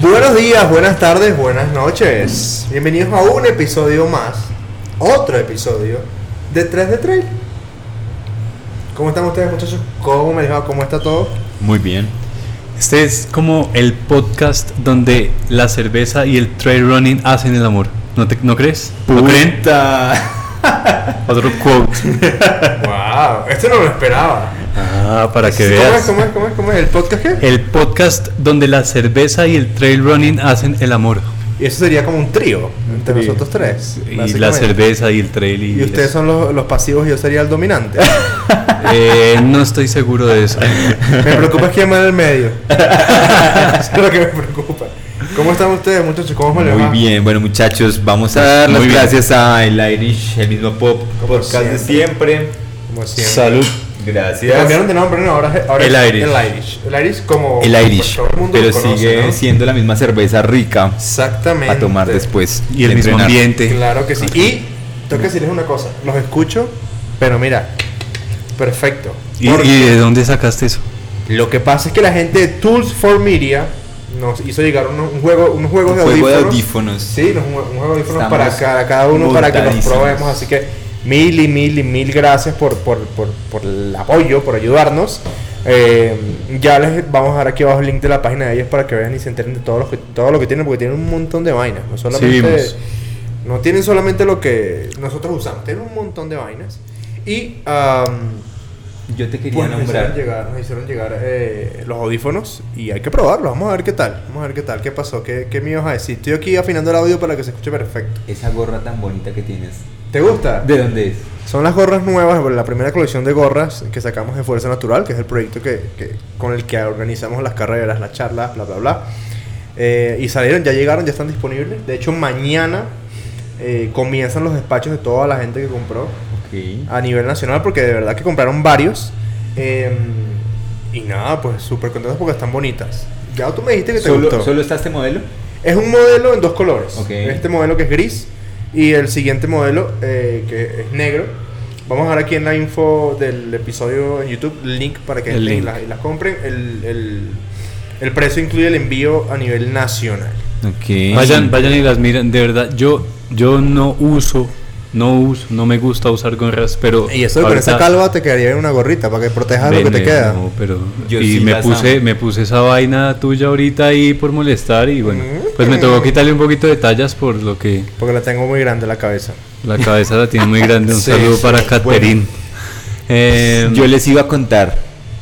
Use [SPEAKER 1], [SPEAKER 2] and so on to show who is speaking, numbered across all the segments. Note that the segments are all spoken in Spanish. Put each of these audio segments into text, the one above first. [SPEAKER 1] buenos días, buenas tardes, buenas noches. Bienvenidos a un episodio más, otro episodio de 3 de Trail. ¿Cómo están ustedes, muchachos? ¿Cómo me va? ¿Cómo está todo?
[SPEAKER 2] Muy bien. Este es como el podcast donde la cerveza y el trail running hacen el amor. ¿No, te- no crees? ¿No creen? Otro quote.
[SPEAKER 1] ¡Wow! Esto no lo esperaba.
[SPEAKER 2] Ah, para que
[SPEAKER 1] ¿Cómo es,
[SPEAKER 2] veas. Eh,
[SPEAKER 1] cómo es, cómo es, cómo es? ¿El podcast qué?
[SPEAKER 2] El podcast donde la cerveza y el trail running hacen el amor.
[SPEAKER 1] Y eso sería como un trío entre
[SPEAKER 2] trío.
[SPEAKER 1] nosotros tres.
[SPEAKER 2] Y la
[SPEAKER 1] básicamente.
[SPEAKER 2] cerveza y el trail. Y,
[SPEAKER 1] Y ustedes son los, los pasivos y yo sería el dominante.
[SPEAKER 2] Eh, no estoy seguro de eso.
[SPEAKER 1] Me preocupa es que llama en el medio. Eso es lo que me preocupa. ¿Cómo están ustedes, muchachos? ¿Cómo me le
[SPEAKER 3] Muy
[SPEAKER 1] va?
[SPEAKER 3] bien, bueno muchachos, vamos a dar las
[SPEAKER 2] Muy bien.
[SPEAKER 3] gracias a El Irish, el mismo pop,
[SPEAKER 1] Como
[SPEAKER 3] podcast de siempre.
[SPEAKER 1] Como siempre.
[SPEAKER 3] Gracias.
[SPEAKER 1] Cambiaron de nombre, ¿no? Ahora, es- ahora
[SPEAKER 2] El
[SPEAKER 1] es
[SPEAKER 2] Irish.
[SPEAKER 1] El Irish. El Irish como...
[SPEAKER 3] El Irish,
[SPEAKER 1] pues, todo el mundo
[SPEAKER 3] pero
[SPEAKER 1] lo conoce,
[SPEAKER 3] sigue
[SPEAKER 1] ¿no?
[SPEAKER 3] siendo la misma cerveza rica
[SPEAKER 1] Exactamente.
[SPEAKER 3] a tomar después.
[SPEAKER 2] Y el
[SPEAKER 3] de
[SPEAKER 2] mismo
[SPEAKER 3] entrenar.
[SPEAKER 2] ambiente.
[SPEAKER 1] Claro que sí. Y tengo que decirles una cosa. Los escucho, pero mira, perfecto.
[SPEAKER 2] ¿Y,
[SPEAKER 1] Porque
[SPEAKER 2] y de dónde sacaste eso?
[SPEAKER 1] Lo que pasa es que la gente de Tools for Media nos hizo llegar uno- un juego, unos juegos
[SPEAKER 3] Un
[SPEAKER 1] de
[SPEAKER 3] juego de
[SPEAKER 1] audífonos.
[SPEAKER 3] audífonos.
[SPEAKER 1] Sí, nos- un, un juego de audífonos
[SPEAKER 3] Estamos
[SPEAKER 1] para cada, cada uno para que los
[SPEAKER 3] montadísimos.
[SPEAKER 1] probemos. Así que mil y mil y mil gracias por, por, por, por el apoyo, por ayudarnos. Eh, ya les vamos a dar aquí abajo el link de la página de ellos para que vean y se enteren de todo lo que, todo lo que tienen, porque tienen un montón de vainas. No solamente.
[SPEAKER 2] vimos.
[SPEAKER 1] no tienen solamente lo que nosotros usamos, tienen un montón de vainas. Y. um, am,
[SPEAKER 3] Yo te quería
[SPEAKER 1] pues nos hicieron
[SPEAKER 3] nombrar.
[SPEAKER 1] llegar, nos hicieron llegar eh, los audífonos y hay que probarlos. Vamos a ver qué tal. Vamos a ver qué tal, qué pasó, qué, qué me ibas a decir. Estoy aquí afinando el audio para que se escuche perfecto.
[SPEAKER 3] Esa gorra tan bonita que tienes.
[SPEAKER 1] ¿Te gusta?
[SPEAKER 3] ¿De dónde es?
[SPEAKER 1] Son las gorras nuevas, la primera colección de gorras que sacamos de Fuerza Natural, que es el proyecto que, que- con el que organizamos las carreras, las charlas, bla, bla, bla. Eh, y salieron, ya llegaron, ya están disponibles. De hecho, mañana eh, comienzan los despachos de toda la gente que compró
[SPEAKER 3] Ok.
[SPEAKER 1] a nivel nacional porque de verdad que compraron varios. Eh, y nada, pues súper contentos porque están bonitas. Ya tú me dijiste que te
[SPEAKER 3] ¿Solo,
[SPEAKER 1] gustó.
[SPEAKER 3] ¿Solo está este modelo?
[SPEAKER 1] Es un modelo en dos colores.
[SPEAKER 3] Ok.
[SPEAKER 1] Este modelo que es gris y el siguiente modelo eh, que es negro. Vamos a ver aquí en la info del episodio en YouTube el link para que
[SPEAKER 2] El
[SPEAKER 1] entren y
[SPEAKER 2] link.
[SPEAKER 1] las, y las compren. El, el- el precio incluye el envío a nivel nacional.
[SPEAKER 3] Ok.
[SPEAKER 2] Vayan, vayan y las miren, de verdad. Yo, yo no uso, no uso, no me gusta usar gorras, pero.
[SPEAKER 1] Y eso con esa
[SPEAKER 2] ahorita-
[SPEAKER 1] calva te quedaría en una gorrita para que protejas lo que te
[SPEAKER 2] Ven,
[SPEAKER 1] queda.
[SPEAKER 2] no, pero
[SPEAKER 3] Yo
[SPEAKER 2] y
[SPEAKER 3] sí
[SPEAKER 2] me
[SPEAKER 3] las
[SPEAKER 2] puse,
[SPEAKER 3] amo.
[SPEAKER 2] me puse esa vaina tuya ahorita ahí por molestar y bueno,
[SPEAKER 1] Mm.
[SPEAKER 2] pues me tocó quitarle un poquito de tallas por lo que
[SPEAKER 1] Porque la tengo muy grande la cabeza.
[SPEAKER 2] la cabeza la tiene muy grande. Un
[SPEAKER 1] Sí,
[SPEAKER 2] saludo
[SPEAKER 1] sí,
[SPEAKER 2] para
[SPEAKER 1] bueno.
[SPEAKER 2] Caterín. Eh,
[SPEAKER 3] Em, Yo les iba a contar.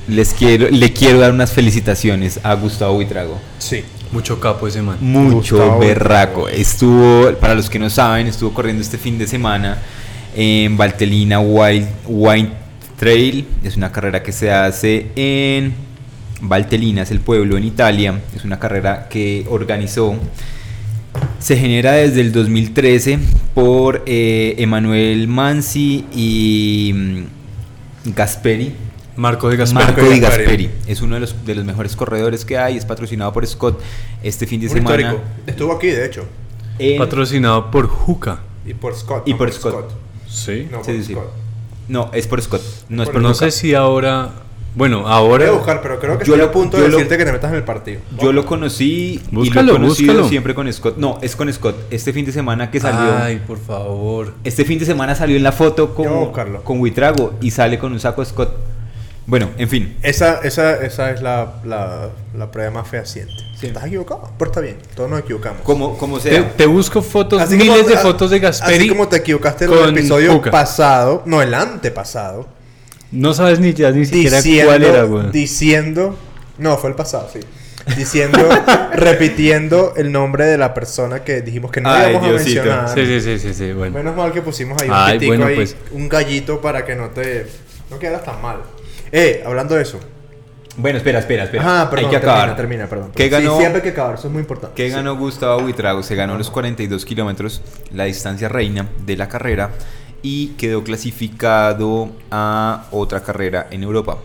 [SPEAKER 3] Les quiero, le quiero dar unas felicitaciones a Gustavo Buitrago.
[SPEAKER 1] Sí.
[SPEAKER 2] mucho capo ese man.
[SPEAKER 3] Mucho
[SPEAKER 1] Gustavo.
[SPEAKER 3] berraco. Estuvo, para los que no saben, estuvo corriendo este fin de semana en Valtelina Wild, Wild Trail. Es una carrera que se hace en Valtelina, es el pueblo en Italia. Es una carrera que organizó. Se genera desde el 2013 por eh, Emanuel Mansi y mm, Gasperi,
[SPEAKER 2] Marco de Gaspar.
[SPEAKER 3] Marco Di
[SPEAKER 1] Gasperi.
[SPEAKER 3] Gasperi es uno de los, de los mejores corredores que hay, es patrocinado por Scott este fin de
[SPEAKER 1] Un
[SPEAKER 3] semana.
[SPEAKER 1] histórico. Estuvo aquí, de hecho.
[SPEAKER 3] en-
[SPEAKER 2] Patrocinado por Juca.
[SPEAKER 1] Y por Scott.
[SPEAKER 3] Y
[SPEAKER 1] no
[SPEAKER 3] por Scott.
[SPEAKER 2] Sí.
[SPEAKER 1] No, por
[SPEAKER 3] Sí, sí, sí.
[SPEAKER 1] Scott.
[SPEAKER 3] No, es por Scott, no es
[SPEAKER 1] Bueno,
[SPEAKER 3] por
[SPEAKER 2] No sé
[SPEAKER 3] Luca.
[SPEAKER 2] si ahora, bueno,
[SPEAKER 1] Voy
[SPEAKER 2] ahora.
[SPEAKER 1] a buscar, pero creo que
[SPEAKER 3] Yo
[SPEAKER 1] estoy
[SPEAKER 3] lo-
[SPEAKER 1] a punto de
[SPEAKER 3] yo lo-
[SPEAKER 1] decirte que te metas en el partido.
[SPEAKER 3] Yo lo conocí y
[SPEAKER 2] Búscalo,
[SPEAKER 3] lo he conocido
[SPEAKER 2] búscalo.
[SPEAKER 3] siempre con Scott. No, es con Scott. Este fin de semana que salió.
[SPEAKER 2] Ay, por favor.
[SPEAKER 3] Este fin de semana salió en la foto
[SPEAKER 1] Yo voy a
[SPEAKER 3] con,
[SPEAKER 1] buscarlo.
[SPEAKER 3] con Huitrago y sale con un saco Scott. Bueno, en fin.
[SPEAKER 1] Esa, esa, esa es la, la, la prueba más fehaciente.
[SPEAKER 3] Sí.
[SPEAKER 1] Estás equivocado, pero está bien, todos nos equivocamos.
[SPEAKER 3] Como, como
[SPEAKER 2] Te,
[SPEAKER 3] sea.
[SPEAKER 2] te busco fotos,
[SPEAKER 1] Así
[SPEAKER 2] miles
[SPEAKER 1] como-
[SPEAKER 2] de
[SPEAKER 1] a-
[SPEAKER 2] fotos de Gasperi.
[SPEAKER 1] Así como te equivocaste en el
[SPEAKER 2] con
[SPEAKER 1] episodio
[SPEAKER 2] Cuca.
[SPEAKER 1] pasado, no, el antepasado,
[SPEAKER 2] No sabes ni, ya ni siquiera
[SPEAKER 1] diciendo,
[SPEAKER 2] cuál era, güey.
[SPEAKER 1] diciendo, no, fue el pasado, sí. Diciendo, repitiendo el nombre de la persona que dijimos que no
[SPEAKER 3] Ay,
[SPEAKER 1] íbamos a
[SPEAKER 3] Diosito.
[SPEAKER 1] mencionar.
[SPEAKER 2] Sí, sí, sí, sí, sí, bueno.
[SPEAKER 1] Menos mal que pusimos ahí un,
[SPEAKER 2] Ay,
[SPEAKER 1] pitico
[SPEAKER 2] bueno,
[SPEAKER 1] ahí,
[SPEAKER 2] pues.
[SPEAKER 1] un gallito para que no te. No quedaras tan mal. Eh, hablando de eso.
[SPEAKER 3] Bueno, espera, espera, espera.
[SPEAKER 1] Ajá, Ah, perdón,
[SPEAKER 3] Hay que
[SPEAKER 1] termina,
[SPEAKER 3] acabar.
[SPEAKER 1] termina, perdón.
[SPEAKER 3] ¿Qué
[SPEAKER 1] Sí,
[SPEAKER 3] ganó?
[SPEAKER 1] siempre hay que acabar, eso es muy importante.
[SPEAKER 3] ¿Qué
[SPEAKER 1] Sí.
[SPEAKER 3] ganó Gustavo Buitrago? Se ganó los 42 kilómetros, la distancia reina de la carrera, y quedó clasificado a otra carrera en Europa.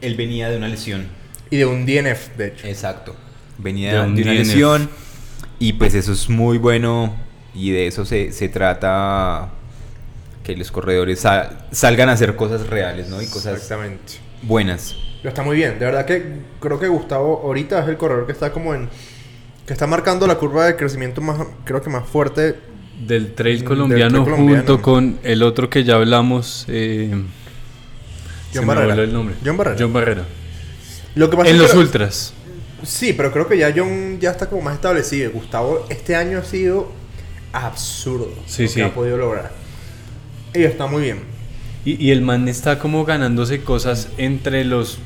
[SPEAKER 3] Él venía de una lesión.
[SPEAKER 1] Y de un DNF, de hecho.
[SPEAKER 3] Exacto. Venía
[SPEAKER 2] De
[SPEAKER 3] de,
[SPEAKER 2] un
[SPEAKER 3] una
[SPEAKER 2] DNF.
[SPEAKER 3] lesión, y pues eso es muy bueno, y de eso se, se trata que los corredores sal- salgan a hacer cosas reales, Eh, ¿no? Y cosas
[SPEAKER 1] Exactamente.
[SPEAKER 3] buenas.
[SPEAKER 1] Lo está muy bien. De verdad que creo que Gustavo ahorita es el corredor que está como en Que está marcando la curva de crecimiento más, creo que más fuerte.
[SPEAKER 2] Del trail
[SPEAKER 1] Del
[SPEAKER 2] colombiano
[SPEAKER 1] trail colombiano.
[SPEAKER 2] junto con el otro que ya hablamos. eh, se me
[SPEAKER 1] Barrera.
[SPEAKER 2] voló el nombre.
[SPEAKER 1] John Barrera.
[SPEAKER 2] John Barrera.
[SPEAKER 1] Lo que pasa
[SPEAKER 2] En
[SPEAKER 1] es
[SPEAKER 2] los
[SPEAKER 1] que-
[SPEAKER 2] ultras.
[SPEAKER 1] Sí, pero creo que ya John ya está como más establecido. Gustavo este año ha sido absurdo.
[SPEAKER 2] Sí,
[SPEAKER 1] lo
[SPEAKER 2] sí.
[SPEAKER 1] Que ha podido lograr. Y está muy bien.
[SPEAKER 2] Y, y el man está como ganándose cosas entre los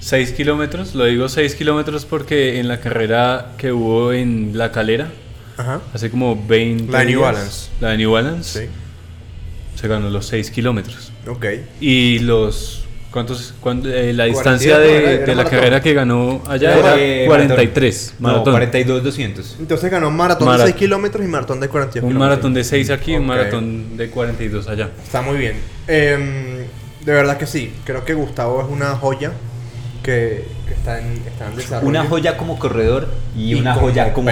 [SPEAKER 2] 6 kilómetros. Lo digo 6 kilómetros porque en la carrera que hubo en La Calera,
[SPEAKER 1] Ajá.
[SPEAKER 2] hace como 20.
[SPEAKER 1] La de New
[SPEAKER 2] días,
[SPEAKER 1] Balance.
[SPEAKER 2] La de New Balance.
[SPEAKER 1] Sí.
[SPEAKER 2] Se ganó los 6 kilómetros.
[SPEAKER 1] Ok.
[SPEAKER 2] Y los. ¿Cuántos? cuán- eh,
[SPEAKER 1] 42
[SPEAKER 2] la distancia de,
[SPEAKER 1] era- era
[SPEAKER 2] de la
[SPEAKER 1] maratón.
[SPEAKER 2] carrera que ganó allá
[SPEAKER 1] Era
[SPEAKER 2] era,
[SPEAKER 3] Eh,
[SPEAKER 2] 43.
[SPEAKER 3] No,
[SPEAKER 2] Maratón.
[SPEAKER 3] 42, 200.
[SPEAKER 1] Entonces ganó maratón
[SPEAKER 2] Mara-
[SPEAKER 1] de 6 kilómetros y maratón de 42
[SPEAKER 2] un
[SPEAKER 1] kilómetros.
[SPEAKER 2] maratón de 6 aquí y un
[SPEAKER 1] Ok.
[SPEAKER 2] maratón de 42 allá.
[SPEAKER 1] Está muy bien. Em, de verdad que sí. Creo que Gustavo es una joya que, que está, en, está en desarrollo.
[SPEAKER 3] Una joya como corredor y,
[SPEAKER 1] Y
[SPEAKER 3] una
[SPEAKER 1] como
[SPEAKER 3] joya como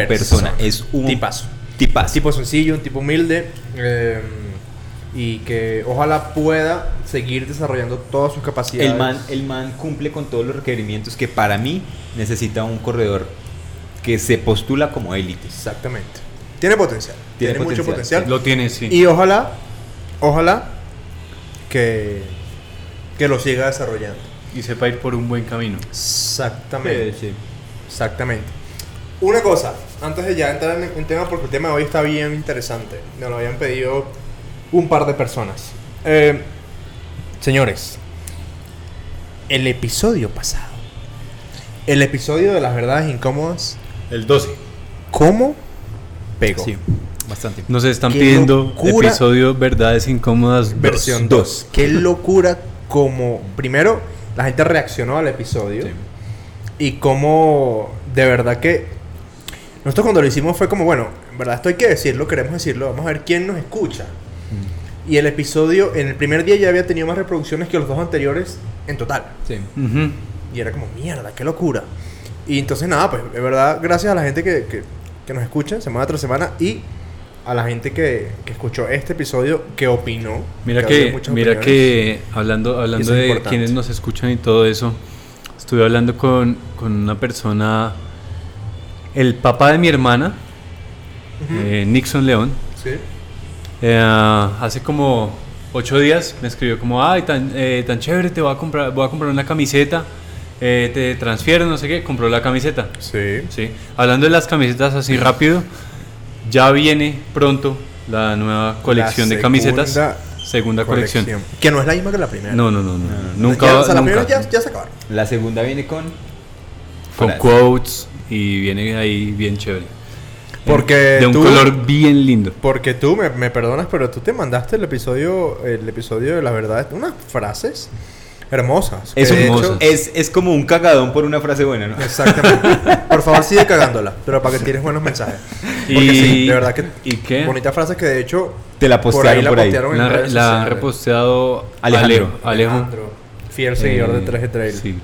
[SPEAKER 1] persona.
[SPEAKER 3] persona. Es un
[SPEAKER 1] Tipazo.
[SPEAKER 3] Tipazo.
[SPEAKER 1] tipo sencillo, un tipo humilde em, y que ojalá pueda seguir desarrollando todas sus capacidades.
[SPEAKER 3] El man, el man cumple con todos los requerimientos que para mí necesita un corredor que se postula como élite.
[SPEAKER 1] Exactamente. Tiene potencial.
[SPEAKER 3] Tiene
[SPEAKER 1] Tiene, mucho
[SPEAKER 3] potencial.
[SPEAKER 1] potencial.
[SPEAKER 2] Lo tiene, sí.
[SPEAKER 1] Y ojalá, ojalá que, que lo siga desarrollando.
[SPEAKER 2] y sepa ir por un buen camino.
[SPEAKER 1] Exactamente. Exactamente. Una cosa, antes de ya entrar en, en tema, porque el tema de hoy está bien interesante. Nos lo habían pedido un par de personas. Eh, señores, el episodio pasado, el episodio de las verdades incómodas,
[SPEAKER 2] El 12.
[SPEAKER 1] ¿cómo pegó?
[SPEAKER 3] Sí, bastante.
[SPEAKER 2] Nos están
[SPEAKER 1] Qué
[SPEAKER 2] pidiendo
[SPEAKER 1] locura.
[SPEAKER 2] episodio Verdades Incómodas
[SPEAKER 1] Versión
[SPEAKER 2] 2.
[SPEAKER 1] 2. Qué locura como, primero, la gente reaccionó al episodio.
[SPEAKER 3] Sí.
[SPEAKER 1] Y como de verdad que nosotros cuando lo hicimos fue como, bueno, en verdad esto hay que decirlo, queremos decirlo, vamos a ver quién nos escucha. Y el episodio, en el primer día ya había tenido más reproducciones que los dos anteriores en total.
[SPEAKER 3] Sí.
[SPEAKER 2] Ujú.
[SPEAKER 1] Y era como, mierda, qué locura. Y entonces nada, pues de verdad, gracias a la gente que, que- que nos escucha semana tras semana y a la gente que, que escuchó este episodio, que opinó.
[SPEAKER 2] Mira
[SPEAKER 1] había
[SPEAKER 2] que,
[SPEAKER 1] muchas
[SPEAKER 2] mira
[SPEAKER 1] opiniones.
[SPEAKER 2] que hablando, hablando
[SPEAKER 1] es
[SPEAKER 2] de
[SPEAKER 1] importante.
[SPEAKER 2] quienes nos escuchan y todo eso, estuve hablando con, con una persona, el papá de mi hermana,
[SPEAKER 1] Ujú.
[SPEAKER 2] eh, Nixon León,
[SPEAKER 1] Sí.
[SPEAKER 2] eh, hace como ocho días me escribió como, ay, tan, eh, tan chévere, te voy a comprar, voy a comprar una camiseta, eh, te transfiero, no sé qué, compró la camiseta.
[SPEAKER 1] Sí.
[SPEAKER 2] Sí. Hablando de las camisetas así rápido, ya viene pronto la nueva colección de
[SPEAKER 1] segunda
[SPEAKER 2] camisetas. Segunda colección.
[SPEAKER 1] Que no es la misma que la primera.
[SPEAKER 2] No, no, no, no, no. Nunca.
[SPEAKER 1] Ya, o sea, la
[SPEAKER 2] nunca.
[SPEAKER 1] primera ya, ya se acabaron.
[SPEAKER 3] La segunda viene con.
[SPEAKER 2] Con
[SPEAKER 3] frases.
[SPEAKER 2] quotes y viene ahí bien chévere.
[SPEAKER 1] Porque
[SPEAKER 2] De un
[SPEAKER 1] tú-
[SPEAKER 2] color bien lindo.
[SPEAKER 1] Porque tú, me, me perdonas, pero tú te mandaste el episodio, el episodio de la verdad, unas frases hermosas. que
[SPEAKER 3] Es,
[SPEAKER 1] de
[SPEAKER 3] un-
[SPEAKER 2] hermoso.
[SPEAKER 1] hecho-
[SPEAKER 3] es, es como un cagadón por una frase buena, ¿no?
[SPEAKER 1] exactamente. Por favor, sigue cagándola, pero para que tienes buenos mensajes. Porque
[SPEAKER 2] Y-
[SPEAKER 1] sí, de verdad que...
[SPEAKER 2] ¿Y qué?
[SPEAKER 1] Bonitas frases que de hecho...
[SPEAKER 3] Te la postearon
[SPEAKER 1] la
[SPEAKER 3] por ahí.
[SPEAKER 1] postearon en
[SPEAKER 2] La,
[SPEAKER 1] redes
[SPEAKER 2] la ha
[SPEAKER 1] sociales.
[SPEAKER 2] reposteado
[SPEAKER 3] Alejandro.
[SPEAKER 2] Alejo. Alejo.
[SPEAKER 1] Alejandro, Fiel seguidor
[SPEAKER 2] Eh,
[SPEAKER 1] de 3G Trail.
[SPEAKER 2] Sí.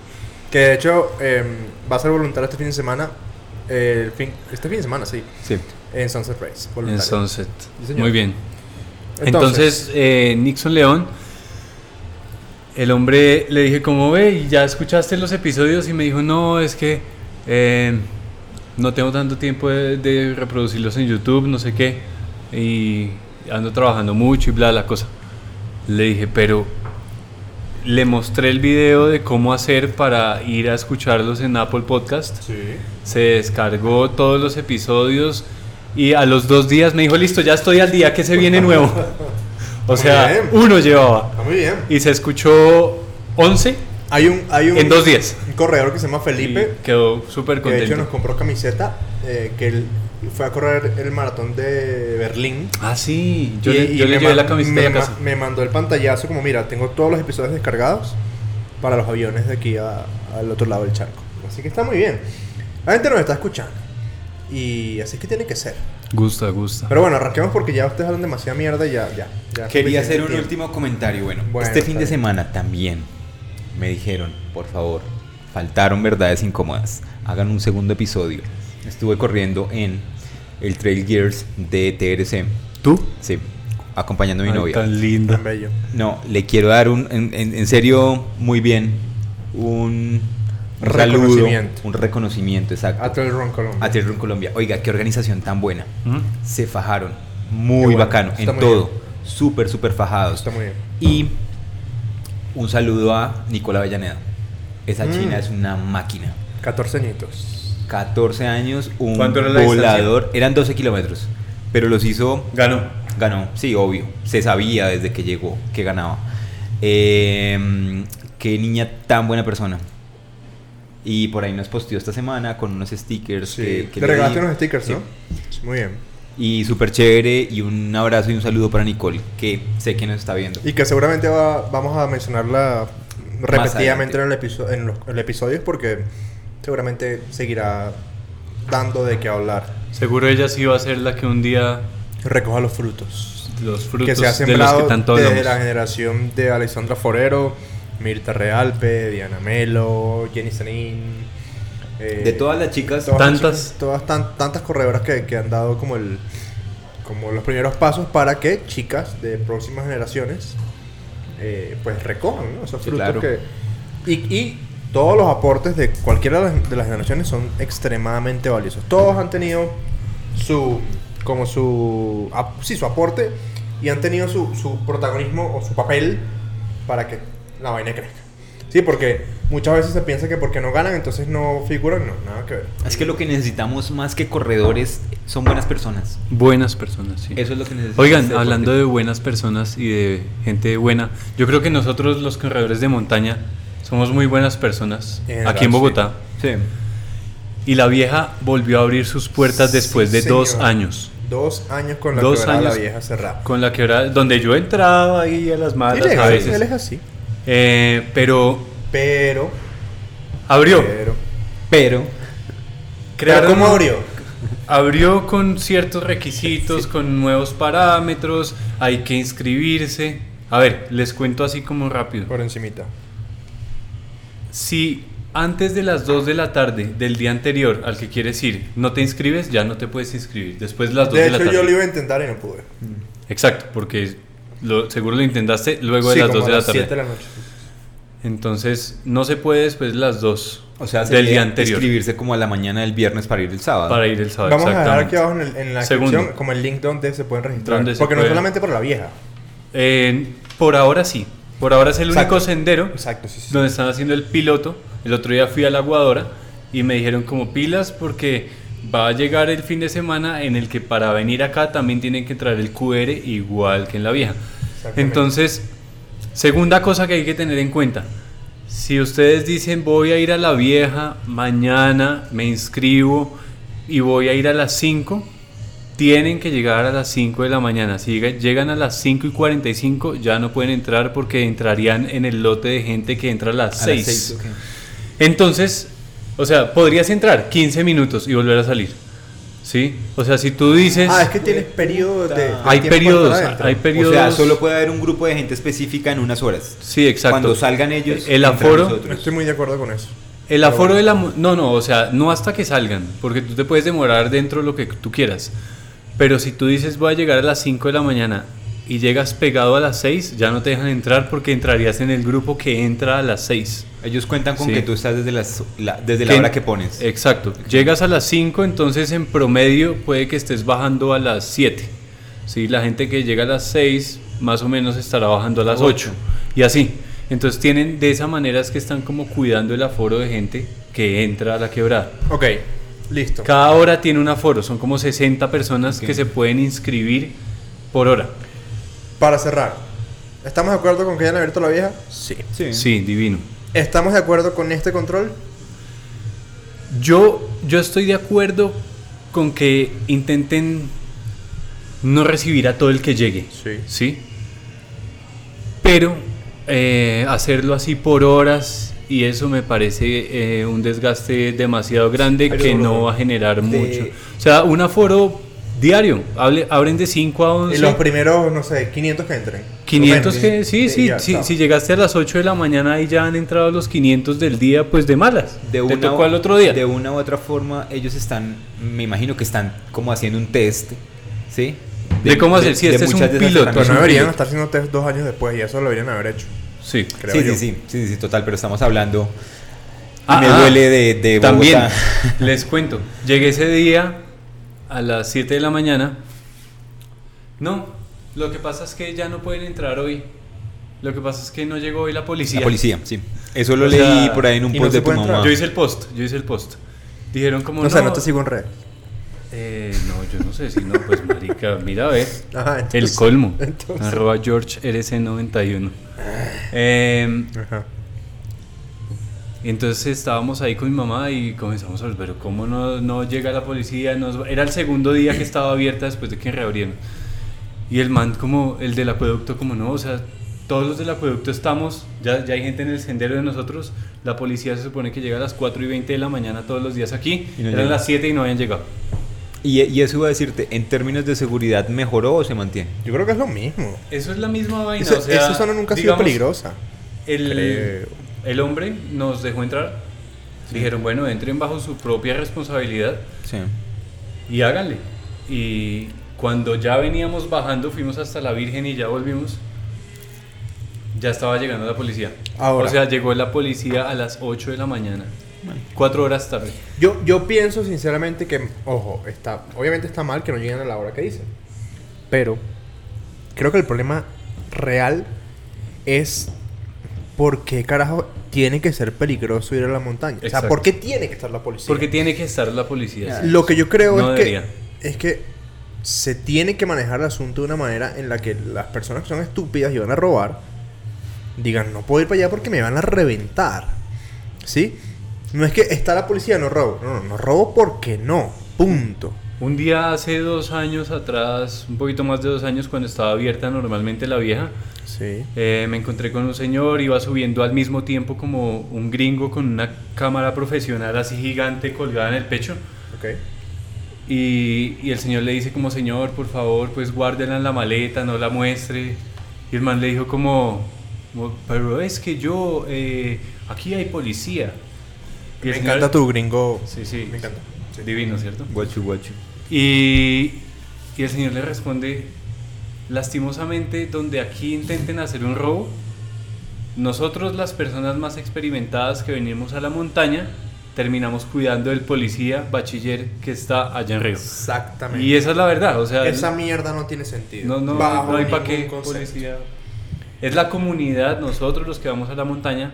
[SPEAKER 1] Que de hecho eh, va a ser voluntario este fin de semana. eh, el fin, este fin de semana, sí.
[SPEAKER 3] Sí.
[SPEAKER 1] En Sunset Race.
[SPEAKER 2] En
[SPEAKER 1] voluntario.
[SPEAKER 2] Sunset.
[SPEAKER 1] Sí, señor.
[SPEAKER 2] Muy bien.
[SPEAKER 1] Entonces-
[SPEAKER 2] Entonces, eh, Nixon León, el hombre le dije, ¿cómo ve? ¿Y ¿Ya escuchaste los episodios? Y me dijo, no, es que eh, no tengo tanto tiempo de, de reproducirlos en YouTube, no sé qué. Y ando trabajando mucho y bla, la cosa. Le dije, pero le mostré el video de cómo hacer para ir a escucharlos en Apple Podcast
[SPEAKER 1] Sí.
[SPEAKER 2] se descargó todos los episodios y a los dos días me dijo, listo, ya estoy al día, que se viene nuevo. O
[SPEAKER 1] Muy
[SPEAKER 2] sea,
[SPEAKER 1] bien.
[SPEAKER 2] uno llevaba.
[SPEAKER 1] Está muy bien.
[SPEAKER 2] Y se escuchó 11
[SPEAKER 1] Hay un, hay un,
[SPEAKER 2] en dos días.
[SPEAKER 1] un corredor que se llama Felipe,
[SPEAKER 2] Y quedó súper
[SPEAKER 1] que de hecho nos
[SPEAKER 2] contento.
[SPEAKER 1] compró camiseta, eh, que él fue a correr el maratón de Berlín.
[SPEAKER 2] Ah, sí, yo
[SPEAKER 1] Y-
[SPEAKER 2] le,
[SPEAKER 1] y
[SPEAKER 2] yo le
[SPEAKER 1] me
[SPEAKER 2] llevé
[SPEAKER 1] man-
[SPEAKER 2] la camiseta
[SPEAKER 1] me,
[SPEAKER 2] a la
[SPEAKER 1] ma-
[SPEAKER 2] casa.
[SPEAKER 1] me mandó el pantallazo como, mira, tengo todos los episodios descargados para los aviones de aquí a- al otro lado del charco. Así que está muy bien. La gente nos está escuchando. Y así es que tiene que ser.
[SPEAKER 2] Gusta, gusta.
[SPEAKER 1] Pero bueno, arranquemos porque ya ustedes hablan demasiada mierda y ya, ya. ya
[SPEAKER 3] Quería
[SPEAKER 1] suficiente
[SPEAKER 3] hacer un
[SPEAKER 1] tiempo.
[SPEAKER 3] último comentario. Bueno,
[SPEAKER 1] Bueno,
[SPEAKER 3] este fin
[SPEAKER 1] está
[SPEAKER 3] de
[SPEAKER 1] bien.
[SPEAKER 3] semana también me dijeron, por favor, faltaron verdades incómodas. Hagan un segundo episodio. Estuve corriendo en el Trail Gears de TRC.
[SPEAKER 2] ¿Tú?
[SPEAKER 3] Sí, acompañando a mi
[SPEAKER 2] Ay,
[SPEAKER 3] novia.
[SPEAKER 2] tan linda.
[SPEAKER 1] Tan bello.
[SPEAKER 3] No, le quiero dar un, en, en- en serio, muy bien, un Un saludo,
[SPEAKER 1] Reconocimiento.
[SPEAKER 3] un reconocimiento, exacto.
[SPEAKER 1] A Trail Run Colombia.
[SPEAKER 3] A Trail Run Colombia. Oiga, qué organización tan buena.
[SPEAKER 2] Ujú.
[SPEAKER 3] Se fajaron.
[SPEAKER 1] Qué
[SPEAKER 3] Muy
[SPEAKER 1] bueno,
[SPEAKER 3] bacano.
[SPEAKER 1] está
[SPEAKER 3] En
[SPEAKER 1] muy
[SPEAKER 3] todo.
[SPEAKER 1] bien.
[SPEAKER 3] Súper, súper fajados.
[SPEAKER 1] Está muy bien.
[SPEAKER 3] Y un saludo a Nicola Avellaneda. Esa
[SPEAKER 1] Mm.
[SPEAKER 3] china es una máquina.
[SPEAKER 1] 14 añitos.
[SPEAKER 3] 14 años, un
[SPEAKER 2] ¿Cuánto era la distancia?
[SPEAKER 3] volador. Eran 12 kilómetros. Pero los hizo
[SPEAKER 2] Ganó.
[SPEAKER 3] Ganó, sí, obvio. Se sabía desde que llegó que ganaba. Eh, qué niña tan buena persona. Y por ahí nos posteó esta semana con unos stickers.
[SPEAKER 1] Sí.
[SPEAKER 3] que- que
[SPEAKER 1] Te regalaste
[SPEAKER 3] di.
[SPEAKER 1] unos stickers,
[SPEAKER 3] Sí.
[SPEAKER 1] ¿no? Muy bien.
[SPEAKER 3] Y súper chévere. Y un abrazo y un saludo para Nicole, que sé que nos está viendo.
[SPEAKER 1] Y que seguramente va- vamos a mencionarla repetidamente
[SPEAKER 3] adelante.
[SPEAKER 1] en, el episo- en los, en los episodios porque seguramente seguirá dando de qué hablar.
[SPEAKER 2] Seguro ella sí va a ser la que un día
[SPEAKER 1] Recoja los frutos.
[SPEAKER 2] los frutos
[SPEAKER 1] que se ha
[SPEAKER 2] de los
[SPEAKER 1] sembrado
[SPEAKER 2] que tanto hablamos.
[SPEAKER 1] desde la generación de Alexandra Forero, Mirta Realpe, Diana Melo, Jenny Sanín. eh,
[SPEAKER 3] De todas las chicas,
[SPEAKER 1] todas
[SPEAKER 2] Tantas.
[SPEAKER 1] las chicas- todas tan- tantas corredoras que, que han dado como el como los primeros pasos para que chicas de próximas generaciones eh, pues recojan ¿no? esos
[SPEAKER 3] Sí,
[SPEAKER 1] frutos
[SPEAKER 3] claro.
[SPEAKER 1] que y, y todos los aportes de cualquiera de las, de las generaciones son extremadamente valiosos todos han tenido su como su ap- sí, su aporte y han tenido su, su protagonismo o su papel para que la vaina crezca sí porque muchas veces se piensa que porque no ganan entonces no figuran no nada que ver
[SPEAKER 3] es que lo que necesitamos más que corredores son buenas personas.
[SPEAKER 2] Buenas personas, sí.
[SPEAKER 3] Eso es lo que necesitamos.
[SPEAKER 2] Oigan,
[SPEAKER 3] este
[SPEAKER 2] hablando
[SPEAKER 3] deporte.
[SPEAKER 2] de buenas personas y de gente buena, yo creo que nosotros los corredores de montaña somos muy buenas personas
[SPEAKER 1] En general,
[SPEAKER 2] aquí en
[SPEAKER 1] sí.
[SPEAKER 2] Bogotá. Y la vieja volvió a abrir sus puertas después
[SPEAKER 1] Sí,
[SPEAKER 2] de dos
[SPEAKER 1] señor.
[SPEAKER 2] años.
[SPEAKER 1] Dos años con la
[SPEAKER 2] Dos
[SPEAKER 1] quebrada
[SPEAKER 2] años.
[SPEAKER 1] la vieja cerrada.
[SPEAKER 2] Con la que ahora, donde yo entraba ahí a las malas
[SPEAKER 1] Él es
[SPEAKER 2] a
[SPEAKER 1] así,
[SPEAKER 2] veces.
[SPEAKER 1] él es así.
[SPEAKER 2] Eh, pero
[SPEAKER 1] Pero.
[SPEAKER 2] abrió.
[SPEAKER 1] Pero.
[SPEAKER 3] Pero,
[SPEAKER 1] Pero
[SPEAKER 2] Crearon-
[SPEAKER 1] ¿cómo abrió?
[SPEAKER 2] Abrió con ciertos requisitos, con nuevos parámetros, hay que inscribirse. A ver, les cuento así como rápido.
[SPEAKER 1] Por encimita.
[SPEAKER 2] Si antes de las 2 de la tarde del día anterior al que quieres ir no te inscribes, ya no te puedes inscribir. Después de las 2 de,
[SPEAKER 1] De
[SPEAKER 2] la
[SPEAKER 1] hecho,
[SPEAKER 2] tarde.
[SPEAKER 1] yo lo iba a intentar y no pude.
[SPEAKER 2] Exacto, porque lo- seguro lo intentaste luego de
[SPEAKER 1] Sí,
[SPEAKER 2] las
[SPEAKER 1] como
[SPEAKER 2] 2
[SPEAKER 1] a
[SPEAKER 2] de la
[SPEAKER 1] las
[SPEAKER 2] tarde.
[SPEAKER 1] siete de la noche.
[SPEAKER 2] Entonces, no se puede después de las 2
[SPEAKER 3] o sea,
[SPEAKER 2] del
[SPEAKER 3] sería
[SPEAKER 2] día anterior
[SPEAKER 3] inscribirse como a la mañana del viernes para ir el sábado.
[SPEAKER 2] para ir el sábado.
[SPEAKER 1] Vamos a dejar aquí
[SPEAKER 2] exactamente.
[SPEAKER 1] abajo en, el- en la
[SPEAKER 2] Segundo.
[SPEAKER 1] descripción como el link donde se pueden registrar.
[SPEAKER 2] Donde se
[SPEAKER 1] Porque no
[SPEAKER 2] puede.
[SPEAKER 1] solamente por la vieja.
[SPEAKER 2] Eh, por ahora sí. Por ahora es el
[SPEAKER 1] Exacto.
[SPEAKER 2] único sendero
[SPEAKER 1] Exacto, sí, sí.
[SPEAKER 2] donde están haciendo el piloto. El otro día fui a la aguadora y me dijeron como pilas porque va a llegar el fin de semana en el que para venir acá también tienen que traer el QR igual que en la vieja.
[SPEAKER 1] Exactamente.
[SPEAKER 2] Entonces, segunda cosa que hay que tener en cuenta. Si ustedes dicen voy a ir a la vieja mañana, me inscribo y voy a ir a las 5, tienen que llegar a las 5 de la mañana. Si llega- llegan a las 5 y 45 ya no pueden entrar porque entrarían en el lote de gente que entra a las
[SPEAKER 3] A las
[SPEAKER 2] 6.
[SPEAKER 3] seis, ok.
[SPEAKER 2] Entonces, o sea, podrías entrar 15 minutos y volver a salir. ¿Sí? O sea, si tú dices...
[SPEAKER 1] Ah, es que tienes periodo de. de
[SPEAKER 2] hay
[SPEAKER 1] tiempo
[SPEAKER 2] periodos,
[SPEAKER 1] para adentro.
[SPEAKER 2] hay
[SPEAKER 3] O
[SPEAKER 2] periodos...
[SPEAKER 3] sea, solo puede haber un grupo de gente específica en unas horas.
[SPEAKER 2] Sí, exacto.
[SPEAKER 3] Cuando salgan ellos,
[SPEAKER 2] El
[SPEAKER 3] entran
[SPEAKER 2] aforo-
[SPEAKER 1] No
[SPEAKER 3] nosotros.
[SPEAKER 1] estoy muy de acuerdo con eso.
[SPEAKER 2] El aforo de la... mu- No, no, o sea, no hasta que salgan, porque tú te puedes demorar dentro lo que tú quieras. Pero si tú dices voy a llegar a las 5 de la mañana y llegas pegado a las 6, ya no te dejan entrar porque entrarías en el grupo que entra a las 6.
[SPEAKER 3] Ellos cuentan con
[SPEAKER 2] Sí. Eh,
[SPEAKER 3] que tú estás desde, las, la, desde la hora que pones.
[SPEAKER 2] Exacto. Llegas a las 5, entonces en promedio puede que estés bajando a las 7. ¿sí? La gente que llega a las 6 más o menos estará bajando a las 8.
[SPEAKER 3] Ocho.
[SPEAKER 2] Y así. Entonces tienen, de esa manera es que están como cuidando el aforo de gente que entra a la quebrada.
[SPEAKER 1] Ok, listo.
[SPEAKER 2] Cada hora tiene un aforo, son como 60 personas
[SPEAKER 3] Ok.
[SPEAKER 2] que se pueden inscribir por hora.
[SPEAKER 1] Para cerrar, ¿estamos de acuerdo con que hayan abierto la vieja? Sí.
[SPEAKER 3] Sí.
[SPEAKER 2] Sí, divino.
[SPEAKER 1] ¿Estamos de acuerdo con este control?
[SPEAKER 2] Yo, yo estoy de acuerdo con que intenten no recibir a todo el que llegue.
[SPEAKER 1] Sí.
[SPEAKER 2] ¿sí? Pero eh, hacerlo así por horas y eso me parece eh, un desgaste demasiado grande
[SPEAKER 1] Pero,
[SPEAKER 2] que
[SPEAKER 1] bro,
[SPEAKER 2] no va a generar
[SPEAKER 3] de-
[SPEAKER 2] mucho. O sea, un aforo diario. Hable- abren de 5 a
[SPEAKER 1] Y
[SPEAKER 2] 11.
[SPEAKER 1] los primeros, no sé, 500 que entren.
[SPEAKER 2] 500
[SPEAKER 1] O
[SPEAKER 2] que,
[SPEAKER 1] menos.
[SPEAKER 2] sí, sí,
[SPEAKER 1] ya,
[SPEAKER 2] sí,
[SPEAKER 1] chao.
[SPEAKER 2] si llegaste a las 8 de la mañana y ya han entrado los 500 del día, pues de malas.
[SPEAKER 3] De
[SPEAKER 2] Te
[SPEAKER 3] una,
[SPEAKER 2] tocó al otro día.
[SPEAKER 3] De una u otra forma, ellos están, me imagino que están como haciendo un test, ¿sí?
[SPEAKER 2] De cómo hacer, sí, este es
[SPEAKER 3] muchas
[SPEAKER 2] un
[SPEAKER 3] de esas
[SPEAKER 2] piloto,
[SPEAKER 1] Pero
[SPEAKER 3] herramientas.
[SPEAKER 1] no
[SPEAKER 2] un
[SPEAKER 1] deberían
[SPEAKER 2] piloto.
[SPEAKER 1] estar haciendo test dos años después y eso lo deberían haber hecho,
[SPEAKER 2] Sí.
[SPEAKER 1] creo
[SPEAKER 3] Sí,
[SPEAKER 1] yo.
[SPEAKER 3] sí, sí, sí, sí, total, pero estamos hablando
[SPEAKER 2] Ah,
[SPEAKER 3] me
[SPEAKER 2] ah,
[SPEAKER 3] duele de, de Bogotá.
[SPEAKER 2] También, les cuento, llegué ese día a las 7 de la mañana. No, lo que pasa es que ya no pueden entrar hoy. Lo que pasa es que no llegó hoy la policía.
[SPEAKER 3] La policía, ah. sí. Eso lo
[SPEAKER 2] O
[SPEAKER 3] leí
[SPEAKER 2] sea,
[SPEAKER 3] por ahí en un
[SPEAKER 1] y no
[SPEAKER 3] post
[SPEAKER 1] se
[SPEAKER 3] de tu
[SPEAKER 1] puede entrar.
[SPEAKER 3] mamá.
[SPEAKER 2] Yo hice el post, yo hice el post. Dijeron como
[SPEAKER 1] No,
[SPEAKER 2] no.
[SPEAKER 1] sé, no te sigo en red.
[SPEAKER 2] Eh, no, yo no sé si no, pues marica, mira, ve.
[SPEAKER 1] Ajá, entonces-
[SPEAKER 2] el colmo.
[SPEAKER 1] entonces.
[SPEAKER 2] Arroba George RC91. Eh,
[SPEAKER 1] Ajá.
[SPEAKER 2] Y entonces estábamos ahí con mi mamá y comenzamos a ver, pero ¿cómo no, no llega la policía? Nos- era el segundo día que estaba abierta después de que reabrieron. Y el man, como el del acueducto, como no, o sea, todos los del acueducto estamos, ya, ya hay gente en el sendero de nosotros, la policía se supone que llega a las 4 y 20 de la mañana todos los días aquí,
[SPEAKER 3] Y no
[SPEAKER 2] eran
[SPEAKER 3] llega.
[SPEAKER 2] las 7 y no habían llegado.
[SPEAKER 3] Y, y eso iba a decirte, en términos de seguridad, ¿mejoró o se mantiene?
[SPEAKER 1] Yo creo que es lo mismo.
[SPEAKER 2] Eso es la misma vaina.
[SPEAKER 1] Eso-
[SPEAKER 2] o sea,
[SPEAKER 1] esa zona nunca ha sido
[SPEAKER 2] digamos,
[SPEAKER 1] peligrosa.
[SPEAKER 2] El,
[SPEAKER 1] Creo.
[SPEAKER 2] el hombre nos dejó entrar, dijeron, bueno, entren bajo su propia responsabilidad.
[SPEAKER 3] Sí.
[SPEAKER 2] y háganle. Y cuando ya veníamos bajando, fuimos hasta la Virgen y ya volvimos. Ya estaba llegando la policía.
[SPEAKER 1] Ahora.
[SPEAKER 2] O sea, llegó la policía a las 8 de la mañana. Cuatro horas tarde.
[SPEAKER 1] Yo, yo pienso sinceramente que, ojo, está, obviamente está mal que no lleguen a la hora que dicen. Pero creo que el problema real es por qué carajo tiene que ser peligroso ir a la montaña. O
[SPEAKER 2] Exacto.
[SPEAKER 1] sea, ¿por qué tiene que estar la policía?
[SPEAKER 2] Porque tiene que estar la policía. sí.
[SPEAKER 1] Lo que yo creo
[SPEAKER 2] No
[SPEAKER 1] es, que,
[SPEAKER 2] debería.
[SPEAKER 1] es que se tiene que manejar el asunto de una manera en la que las personas que son estúpidas y van a robar digan, no puedo ir para allá porque me van a reventar. ¿Sí? No es que está la policía, no robo. No, no, no robo porque no. Punto.
[SPEAKER 2] Un día hace dos años atrás, un poquito más de dos años, cuando estaba abierta normalmente la vieja,
[SPEAKER 1] Sí.
[SPEAKER 2] eh, me encontré con un señor, iba subiendo al mismo tiempo como un gringo con una cámara profesional así gigante colgada en el pecho.
[SPEAKER 1] Ok.
[SPEAKER 2] Y, y el señor le dice como, señor, por favor, pues guárdela en la maleta, no la muestre. Y el man le dijo como, como, pero es que yo, eh, aquí hay policía. Y el
[SPEAKER 1] Me
[SPEAKER 2] señor-
[SPEAKER 1] encanta tu gringo.
[SPEAKER 2] Sí, sí.
[SPEAKER 1] Me encanta. Sí.
[SPEAKER 2] Divino, ¿cierto?
[SPEAKER 3] Guachu, guachu.
[SPEAKER 2] Y, y el señor le responde, lastimosamente, donde aquí intenten hacer un robo, nosotros las personas más experimentadas que venimos a la montaña, terminamos cuidando del policía bachiller que está allá en Río.
[SPEAKER 1] Exactamente.
[SPEAKER 2] Y esa es la verdad, o sea,
[SPEAKER 1] Esa mierda no tiene sentido.
[SPEAKER 2] no, no,
[SPEAKER 1] Bajo
[SPEAKER 2] no hay
[SPEAKER 1] ningún
[SPEAKER 2] para qué
[SPEAKER 1] concepto.
[SPEAKER 2] policía. Es la comunidad, nosotros los que vamos a la montaña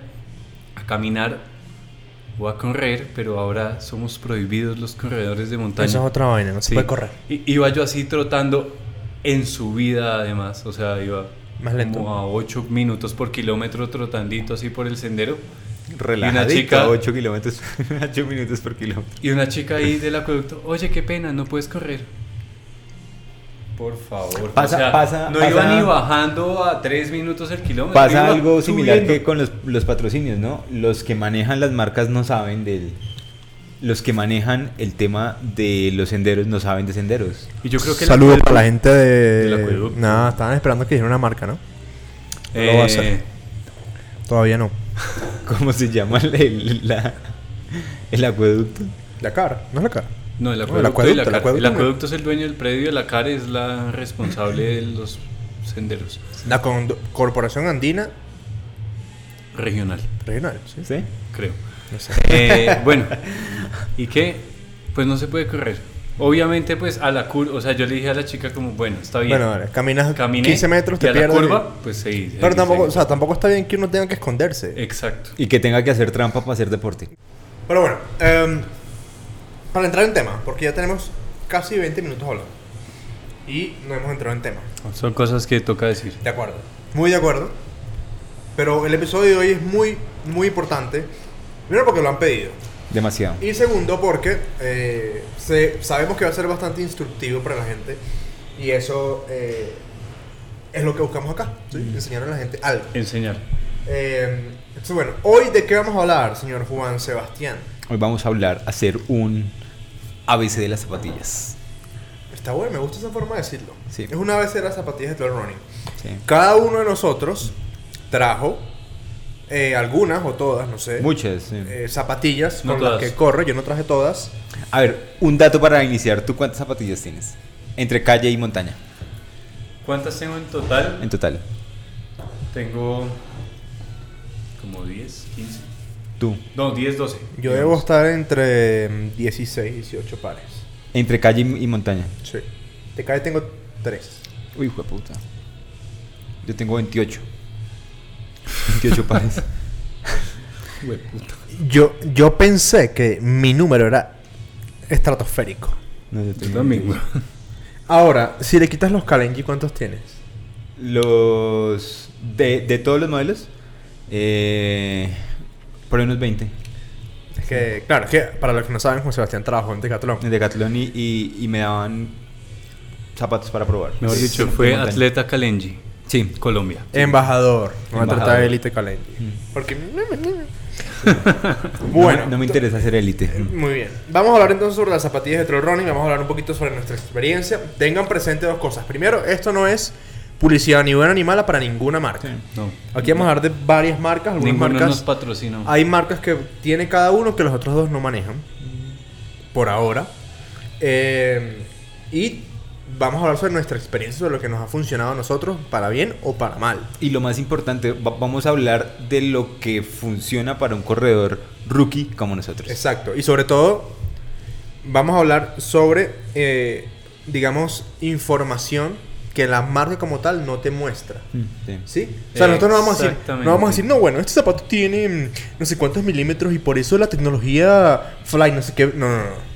[SPEAKER 2] a caminar o a correr, pero ahora somos prohibidos los corredores de montaña.
[SPEAKER 1] Esa es otra vaina, no se
[SPEAKER 2] Sí.
[SPEAKER 1] puede correr.
[SPEAKER 2] I- iba yo así trotando en subida además, o sea, iba
[SPEAKER 1] Más lento.
[SPEAKER 2] como a 8 minutos por kilómetro trotandito así por el sendero.
[SPEAKER 3] Relajadito,
[SPEAKER 2] chica-
[SPEAKER 3] 8 kilómetros, 8 minutos por kilómetro.
[SPEAKER 2] Y una chica ahí del acueducto, oye, qué pena, no puedes correr. Por favor.
[SPEAKER 3] Pasa- pasa-
[SPEAKER 2] No
[SPEAKER 3] pasa-
[SPEAKER 2] iba ni bajando a 3 minutos el kilómetro.
[SPEAKER 3] Pasa
[SPEAKER 2] iba
[SPEAKER 3] algo similar
[SPEAKER 2] subiendo.
[SPEAKER 3] que con los, los patrocinios, ¿no? Los que manejan las marcas no saben del... Los que manejan el tema de los senderos no saben de senderos.
[SPEAKER 2] Y yo creo que el
[SPEAKER 1] Saludos
[SPEAKER 2] acueducto-
[SPEAKER 1] para la gente
[SPEAKER 2] del
[SPEAKER 1] de.
[SPEAKER 2] acueducto.
[SPEAKER 1] Nada, estaban esperando que dijera una marca, ¿no? no lo va a hacer.
[SPEAKER 2] Eh,
[SPEAKER 1] Todavía no.
[SPEAKER 3] ¿Cómo se llama el, el- la- el acueducto?
[SPEAKER 1] La cara, no es la cara.
[SPEAKER 2] No, el
[SPEAKER 1] No, el
[SPEAKER 2] acueducto, y
[SPEAKER 1] acueducto,
[SPEAKER 2] la
[SPEAKER 1] el
[SPEAKER 2] CAR.
[SPEAKER 1] acueducto
[SPEAKER 2] el
[SPEAKER 1] no.
[SPEAKER 2] acueducto es el dueño del predio, la CAR es la responsable de los senderos
[SPEAKER 1] La condo- Corporación Andina
[SPEAKER 2] regional,
[SPEAKER 1] Regional, ¿sí?
[SPEAKER 3] ¿Sí?
[SPEAKER 2] creo.
[SPEAKER 1] No sé.
[SPEAKER 2] Eh, bueno, ¿y qué? Pues no se puede correr. Obviamente, pues a la curva, o sea, yo le dije a la chica como, bueno, está bien.
[SPEAKER 1] Bueno, vale, caminas
[SPEAKER 2] Caminé,
[SPEAKER 1] 15 metros,
[SPEAKER 2] y
[SPEAKER 1] te
[SPEAKER 2] a la
[SPEAKER 1] pierdes.
[SPEAKER 2] curva, pues sí. Eh.
[SPEAKER 1] Pero tampoco, o sea, tampoco está bien que uno tenga que esconderse.
[SPEAKER 2] Exacto.
[SPEAKER 3] Y que tenga que hacer trampa para hacer deporte.
[SPEAKER 1] Pero bueno, em, para entrar en tema, porque ya tenemos casi 20 minutos hablando. Y no hemos entrado en tema.
[SPEAKER 2] Son cosas que toca decir.
[SPEAKER 1] De acuerdo. Muy de acuerdo. Pero el episodio de hoy es muy, muy importante. Primero porque lo han pedido.
[SPEAKER 3] Demasiado.
[SPEAKER 1] Y segundo, porque eh, se- sabemos que va a ser bastante instructivo para la gente. Y eso eh, es lo que buscamos acá, ¿sí? enseñar a la gente algo.
[SPEAKER 2] Enseñar.
[SPEAKER 1] Eh, entonces, bueno, hoy de qué vamos a hablar, señor Juan Sebastián.
[SPEAKER 3] Hoy vamos a hablar, hacer un ABC de las zapatillas.
[SPEAKER 1] Está bueno, me gusta esa forma de decirlo.
[SPEAKER 3] Sí.
[SPEAKER 1] Es una vez de las zapatillas de trail running.
[SPEAKER 3] Sí.
[SPEAKER 1] Cada uno de nosotros trajo eh, algunas o todas, no sé.
[SPEAKER 3] Muchas. sí.
[SPEAKER 1] eh, zapatillas
[SPEAKER 2] No
[SPEAKER 1] con
[SPEAKER 2] todas.
[SPEAKER 1] las que corre. Yo no traje todas.
[SPEAKER 3] A ver, un dato para iniciar. ¿Tú cuántas zapatillas tienes? Entre calle y montaña,
[SPEAKER 2] ¿Cuántas tengo en total?
[SPEAKER 3] en total.
[SPEAKER 2] Tengo como 10, 15.
[SPEAKER 3] Tú.
[SPEAKER 2] No, 10, 12.
[SPEAKER 1] Yo debo estar entre mm, 16 y 18 pares.
[SPEAKER 3] Entre calle y, y montaña.
[SPEAKER 1] Sí. Te cae, tengo 3.
[SPEAKER 3] Uy, hijo de puta. Yo tengo 28. 28 pares.
[SPEAKER 2] Hueputa.
[SPEAKER 1] Yo, yo pensé que mi número era estratosférico.
[SPEAKER 3] No, yo
[SPEAKER 2] Yo también, güey.
[SPEAKER 1] Ahora, si le quitas los Kalenji, ¿cuántos tienes?
[SPEAKER 3] Los. De, de todos los modelos, eh, por ahí unos 20.
[SPEAKER 1] Es que, claro, es que para los que no saben, Juan Sebastián trabajó en Decathlon.
[SPEAKER 3] En Decathlon y, y, y me daban zapatos para probar.
[SPEAKER 2] Mejor
[SPEAKER 3] Sí,
[SPEAKER 2] dicho,
[SPEAKER 3] sí,
[SPEAKER 2] fue
[SPEAKER 3] montaña.
[SPEAKER 2] atleta Kalenji. Sí, Colombia.
[SPEAKER 1] Em, Embajador. No me
[SPEAKER 3] Embajador.
[SPEAKER 1] trataba de élite Kalenji.
[SPEAKER 3] Mm.
[SPEAKER 1] Porque.
[SPEAKER 3] No me-
[SPEAKER 1] Bueno.
[SPEAKER 3] No, me interesa ser élite.
[SPEAKER 1] Muy bien. Vamos a hablar entonces sobre las zapatillas de trail running. Vamos a hablar un poquito sobre nuestra experiencia. Tengan presente dos cosas. Primero, esto no es publicidad ni buena ni mala para ninguna marca.
[SPEAKER 2] No.
[SPEAKER 1] Aquí vamos a hablar de varias marcas. Algunas
[SPEAKER 2] Ninguno nos
[SPEAKER 1] marcas.
[SPEAKER 2] patrocinó.
[SPEAKER 1] Hay marcas que tiene cada uno que los otros dos no manejan. Por ahora. Eh, y vamos a hablar sobre nuestra experiencia, sobre lo que nos ha funcionado a nosotros, para bien o para mal.
[SPEAKER 3] Y lo más importante, va- vamos a hablar de lo que funciona para un corredor rookie como nosotros.
[SPEAKER 1] Exacto. Y sobre todo, vamos a hablar sobre, eh, digamos, información que la marca como tal no te muestra.
[SPEAKER 3] Mm, sí.
[SPEAKER 1] ¿Sí? O sea, nosotros no vamos a decir,
[SPEAKER 2] Exactamente.
[SPEAKER 1] no vamos a decir, no, bueno, este zapato tiene mm, no sé cuántos milímetros y por eso la tecnología Fly, no sé qué. No, no, no.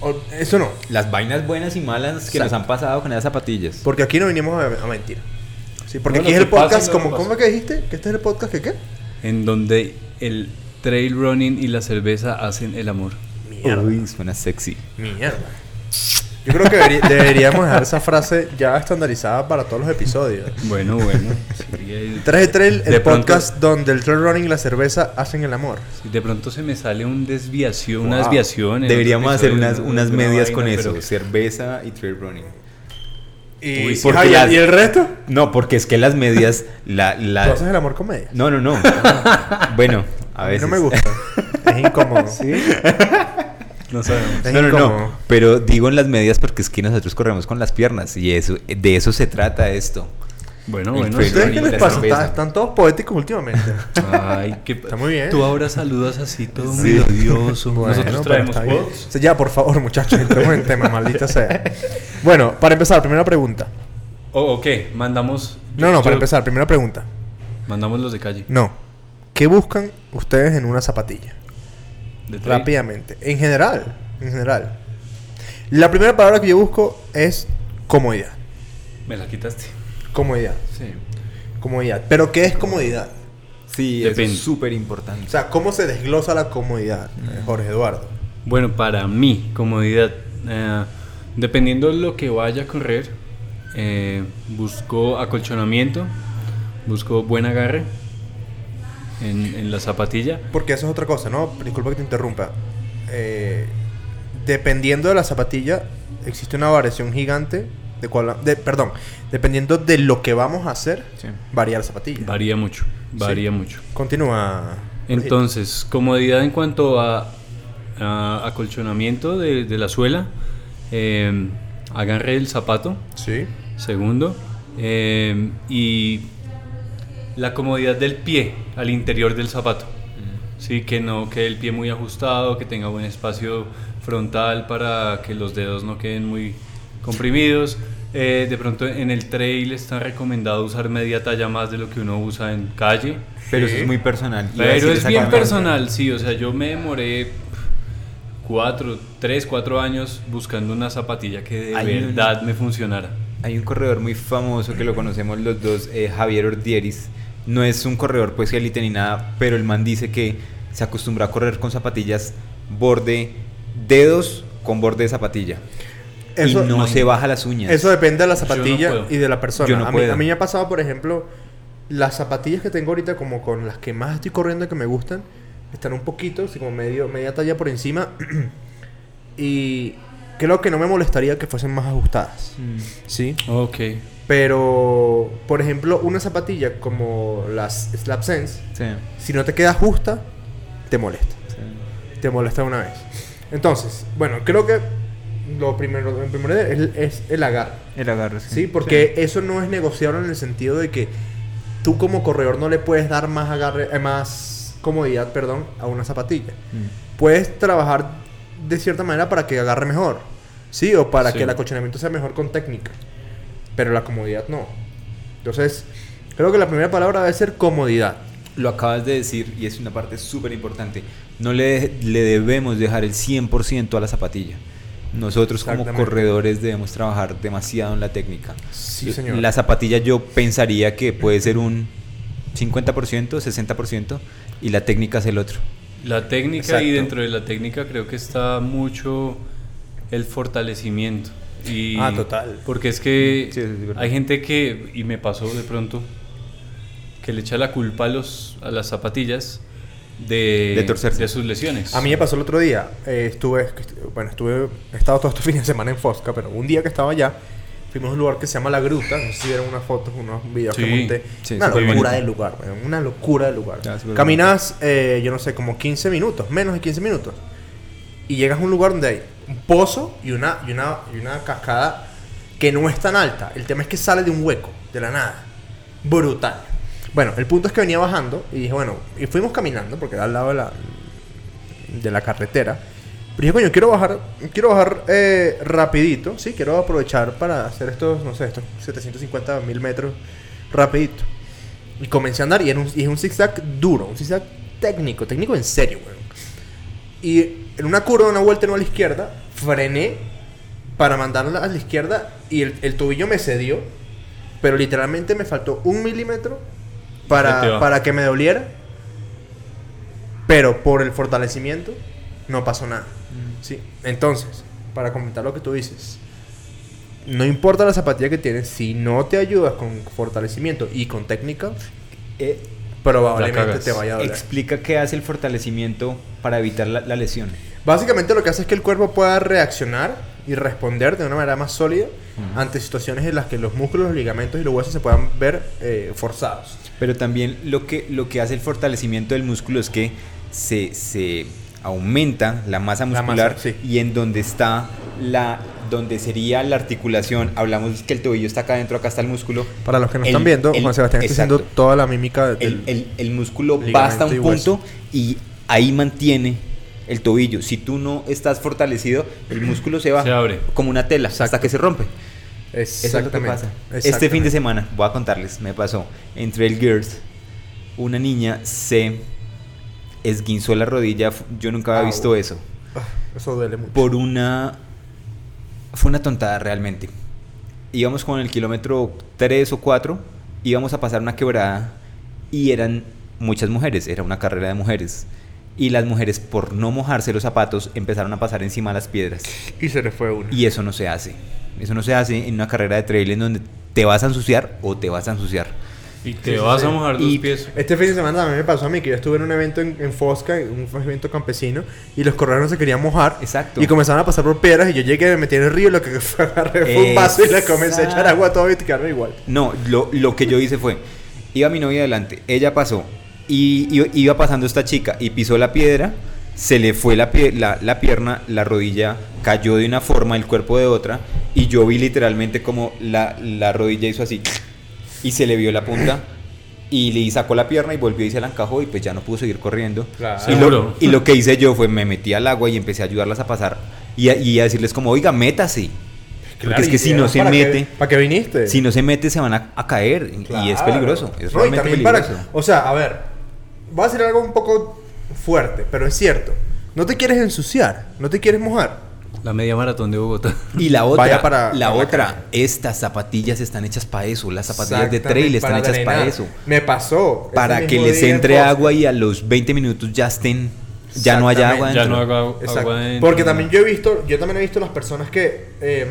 [SPEAKER 1] O- eso no.
[SPEAKER 3] Las vainas buenas y malas que nos
[SPEAKER 1] Exacto.
[SPEAKER 3] han pasado con esas zapatillas.
[SPEAKER 1] Porque aquí no vinimos a, a mentir. Sí, porque
[SPEAKER 2] No,
[SPEAKER 1] aquí
[SPEAKER 2] lo
[SPEAKER 1] es el
[SPEAKER 2] que pasa
[SPEAKER 1] podcast,
[SPEAKER 2] es lo que
[SPEAKER 1] como,
[SPEAKER 2] pasa.
[SPEAKER 1] ¿cómo es que dijiste? ¿Que este es el podcast que qué?
[SPEAKER 2] En donde el trail running y la cerveza hacen el amor.
[SPEAKER 1] Mierda.
[SPEAKER 3] Uy, suena sexy.
[SPEAKER 1] Mierda. Yo creo que deberi- deberíamos dejar esa frase ya estandarizada para todos los episodios.
[SPEAKER 2] Bueno, bueno. Sí, el-
[SPEAKER 1] Traje Trail, el
[SPEAKER 2] De pronto-
[SPEAKER 1] podcast donde el trail running y la cerveza hacen el amor.
[SPEAKER 2] si de pronto se me sale un desviación, una
[SPEAKER 1] Wow.
[SPEAKER 2] desviación. en
[SPEAKER 3] Deberíamos
[SPEAKER 2] otro
[SPEAKER 3] hacer
[SPEAKER 2] episodio,
[SPEAKER 3] unas,
[SPEAKER 2] una-
[SPEAKER 3] unas
[SPEAKER 2] una
[SPEAKER 3] medias
[SPEAKER 2] vaina,
[SPEAKER 3] con eso,
[SPEAKER 2] pero-
[SPEAKER 3] cerveza y trail running.
[SPEAKER 1] Y,
[SPEAKER 3] Uy,
[SPEAKER 1] y-
[SPEAKER 3] porque
[SPEAKER 1] ah, ¿y-
[SPEAKER 3] las-
[SPEAKER 1] ¿y el resto?
[SPEAKER 3] No, porque es que las medias, la, la-
[SPEAKER 1] ¿Tú haces el amor comedia?
[SPEAKER 3] No, no, no. bueno, a
[SPEAKER 1] mí
[SPEAKER 3] veces.
[SPEAKER 1] no me gusta. es incómodo.
[SPEAKER 2] No sabemos.
[SPEAKER 1] Es
[SPEAKER 3] No, no,
[SPEAKER 1] incómodo.
[SPEAKER 3] no. Pero digo en las medias porque es que nosotros corremos con las piernas y eso, de eso se trata esto.
[SPEAKER 2] Bueno,
[SPEAKER 3] El
[SPEAKER 2] bueno.
[SPEAKER 3] trail
[SPEAKER 1] ¿Ustedes
[SPEAKER 3] running
[SPEAKER 1] qué les
[SPEAKER 3] y la
[SPEAKER 1] pasa?
[SPEAKER 3] cerveza.
[SPEAKER 1] Está- están todos poéticos últimamente.
[SPEAKER 2] Ay, qué
[SPEAKER 1] Está muy bien.
[SPEAKER 2] Tú ahora saludas así todo
[SPEAKER 3] Sí.
[SPEAKER 2] melodioso.
[SPEAKER 1] Bueno,
[SPEAKER 2] Nosotros
[SPEAKER 1] pero
[SPEAKER 2] traemos
[SPEAKER 1] está bien.
[SPEAKER 2] quotes.
[SPEAKER 1] O sea, Ya, por favor, muchachos, entremos en tema, maldita sea. Bueno, para empezar, primera pregunta.
[SPEAKER 2] O o qué, mandamos.
[SPEAKER 1] No,
[SPEAKER 2] yo-
[SPEAKER 1] no, para
[SPEAKER 2] yo-
[SPEAKER 1] empezar, primera pregunta.
[SPEAKER 2] Mandamos los de calle.
[SPEAKER 1] No. ¿Qué buscan ustedes en una zapatilla?
[SPEAKER 2] De trail.
[SPEAKER 1] Rápidamente. En general. En general. La primera palabra que yo busco es comodidad.
[SPEAKER 2] Me la quitaste.
[SPEAKER 1] Comodidad.
[SPEAKER 2] Sí.
[SPEAKER 1] Comodidad. Pero ¿qué es comodidad?
[SPEAKER 3] Sí,
[SPEAKER 2] Depende.
[SPEAKER 3] es súper importante.
[SPEAKER 1] O sea, ¿cómo se desglosa la comodidad,
[SPEAKER 2] Mm.
[SPEAKER 1] eh, Jorge Eduardo?
[SPEAKER 2] Bueno, para mí, comodidad, eh, dependiendo de lo que vaya a correr, eh, busco acolchonamiento, busco buen agarre en, en la zapatilla.
[SPEAKER 1] Porque eso es otra cosa, ¿no? Disculpa que te interrumpa. Eh, dependiendo de la zapatilla, existe una variación gigante de cuál... de- perdón, dependiendo de lo que vamos a hacer,
[SPEAKER 3] Sí.
[SPEAKER 1] varía la zapatilla.
[SPEAKER 2] Varía mucho, varía mucho.
[SPEAKER 1] Continúa.
[SPEAKER 2] Entonces, comodidad en cuanto a, a acolchonamiento de, de la suela, eh, agarre el zapato,
[SPEAKER 1] Sí.
[SPEAKER 2] segundo, eh, y la comodidad del pie al interior del zapato. Sí, que no que el pie muy ajustado, que tenga buen espacio frontal para que los dedos no queden muy comprimidos. Eh, de pronto en el trail está recomendado usar media talla más de lo que uno usa en calle.
[SPEAKER 3] Pero
[SPEAKER 1] Sí.
[SPEAKER 3] eso es muy personal. Iba a decir
[SPEAKER 2] Pero es bien
[SPEAKER 3] exactamente.
[SPEAKER 2] personal, sí. O sea, yo me demoré cuatro, tres, cuatro años buscando una zapatilla que de
[SPEAKER 3] Hay una-
[SPEAKER 2] verdad me funcionara.
[SPEAKER 3] Hay un corredor muy famoso que lo conocemos los dos, eh, Javier Ordieris. No es un corredor pues élite ni nada, pero el man dice que se acostumbra a correr con zapatillas borde, dedos con borde de zapatilla.
[SPEAKER 1] Eso-
[SPEAKER 3] y no se baja las uñas.
[SPEAKER 1] Eso depende de la
[SPEAKER 2] Yo no
[SPEAKER 1] zapatilla
[SPEAKER 2] puedo.
[SPEAKER 1] y de la persona.
[SPEAKER 3] Yo no
[SPEAKER 1] a, mí,
[SPEAKER 3] puedo.
[SPEAKER 1] a mí me ha pasado, por ejemplo, las zapatillas que tengo ahorita, como con las que más estoy corriendo que me gustan, están un poquito, así como medio, media talla por encima. y creo que no me molestaría que fuesen más ajustadas.
[SPEAKER 3] Mm.
[SPEAKER 1] Sí.
[SPEAKER 2] Ok.
[SPEAKER 1] Pero, por ejemplo, una zapatilla como las Slap Sense,
[SPEAKER 3] Sí,
[SPEAKER 1] si no te queda justa, te molesta
[SPEAKER 3] sí.
[SPEAKER 1] te molesta una vez. Entonces, bueno, creo que lo primero, lo primero es, es el agarre,
[SPEAKER 3] El agarre.
[SPEAKER 1] ¿sí? Porque eso no es negociable en el sentido de que tú como corredor no le puedes dar más agarre, eh, más comodidad, perdón, a una zapatilla.
[SPEAKER 3] Mm.
[SPEAKER 1] Puedes trabajar de cierta manera para que agarre mejor, ¿sí? O para
[SPEAKER 2] Sí.
[SPEAKER 1] que el acochonamiento sea mejor con técnica. Pero la comodidad no. Entonces, creo que la primera palabra debe ser comodidad.
[SPEAKER 3] Lo acabas de decir y es una parte súper importante. No le, le debemos dejar el 100% a la zapatilla. Nosotros como
[SPEAKER 1] Exactamente.
[SPEAKER 3] corredores debemos trabajar demasiado en la técnica.
[SPEAKER 1] Sí, señor.
[SPEAKER 3] La zapatilla yo pensaría que puede ser un 50%, 60% y la técnica es el otro.
[SPEAKER 2] La técnica y
[SPEAKER 1] Exacto.
[SPEAKER 2] dentro de la técnica creo que está mucho el fortalecimiento. Y
[SPEAKER 1] Ah, total.
[SPEAKER 2] Porque es que
[SPEAKER 3] Sí, eso es verdad.
[SPEAKER 2] hay gente que, y me pasó de pronto, que le echa la culpa a, los, a las zapatillas de,
[SPEAKER 3] De torcerse.
[SPEAKER 2] de sus lesiones.
[SPEAKER 1] A mí me pasó el otro día, eh, estuve, bueno, estuve, he estado todo este fin de semana en Fosca, pero un día que estaba allá, fuimos a un lugar que se llama La Gruta, no sé si vieron unas fotos, unos videos que
[SPEAKER 2] Sí,
[SPEAKER 1] monté.
[SPEAKER 3] sí,
[SPEAKER 1] una
[SPEAKER 3] está muy
[SPEAKER 1] locura
[SPEAKER 3] bonito.
[SPEAKER 1] de lugar, weón, una locura de lugar.
[SPEAKER 3] Ya, súper
[SPEAKER 1] Caminas, eh, yo no sé, como 15 minutos, menos de 15 minutos, y llegas a un lugar donde hay un pozo y una, y una, y una cascada que no es tan alta. El tema es que sale de un hueco, de la nada. Brutal. Bueno, el punto es que venía bajando y dije, bueno, y fuimos caminando porque era al lado de la, de la carretera. Pero dije, coño, quiero bajar, quiero bajar eh, rapidito, ¿sí? Quiero aprovechar para hacer estos, no sé, estos 750 mil metros rapidito. Y comencé a andar y era un, y es un zigzag duro, un zigzag técnico, técnico en serio, weón. Y en una curva, una vuelta no a la izquierda, frené para mandarla a la izquierda y el, el tobillo me cedió, pero literalmente me faltó un milímetro
[SPEAKER 2] Se te
[SPEAKER 1] para,
[SPEAKER 2] va.
[SPEAKER 1] para que me doliera. Pero por el fortalecimiento no pasó nada. ¿sí? Entonces, para comentar lo que tú dices, no importa la zapatilla que tienes, si no te ayudas con fortalecimiento y con técnica, probablemente
[SPEAKER 2] cagas.
[SPEAKER 1] te vaya a doler.
[SPEAKER 3] Eh, explica qué hace el fortalecimiento para evitar la, la lesión.
[SPEAKER 1] Básicamente lo que hace es que el cuerpo pueda reaccionar y responder de una manera más sólida ante situaciones en las que los músculos, los ligamentos y los huesos se puedan ver eh, forzados.
[SPEAKER 3] Pero también lo que, lo que hace el fortalecimiento del músculo es que se, se aumenta la masa
[SPEAKER 1] masa,
[SPEAKER 3] muscular
[SPEAKER 1] sí.
[SPEAKER 3] y en donde está la donde sería la articulación, hablamos que el tobillo está acá adentro, acá está el músculo.
[SPEAKER 1] Para los que no
[SPEAKER 3] El-
[SPEAKER 1] están viendo,
[SPEAKER 3] el-
[SPEAKER 1] Juan Sebastián está haciendo
[SPEAKER 3] exacto.
[SPEAKER 1] toda la mímica
[SPEAKER 3] el,
[SPEAKER 1] del-
[SPEAKER 3] el- el músculo
[SPEAKER 1] ligamento
[SPEAKER 3] va hasta un
[SPEAKER 1] y hueso.
[SPEAKER 3] punto y ahí mantiene el tobillo. Si tú no estás fortalecido, el músculo se va
[SPEAKER 2] Se abre.
[SPEAKER 3] como una tela hasta que se rompe. Eso es lo que
[SPEAKER 1] Exactamente.
[SPEAKER 3] pasa. Este fin
[SPEAKER 1] Exactamente.
[SPEAKER 3] de semana, voy a contarles, me pasó entre el Girls, una niña se esguinzó la rodilla. Fu- Yo nunca
[SPEAKER 1] Au.
[SPEAKER 3] había visto eso.
[SPEAKER 1] Ah, Eso duele mucho.
[SPEAKER 3] Por una. Fue una tontada realmente. Íbamos con el kilómetro 3 o 4, íbamos a pasar una quebrada y eran muchas mujeres, era una carrera de mujeres. Y las mujeres, por no mojarse los zapatos, empezaron a pasar encima de las piedras.
[SPEAKER 1] Y se le fue uno.
[SPEAKER 3] Y eso no se hace. Eso no se hace en una carrera de trail en donde te vas a ensuciar o te vas a ensuciar.
[SPEAKER 2] Y te
[SPEAKER 1] Sí, sí,
[SPEAKER 2] vas
[SPEAKER 1] sí.
[SPEAKER 2] a mojar los
[SPEAKER 3] Y-
[SPEAKER 2] pies.
[SPEAKER 1] Este fin de semana también me pasó a mí que yo estuve en un evento en, en Fosca, en un evento campesino, y los corredores no se querían mojar.
[SPEAKER 3] Exacto.
[SPEAKER 1] Y comenzaron a pasar por piedras, y yo llegué, me metí en el río, y lo que fue, agarré fue un vaso y le comencé a echar agua a todo y quedaron igual.
[SPEAKER 3] No, lo, lo que yo hice fue, iba mi novia adelante, ella pasó y y- iba pasando esta chica y pisó la piedra, se le fue la, pie- la, la pierna, la rodilla cayó de una forma, el cuerpo de otra y yo vi literalmente como la, la rodilla hizo así y se le vio la punta. Y le sacó la pierna y volvió y se la encajó y pues ya no pudo seguir corriendo.
[SPEAKER 1] Claro.
[SPEAKER 3] Y, lo,
[SPEAKER 2] Seguro.
[SPEAKER 3] y lo que hice yo fue me metí al agua y empecé a ayudarlas a pasar y a, y a decirles como, oiga, métase. Porque es que si no se mete...
[SPEAKER 1] ¿Para qué viniste?
[SPEAKER 3] Si no se mete, se van a, a caer. y- Y es
[SPEAKER 1] Claro.
[SPEAKER 3] peligroso. Es
[SPEAKER 1] No, y
[SPEAKER 3] realmente
[SPEAKER 1] también
[SPEAKER 3] peligroso.
[SPEAKER 1] para- o sea, a ver, va a ser algo un poco fuerte, pero es cierto. No te quieres ensuciar, no te quieres mojar.
[SPEAKER 2] La media maratón de Bogotá.
[SPEAKER 3] Y la otra,
[SPEAKER 1] Vaya para-
[SPEAKER 3] la
[SPEAKER 1] para la
[SPEAKER 3] otra,
[SPEAKER 1] calle.
[SPEAKER 3] estas zapatillas están hechas para eso. Las zapatillas de
[SPEAKER 1] Exactamente,
[SPEAKER 3] trail están hechas para
[SPEAKER 1] drenar.
[SPEAKER 3] eso.
[SPEAKER 1] Me pasó. ese
[SPEAKER 3] Para que
[SPEAKER 1] mismo
[SPEAKER 3] les
[SPEAKER 1] día en
[SPEAKER 3] entre
[SPEAKER 1] Fosca.
[SPEAKER 3] agua y a los 20 minutos ya estén. Ya no haya agua
[SPEAKER 1] Exactamente.
[SPEAKER 2] ya
[SPEAKER 3] dentro.
[SPEAKER 2] no hago agu- agua
[SPEAKER 1] Exacto.
[SPEAKER 2] adentro.
[SPEAKER 1] Porque también yo he visto, yo también he visto las personas que eh,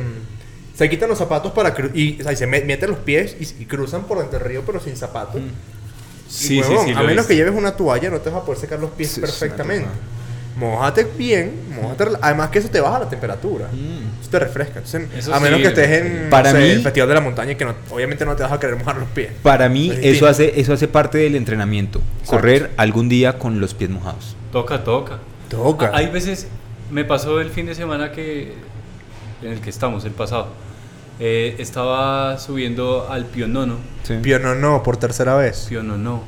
[SPEAKER 1] se quitan los zapatos para cru- y, o sea, y se me- meten los pies y, y cruzan por dentro del río pero sin zapatos. Y,
[SPEAKER 2] Mm. Sí, sí,
[SPEAKER 1] huevón,
[SPEAKER 2] sí, lo
[SPEAKER 1] a
[SPEAKER 2] he
[SPEAKER 1] menos
[SPEAKER 2] visto.
[SPEAKER 1] que lleves una toalla no te vas a poder secar los pies
[SPEAKER 3] Sí, es una
[SPEAKER 1] perfectamente. Mojate bien, mojate, rela- además que eso te baja la temperatura.
[SPEAKER 3] Mm.
[SPEAKER 1] Eso te refresca. Entonces,
[SPEAKER 2] Eso
[SPEAKER 1] a menos
[SPEAKER 2] sí,
[SPEAKER 1] que estés en
[SPEAKER 3] para mí-
[SPEAKER 1] el festival de la montaña y que no- obviamente no te vas a querer mojar los pies.
[SPEAKER 3] Para mí,
[SPEAKER 1] Es
[SPEAKER 3] eso
[SPEAKER 1] distinto.
[SPEAKER 3] hace, eso hace parte del entrenamiento. Correr algún día con los pies mojados.
[SPEAKER 2] Toca, toca.
[SPEAKER 1] Toca.
[SPEAKER 2] Hay veces, me pasó el fin de semana que, en el que estamos, el pasado, eh, estaba subiendo al Pionono.
[SPEAKER 1] Pío no no por tercera vez.
[SPEAKER 2] Pionono.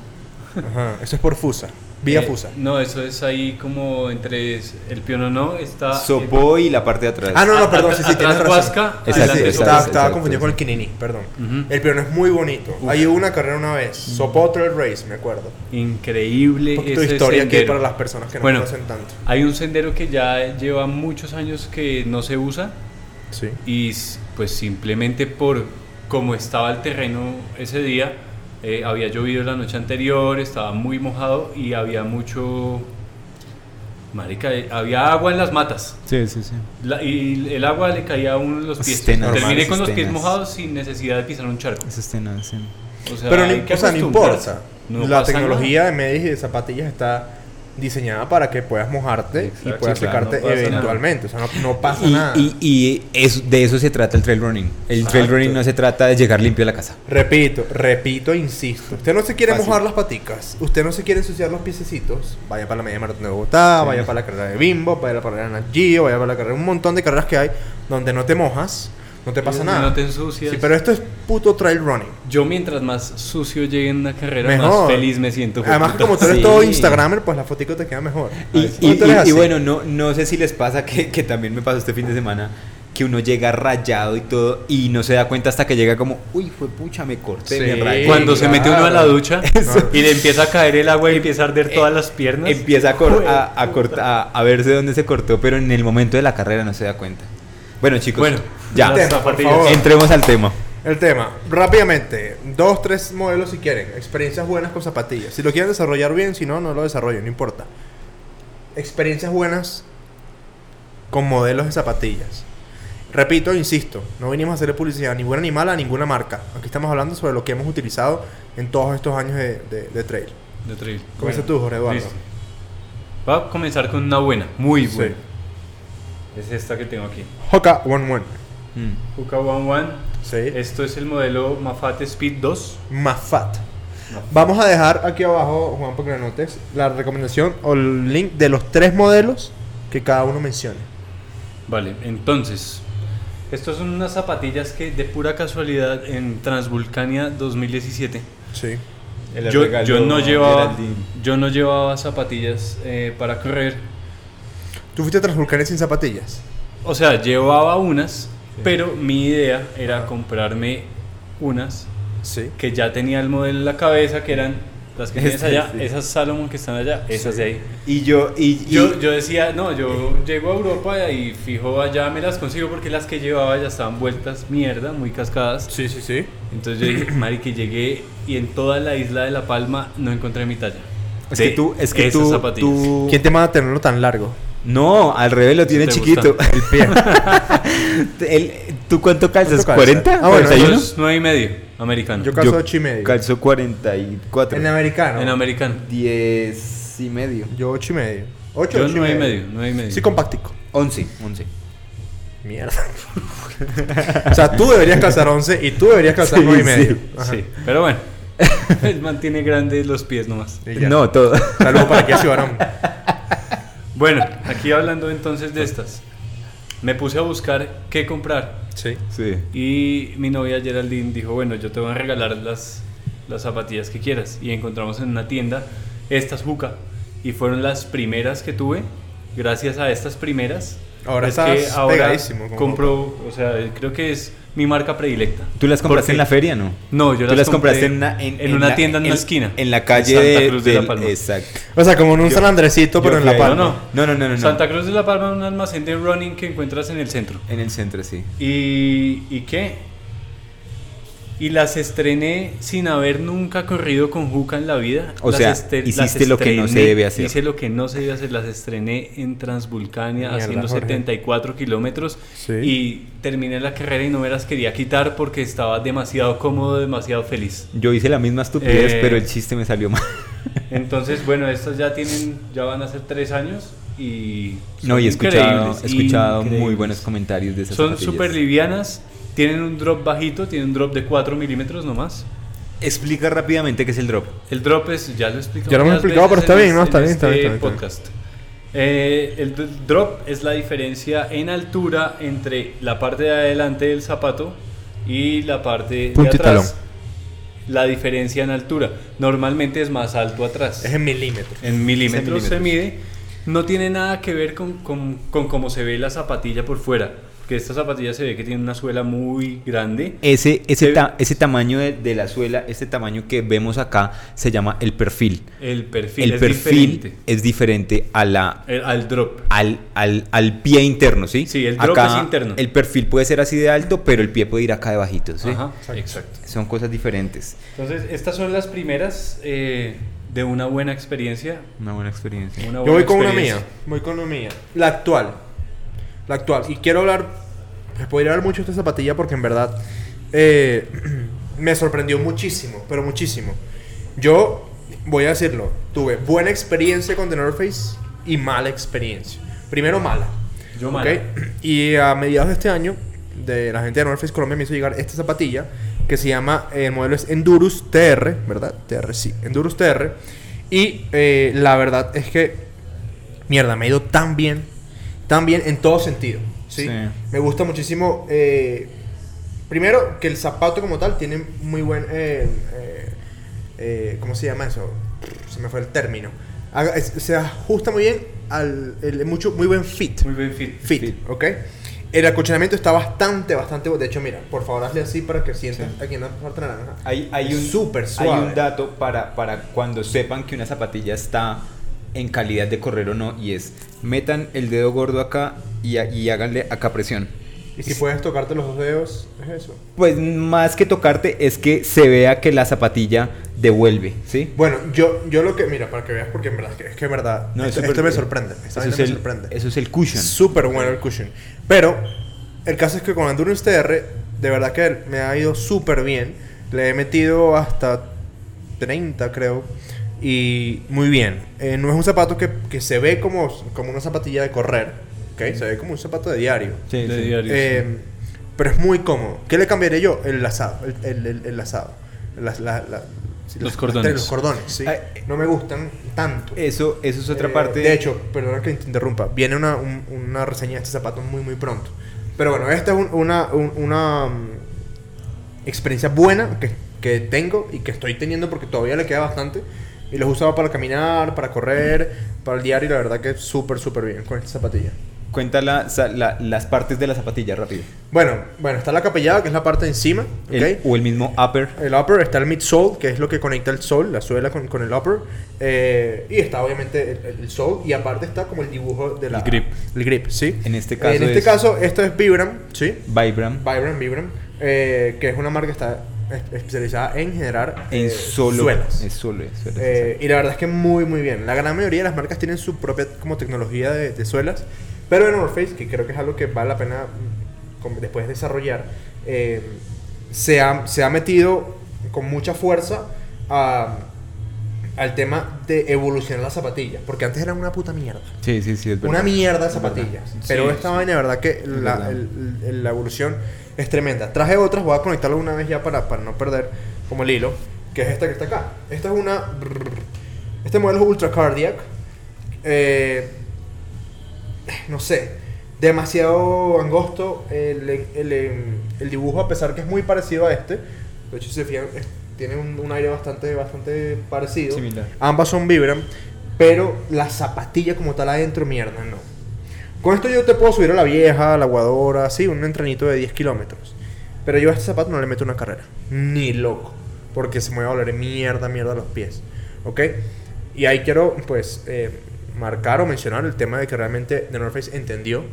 [SPEAKER 1] Ajá, Eso es por fusa. Vía
[SPEAKER 2] Eh,
[SPEAKER 1] Fusa.
[SPEAKER 2] No, eso es ahí como entre es- el piano no está.
[SPEAKER 3] Sopoy y la parte de atrás.
[SPEAKER 1] Ah, no, no,
[SPEAKER 2] Atrás-
[SPEAKER 1] perdón, sí, sí,
[SPEAKER 2] atrás
[SPEAKER 1] tienes razón.
[SPEAKER 2] Huasca,
[SPEAKER 1] Sí, sí, estaba,
[SPEAKER 2] adelante Sopoy.
[SPEAKER 1] estaba
[SPEAKER 3] Exacto,
[SPEAKER 1] confundido con el
[SPEAKER 3] sí.
[SPEAKER 1] Quinini, perdón.
[SPEAKER 2] Ujú.
[SPEAKER 1] El piano es muy bonito.
[SPEAKER 2] Uf.
[SPEAKER 1] Ahí hubo una carrera una vez, Sopotra Race, me acuerdo.
[SPEAKER 2] eh, Increíble.
[SPEAKER 1] Un poquito de
[SPEAKER 2] ese
[SPEAKER 1] historia aquí
[SPEAKER 2] sendero.
[SPEAKER 1] para las personas que no
[SPEAKER 2] Bueno.
[SPEAKER 1] conocen tanto.
[SPEAKER 2] Hay un sendero que ya lleva muchos años que no se usa
[SPEAKER 1] Sí.
[SPEAKER 2] y s- pues simplemente por cómo estaba el terreno ese día, eh, había llovido la noche anterior, estaba muy mojado y había mucho... Marica, eh, había agua en las matas.
[SPEAKER 3] Sí, sí, sí.
[SPEAKER 2] La- y el agua le caía a uno de los pies.
[SPEAKER 3] Cisternas,
[SPEAKER 2] Terminé
[SPEAKER 3] normal,
[SPEAKER 2] con los pies
[SPEAKER 3] cisternas.
[SPEAKER 2] mojados sin necesidad de pisar un charco.
[SPEAKER 3] Eso está en sí.
[SPEAKER 2] O sea,
[SPEAKER 1] Pero no,
[SPEAKER 2] hay que
[SPEAKER 1] o sea, no
[SPEAKER 2] acostumbrarse.
[SPEAKER 1] importa.
[SPEAKER 2] No
[SPEAKER 1] la
[SPEAKER 2] pasa
[SPEAKER 1] tecnología de medias y de zapatillas está diseñada para que puedas mojarte y
[SPEAKER 2] Exacto,
[SPEAKER 1] puedas
[SPEAKER 2] sí, claro,
[SPEAKER 1] secarte
[SPEAKER 2] no pasa nada.
[SPEAKER 1] eventualmente. O sea, no, no pasa
[SPEAKER 3] Y,
[SPEAKER 1] nada.
[SPEAKER 3] y, y es- de eso se trata el trail running. El trail
[SPEAKER 1] Exacto.
[SPEAKER 3] running no se trata de llegar limpio a la casa.
[SPEAKER 1] Repito, repito, insisto. Usted no se quiere
[SPEAKER 3] Fácil.
[SPEAKER 1] mojar las paticas, usted no se quiere ensuciar los piececitos. Vaya para la media maratón de Bogotá,
[SPEAKER 3] Sí.
[SPEAKER 1] vaya para la carrera de Bimbo, vaya para la carrera de Nat Geo, vaya para la carrera, un montón de carreras que hay donde no te mojas, no te pasa
[SPEAKER 2] No
[SPEAKER 1] nada.
[SPEAKER 2] te ensucias.
[SPEAKER 1] Sí, pero esto es puto trail running.
[SPEAKER 2] Yo mientras más sucio llegue en una carrera,
[SPEAKER 1] Mejor.
[SPEAKER 2] más feliz me siento.
[SPEAKER 1] Además, que
[SPEAKER 2] jueputa.
[SPEAKER 1] como tú eres
[SPEAKER 3] Sí.
[SPEAKER 1] todo Instagramer, pues la fotico te queda mejor.
[SPEAKER 3] Y,
[SPEAKER 1] Ay,
[SPEAKER 3] y-
[SPEAKER 1] ¿no tú eres
[SPEAKER 3] y- y
[SPEAKER 1] así?
[SPEAKER 3] bueno, no, no sé si les pasa que, que también me pasó este fin de semana que uno llega rayado y todo y no se da cuenta hasta que llega como, uy, fue pucha, me corté, me
[SPEAKER 1] Sí.
[SPEAKER 3] rayé".
[SPEAKER 2] Cuando se mete uno a la
[SPEAKER 1] claro. Em,
[SPEAKER 2] ducha y le empieza a caer el agua y empieza a arder todas las piernas.
[SPEAKER 3] Empieza a, cor-
[SPEAKER 2] Jue-
[SPEAKER 3] a, a cort- a- a verse dónde se cortó, pero en el momento de la carrera no se da cuenta. Bueno, chicos,
[SPEAKER 2] Bueno,
[SPEAKER 3] ya.
[SPEAKER 2] las
[SPEAKER 1] Tema, por
[SPEAKER 2] zapatillas.
[SPEAKER 1] favor.
[SPEAKER 3] Entremos al tema.
[SPEAKER 1] El tema, rápidamente, dos, tres modelos si quieren, experiencias buenas con zapatillas. Si lo quieren desarrollar bien, si no, no lo desarrollen, no importa. Experiencias buenas con modelos de zapatillas. Repito, insisto, no venimos a hacerle publicidad a ninguna ni mala, a ninguna marca. Aquí estamos hablando sobre lo que hemos utilizado en todos estos años de, de- de trail.
[SPEAKER 2] De trail.
[SPEAKER 1] Comienza
[SPEAKER 2] Bueno,
[SPEAKER 1] tú, Jorge Eduardo.
[SPEAKER 2] listo. Va a comenzar con una buena, muy
[SPEAKER 1] Sí.
[SPEAKER 2] buena. Es esta que tengo aquí.
[SPEAKER 1] Hoka One One.
[SPEAKER 3] Mm.
[SPEAKER 2] Hoka One One.
[SPEAKER 1] Sí.
[SPEAKER 2] Esto es el modelo Mafate Speed 2.
[SPEAKER 1] Mafat.
[SPEAKER 2] Mafat.
[SPEAKER 1] Vamos a dejar aquí abajo, Juan, porque anotes la recomendación o el link de los tres modelos que cada uno mencione.
[SPEAKER 2] Vale, entonces, estas son unas zapatillas que de pura casualidad en Transvulcania 2017,
[SPEAKER 1] Sí.
[SPEAKER 2] yo, yo no llevaba, yo no llevaba zapatillas eh, para correr,
[SPEAKER 1] ¿Tú fuiste a Transvulcanes sin zapatillas?
[SPEAKER 2] o sea, llevaba unas, pero mi idea era comprarme unas
[SPEAKER 1] Sí.
[SPEAKER 2] que ya tenía el modelo en la cabeza, que eran las que tienes
[SPEAKER 3] Esas,
[SPEAKER 2] allá,
[SPEAKER 3] sí.
[SPEAKER 2] esas Salomon que están allá, esas de ahí.
[SPEAKER 3] Y yo, y, y-
[SPEAKER 2] Yo, yo decía, no, yo llego a Europa y fijo allá me las consigo porque las que llevaba ya estaban vueltas mierda, muy cascadas.
[SPEAKER 1] Sí, sí, sí.
[SPEAKER 2] Entonces yo dije, Mari, que llegué y en toda la isla de La Palma no encontré mi talla.
[SPEAKER 3] es que
[SPEAKER 2] De
[SPEAKER 3] tú, es que
[SPEAKER 2] esas
[SPEAKER 3] tú,
[SPEAKER 2] zapatillas.
[SPEAKER 3] tú-
[SPEAKER 1] ¿Quién te manda a tenerlo tan largo?
[SPEAKER 3] no, al revés lo tiene
[SPEAKER 2] te
[SPEAKER 3] chiquito.
[SPEAKER 2] gusta?
[SPEAKER 3] El pie. ¿Tú cuánto calzas?
[SPEAKER 1] ¿Cuánto calza?
[SPEAKER 3] ¿40?
[SPEAKER 1] Ah, bueno,
[SPEAKER 2] Yo
[SPEAKER 1] ¿Desayuno?
[SPEAKER 2] es nueve y medio, americano.
[SPEAKER 1] Yo calzo
[SPEAKER 3] Yo
[SPEAKER 1] ocho y medio.
[SPEAKER 3] Calzo 44.
[SPEAKER 1] En americano.
[SPEAKER 2] en americano.
[SPEAKER 3] 10 y medio.
[SPEAKER 1] Yo ocho y medio. Ocho,
[SPEAKER 2] Yo
[SPEAKER 1] ocho
[SPEAKER 2] nueve y medio, nueve y medio.
[SPEAKER 1] Sí, compactico.
[SPEAKER 3] 11. 11.
[SPEAKER 1] Mierda. o sea, tú deberías calzar 11 y tú deberías calzar
[SPEAKER 3] Sí,
[SPEAKER 1] nueve y
[SPEAKER 3] sí,
[SPEAKER 1] medio. Ajá.
[SPEAKER 2] Sí, pero bueno. Él mantiene grandes los pies nomás.
[SPEAKER 1] Y ya.
[SPEAKER 3] No, todo.
[SPEAKER 1] Saludos para aquí a Cibarón.
[SPEAKER 2] Bueno, aquí hablando entonces de estas. Me puse a buscar qué comprar.
[SPEAKER 1] Sí.
[SPEAKER 3] Sí.
[SPEAKER 2] Y mi novia Geraldine dijo, bueno, yo te voy a regalar las, las zapatillas que quieras. Y encontramos en una tienda estas Juca. Y fueron las primeras que tuve. Gracias a estas primeras.
[SPEAKER 1] Ahora
[SPEAKER 2] es
[SPEAKER 1] estás
[SPEAKER 2] que ahora
[SPEAKER 1] pegadísimo con
[SPEAKER 2] compro, o sea, creo que es mi marca predilecta.
[SPEAKER 3] ¿Tú las compraste
[SPEAKER 2] Porque-
[SPEAKER 3] en la feria, no?
[SPEAKER 2] No, yo
[SPEAKER 3] Tú
[SPEAKER 2] las,
[SPEAKER 3] las
[SPEAKER 2] compré
[SPEAKER 3] compraste en una,
[SPEAKER 2] una
[SPEAKER 3] la-
[SPEAKER 2] tienda en una esquina.
[SPEAKER 3] En la calle
[SPEAKER 2] Santa
[SPEAKER 3] de,
[SPEAKER 2] Cruz de,
[SPEAKER 3] del-
[SPEAKER 2] La Palma.
[SPEAKER 3] Exacto.
[SPEAKER 1] O sea, como en un San Andresito, pero
[SPEAKER 3] yo
[SPEAKER 1] en La
[SPEAKER 3] fui ahí.
[SPEAKER 1] Palma.
[SPEAKER 2] No, no.
[SPEAKER 3] No, no, no, no. no.
[SPEAKER 2] Santa Cruz de la Palma es un almacén de running que encuentras en el centro.
[SPEAKER 3] En el centro, sí.
[SPEAKER 2] ¿Y, ¿Y qué? Y las estrené sin haber nunca corrido con Juca en la vida.
[SPEAKER 3] O
[SPEAKER 2] Las
[SPEAKER 3] sea,
[SPEAKER 2] estre-
[SPEAKER 3] hiciste
[SPEAKER 2] las
[SPEAKER 3] lo que no se
[SPEAKER 2] estrené,
[SPEAKER 3] debe hacer.
[SPEAKER 2] Hice lo que no se debe hacer. Las estrené en Transvulcania
[SPEAKER 1] Mierda,
[SPEAKER 2] haciendo
[SPEAKER 1] Jorge.
[SPEAKER 2] 74 kilómetros.
[SPEAKER 1] Sí.
[SPEAKER 2] Y terminé la carrera y no me las quería quitar porque estaba demasiado cómodo, demasiado feliz.
[SPEAKER 3] Yo hice la misma estupidez,
[SPEAKER 2] Eh.
[SPEAKER 3] pero el chiste me salió mal.
[SPEAKER 2] Entonces, bueno, estas ya tienen, ya van a ser tres años y...
[SPEAKER 3] No, y he
[SPEAKER 2] son
[SPEAKER 3] escuchado,
[SPEAKER 2] increíbles,
[SPEAKER 3] he escuchado muy
[SPEAKER 2] increíbles.
[SPEAKER 3] buenos comentarios de esas
[SPEAKER 2] Son
[SPEAKER 3] zapatillas.
[SPEAKER 2] súper livianas, tienen un drop bajito, tienen un drop de 4 milímetros nomás.
[SPEAKER 3] Explica rápidamente qué es el drop.
[SPEAKER 2] El drop es, ya lo he explicado.
[SPEAKER 1] Ya lo hemos
[SPEAKER 2] varias
[SPEAKER 1] explicado, pero
[SPEAKER 2] veces
[SPEAKER 1] está
[SPEAKER 2] en
[SPEAKER 1] bien, ¿no?
[SPEAKER 2] este-
[SPEAKER 1] Está
[SPEAKER 2] en
[SPEAKER 1] bien, está
[SPEAKER 2] este
[SPEAKER 1] bien, está bien, está
[SPEAKER 2] podcast. Eh, el d- drop es la diferencia en altura entre la parte de adelante del zapato y la parte
[SPEAKER 1] Punto y
[SPEAKER 2] de atrás. la diferencia en altura. Normalmente es más alto atrás.
[SPEAKER 1] Es en milímetros.
[SPEAKER 2] En milímetros
[SPEAKER 3] Es
[SPEAKER 2] se
[SPEAKER 3] en
[SPEAKER 2] mide. No tiene nada que ver con, con- con cómo se ve la zapatilla por fuera. Que esta zapatilla se ve que tiene una suela muy grande.
[SPEAKER 3] Ese,
[SPEAKER 2] Se
[SPEAKER 3] ese,
[SPEAKER 2] ve-
[SPEAKER 3] ta- ese tamaño de, de la suela, este tamaño que vemos acá, se llama el perfil.
[SPEAKER 2] El perfil
[SPEAKER 3] El
[SPEAKER 2] es
[SPEAKER 3] perfil
[SPEAKER 2] diferente.
[SPEAKER 3] es diferente a la,
[SPEAKER 2] El- al drop.
[SPEAKER 3] al, al- al pie interno, ¿sí?
[SPEAKER 2] Sí, el drop
[SPEAKER 3] Acá
[SPEAKER 2] es interno.
[SPEAKER 3] El perfil puede ser así de alto, pero el pie puede ir acá de bajito, ¿sí?
[SPEAKER 2] Ajá,
[SPEAKER 1] Exacto.
[SPEAKER 2] exacto.
[SPEAKER 3] Son cosas diferentes.
[SPEAKER 2] Entonces, estas son las primeras eh, de una buena experiencia.
[SPEAKER 3] Una buena experiencia.
[SPEAKER 2] Una
[SPEAKER 1] Yo
[SPEAKER 2] buena
[SPEAKER 1] voy con una
[SPEAKER 2] experiencia.
[SPEAKER 1] mía. Voy con una mía. La actual. La actual. Y quiero hablar. Les podría hablar mucho de esta zapatilla porque en verdad. eh, me sorprendió muchísimo. Pero muchísimo. Yo. Voy a decirlo. Tuve buena experiencia con The North Face. Y mala experiencia. Primero mala.
[SPEAKER 2] Yo
[SPEAKER 1] ¿ok?
[SPEAKER 2] mala.
[SPEAKER 1] Y a mediados de este año. De la gente de North Face Colombia me hizo llegar esta zapatilla. Que se llama. eh, El modelo es Endurus TR. ¿Verdad? TR, sí. Endurus TR. Y eh, la verdad es que mierda, me ha ido tan bien, tan bien en todo sentido. ¿sí?
[SPEAKER 3] Sí.
[SPEAKER 1] Me gusta muchísimo, eh, primero, que el zapato como tal tiene muy buen, eh, eh, eh, ¿cómo se llama eso? Se me fue el término. Haga- es- se ajusta muy bien al, el- mucho, muy buen fit.
[SPEAKER 2] Muy bien fit.
[SPEAKER 1] fit,
[SPEAKER 3] fit.
[SPEAKER 1] ¿ok? El acolchonamiento está bastante, bastante bueno. De hecho, mira, por favor hazle así para que sientas aquí en la parte naranja.
[SPEAKER 3] Hay, hay un,
[SPEAKER 1] Súper
[SPEAKER 3] hay
[SPEAKER 1] suave.
[SPEAKER 3] un dato para, para cuando sepan que una zapatilla está en calidad de correr o no, y es metan el dedo gordo acá y, ha- y háganle acá presión.
[SPEAKER 1] Y si puedes tocarte los dos dedos, es eso.
[SPEAKER 3] Pues más que tocarte es que se vea que la zapatilla devuelve, ¿sí?
[SPEAKER 1] Bueno, yo, yo lo que, mira, para que veas, porque en verdad, es que en verdad,
[SPEAKER 3] No, es
[SPEAKER 1] esto,
[SPEAKER 3] súper- eh,
[SPEAKER 1] esto me sorprende. Esta
[SPEAKER 3] Eso
[SPEAKER 1] vaina
[SPEAKER 3] es,
[SPEAKER 1] me
[SPEAKER 3] el,
[SPEAKER 1] sorprende.
[SPEAKER 3] eso es el cushion.
[SPEAKER 1] Súper bueno el cushion. Pero el caso es que con Endurance TR, de verdad que me ha ido súper bien. Le he metido hasta 30, creo. Y muy bien. Eh, no es un zapato que, que se ve como, como una zapatilla de correr. ¿ok? Se ve como un zapato de diario.
[SPEAKER 3] Sí,
[SPEAKER 2] De
[SPEAKER 3] Mm. sí.
[SPEAKER 2] diario, sí.
[SPEAKER 1] Eh, pero es muy cómodo. ¿Qué le cambiaré yo? El lazado. El, el, el- el lazado. Las- la- la- sí,
[SPEAKER 2] Los
[SPEAKER 1] las-
[SPEAKER 2] cordones.
[SPEAKER 1] Los cordones, sí.
[SPEAKER 3] Ah,
[SPEAKER 1] No me gustan tanto.
[SPEAKER 3] Eso, eso es otra
[SPEAKER 1] Eh,
[SPEAKER 3] parte.
[SPEAKER 1] De hecho, perdona que te interrumpa. Viene una, un- una reseña de este zapato muy, muy pronto. Pero bueno, esta es un- una, un- una mm, experiencia buena que, que tengo y que estoy teniendo porque todavía le queda bastante. Y los usaba para caminar, para correr, para el diario. Y la verdad que súper, súper bien con esta zapatilla.
[SPEAKER 3] cuenta la- sa- la- las partes de la zapatilla rápido.
[SPEAKER 1] Bueno, bueno, está la capellada, que es la parte de encima. ¿ok? Eh,
[SPEAKER 3] El- o el mismo upper.
[SPEAKER 1] El upper está el midsole, que es lo que conecta el sol, la suela con, con el upper. eh, y está obviamente el, el- el sol. Y aparte está como el dibujo de la.
[SPEAKER 2] El grip.
[SPEAKER 1] El grip, sí.
[SPEAKER 3] En este caso
[SPEAKER 1] En este
[SPEAKER 3] es-
[SPEAKER 1] caso, esto es Vibram, sí.
[SPEAKER 3] Vibram.
[SPEAKER 1] Vibram, Vibram. eh, que es una marca que está es- especializada en generar
[SPEAKER 3] en
[SPEAKER 1] eh,
[SPEAKER 3] solo.
[SPEAKER 1] suelas.
[SPEAKER 3] Es solo. es suelas,
[SPEAKER 1] Eh, y la verdad es que muy, muy bien. La gran mayoría de las marcas tienen su propia como tecnología de, de suelas, pero en North Face, que creo que es algo que vale la pena mm, como después desarrollar, eh, se, ha, se ha metido con mucha fuerza a- al tema de evolucionar las zapatillas, porque antes eran una puta mierda.
[SPEAKER 3] exacto. Sí, sí, sí. es
[SPEAKER 1] Una
[SPEAKER 3] verdad.
[SPEAKER 1] mierda de zapatillas.
[SPEAKER 2] verdad.
[SPEAKER 1] Pero
[SPEAKER 2] Sí,
[SPEAKER 1] esta
[SPEAKER 2] sí.
[SPEAKER 1] vaina, de verdad, que la,
[SPEAKER 3] verdad.
[SPEAKER 1] el- el- la evolución es tremenda. Traje otras, voy a conectarlas una vez ya para, para no perder como el hilo, que es esta que está acá. Esta es una. Este modelo es Ultra Cardiac. Eh, no sé, demasiado angosto el, el- el- el dibujo, a pesar que es muy parecido a este. De hecho, si se fijan, es- tiene un, un aire bastante, bastante parecido.
[SPEAKER 3] Similar.
[SPEAKER 1] Ambas son Vibram, pero la zapatilla como tal adentro, mierda, no. Con esto yo te puedo subir a la vieja, a la aguadora, así, un entrenito de 10 kilómetros. Pero yo a este zapato no le meto una carrera. Ni loco. Porque se me va a volver mierda, mierda los pies. ¿Ok? Y ahí quiero, pues, eh, marcar o mencionar el tema de que realmente The North Face entendió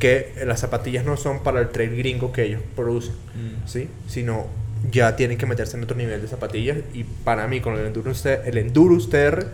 [SPEAKER 1] que las zapatillas no son para el trail gringo que ellos producen.
[SPEAKER 3] Mm.
[SPEAKER 1] ¿sí? Sino ya tienen que meterse en otro nivel de zapatillas y para mí con el Endurus, T- el Endurus TR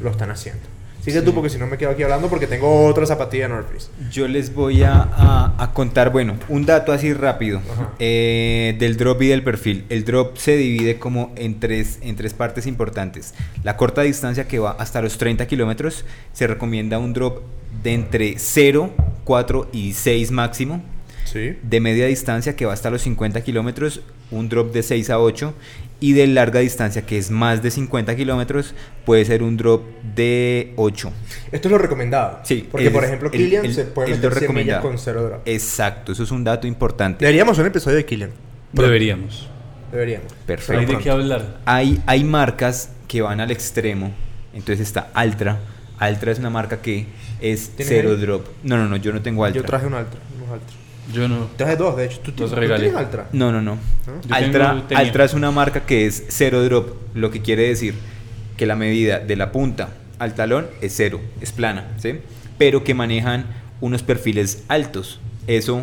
[SPEAKER 1] lo están haciendo. Sigue
[SPEAKER 3] Sí.
[SPEAKER 1] tú porque si no me quedo aquí hablando porque tengo otra zapatilla North Face.
[SPEAKER 3] Yo les voy a, a- a contar, bueno, un dato así rápido
[SPEAKER 1] Ajá.
[SPEAKER 3] eh, del drop y del perfil. El drop se divide como en tres, en tres partes importantes. La corta distancia que va hasta los 30 kilómetros, se recomienda un drop de entre 0, 4 y 6 máximo.
[SPEAKER 1] Sí.
[SPEAKER 3] De media distancia que va hasta los 50 kilómetros, un drop de 6 a 8. Y de larga distancia que es más de 50 kilómetros, puede ser un drop de 8.
[SPEAKER 1] Esto es lo recomendado.
[SPEAKER 3] Sí,
[SPEAKER 1] Porque,
[SPEAKER 3] es-
[SPEAKER 1] por ejemplo,
[SPEAKER 3] el-
[SPEAKER 1] Killian
[SPEAKER 3] el-
[SPEAKER 1] se puede
[SPEAKER 3] el lo
[SPEAKER 1] meter 100 millas
[SPEAKER 3] recomendado.
[SPEAKER 1] con cero drop.
[SPEAKER 3] Exacto, eso es un dato importante.
[SPEAKER 1] Deberíamos hacer un episodio de Killian.
[SPEAKER 2] Deberíamos.
[SPEAKER 1] Deberíamos.
[SPEAKER 3] Perfecto.
[SPEAKER 2] Hay de qué hablar.
[SPEAKER 3] Hay, hay marcas que van al extremo. Entonces está Altra. Altra es una marca que es
[SPEAKER 1] ¿Tienes
[SPEAKER 3] cero
[SPEAKER 1] ahí?
[SPEAKER 3] drop. No, no, no, yo no tengo Altra.
[SPEAKER 1] Yo traje un Altra. Unos Altra.
[SPEAKER 2] Yo no.
[SPEAKER 1] Traje dos, de hecho. ¿Tú, tienes- tú
[SPEAKER 2] regalé.
[SPEAKER 1] tienes Altra?
[SPEAKER 3] No, no, no.
[SPEAKER 1] ¿No?
[SPEAKER 2] Yo
[SPEAKER 3] Altra,
[SPEAKER 2] tengo- tenía.
[SPEAKER 3] Altra es una marca que es cero drop, lo que quiere decir que la medida de la punta al talón es cero, es plana, ¿sí? Pero que manejan unos perfiles altos. Eso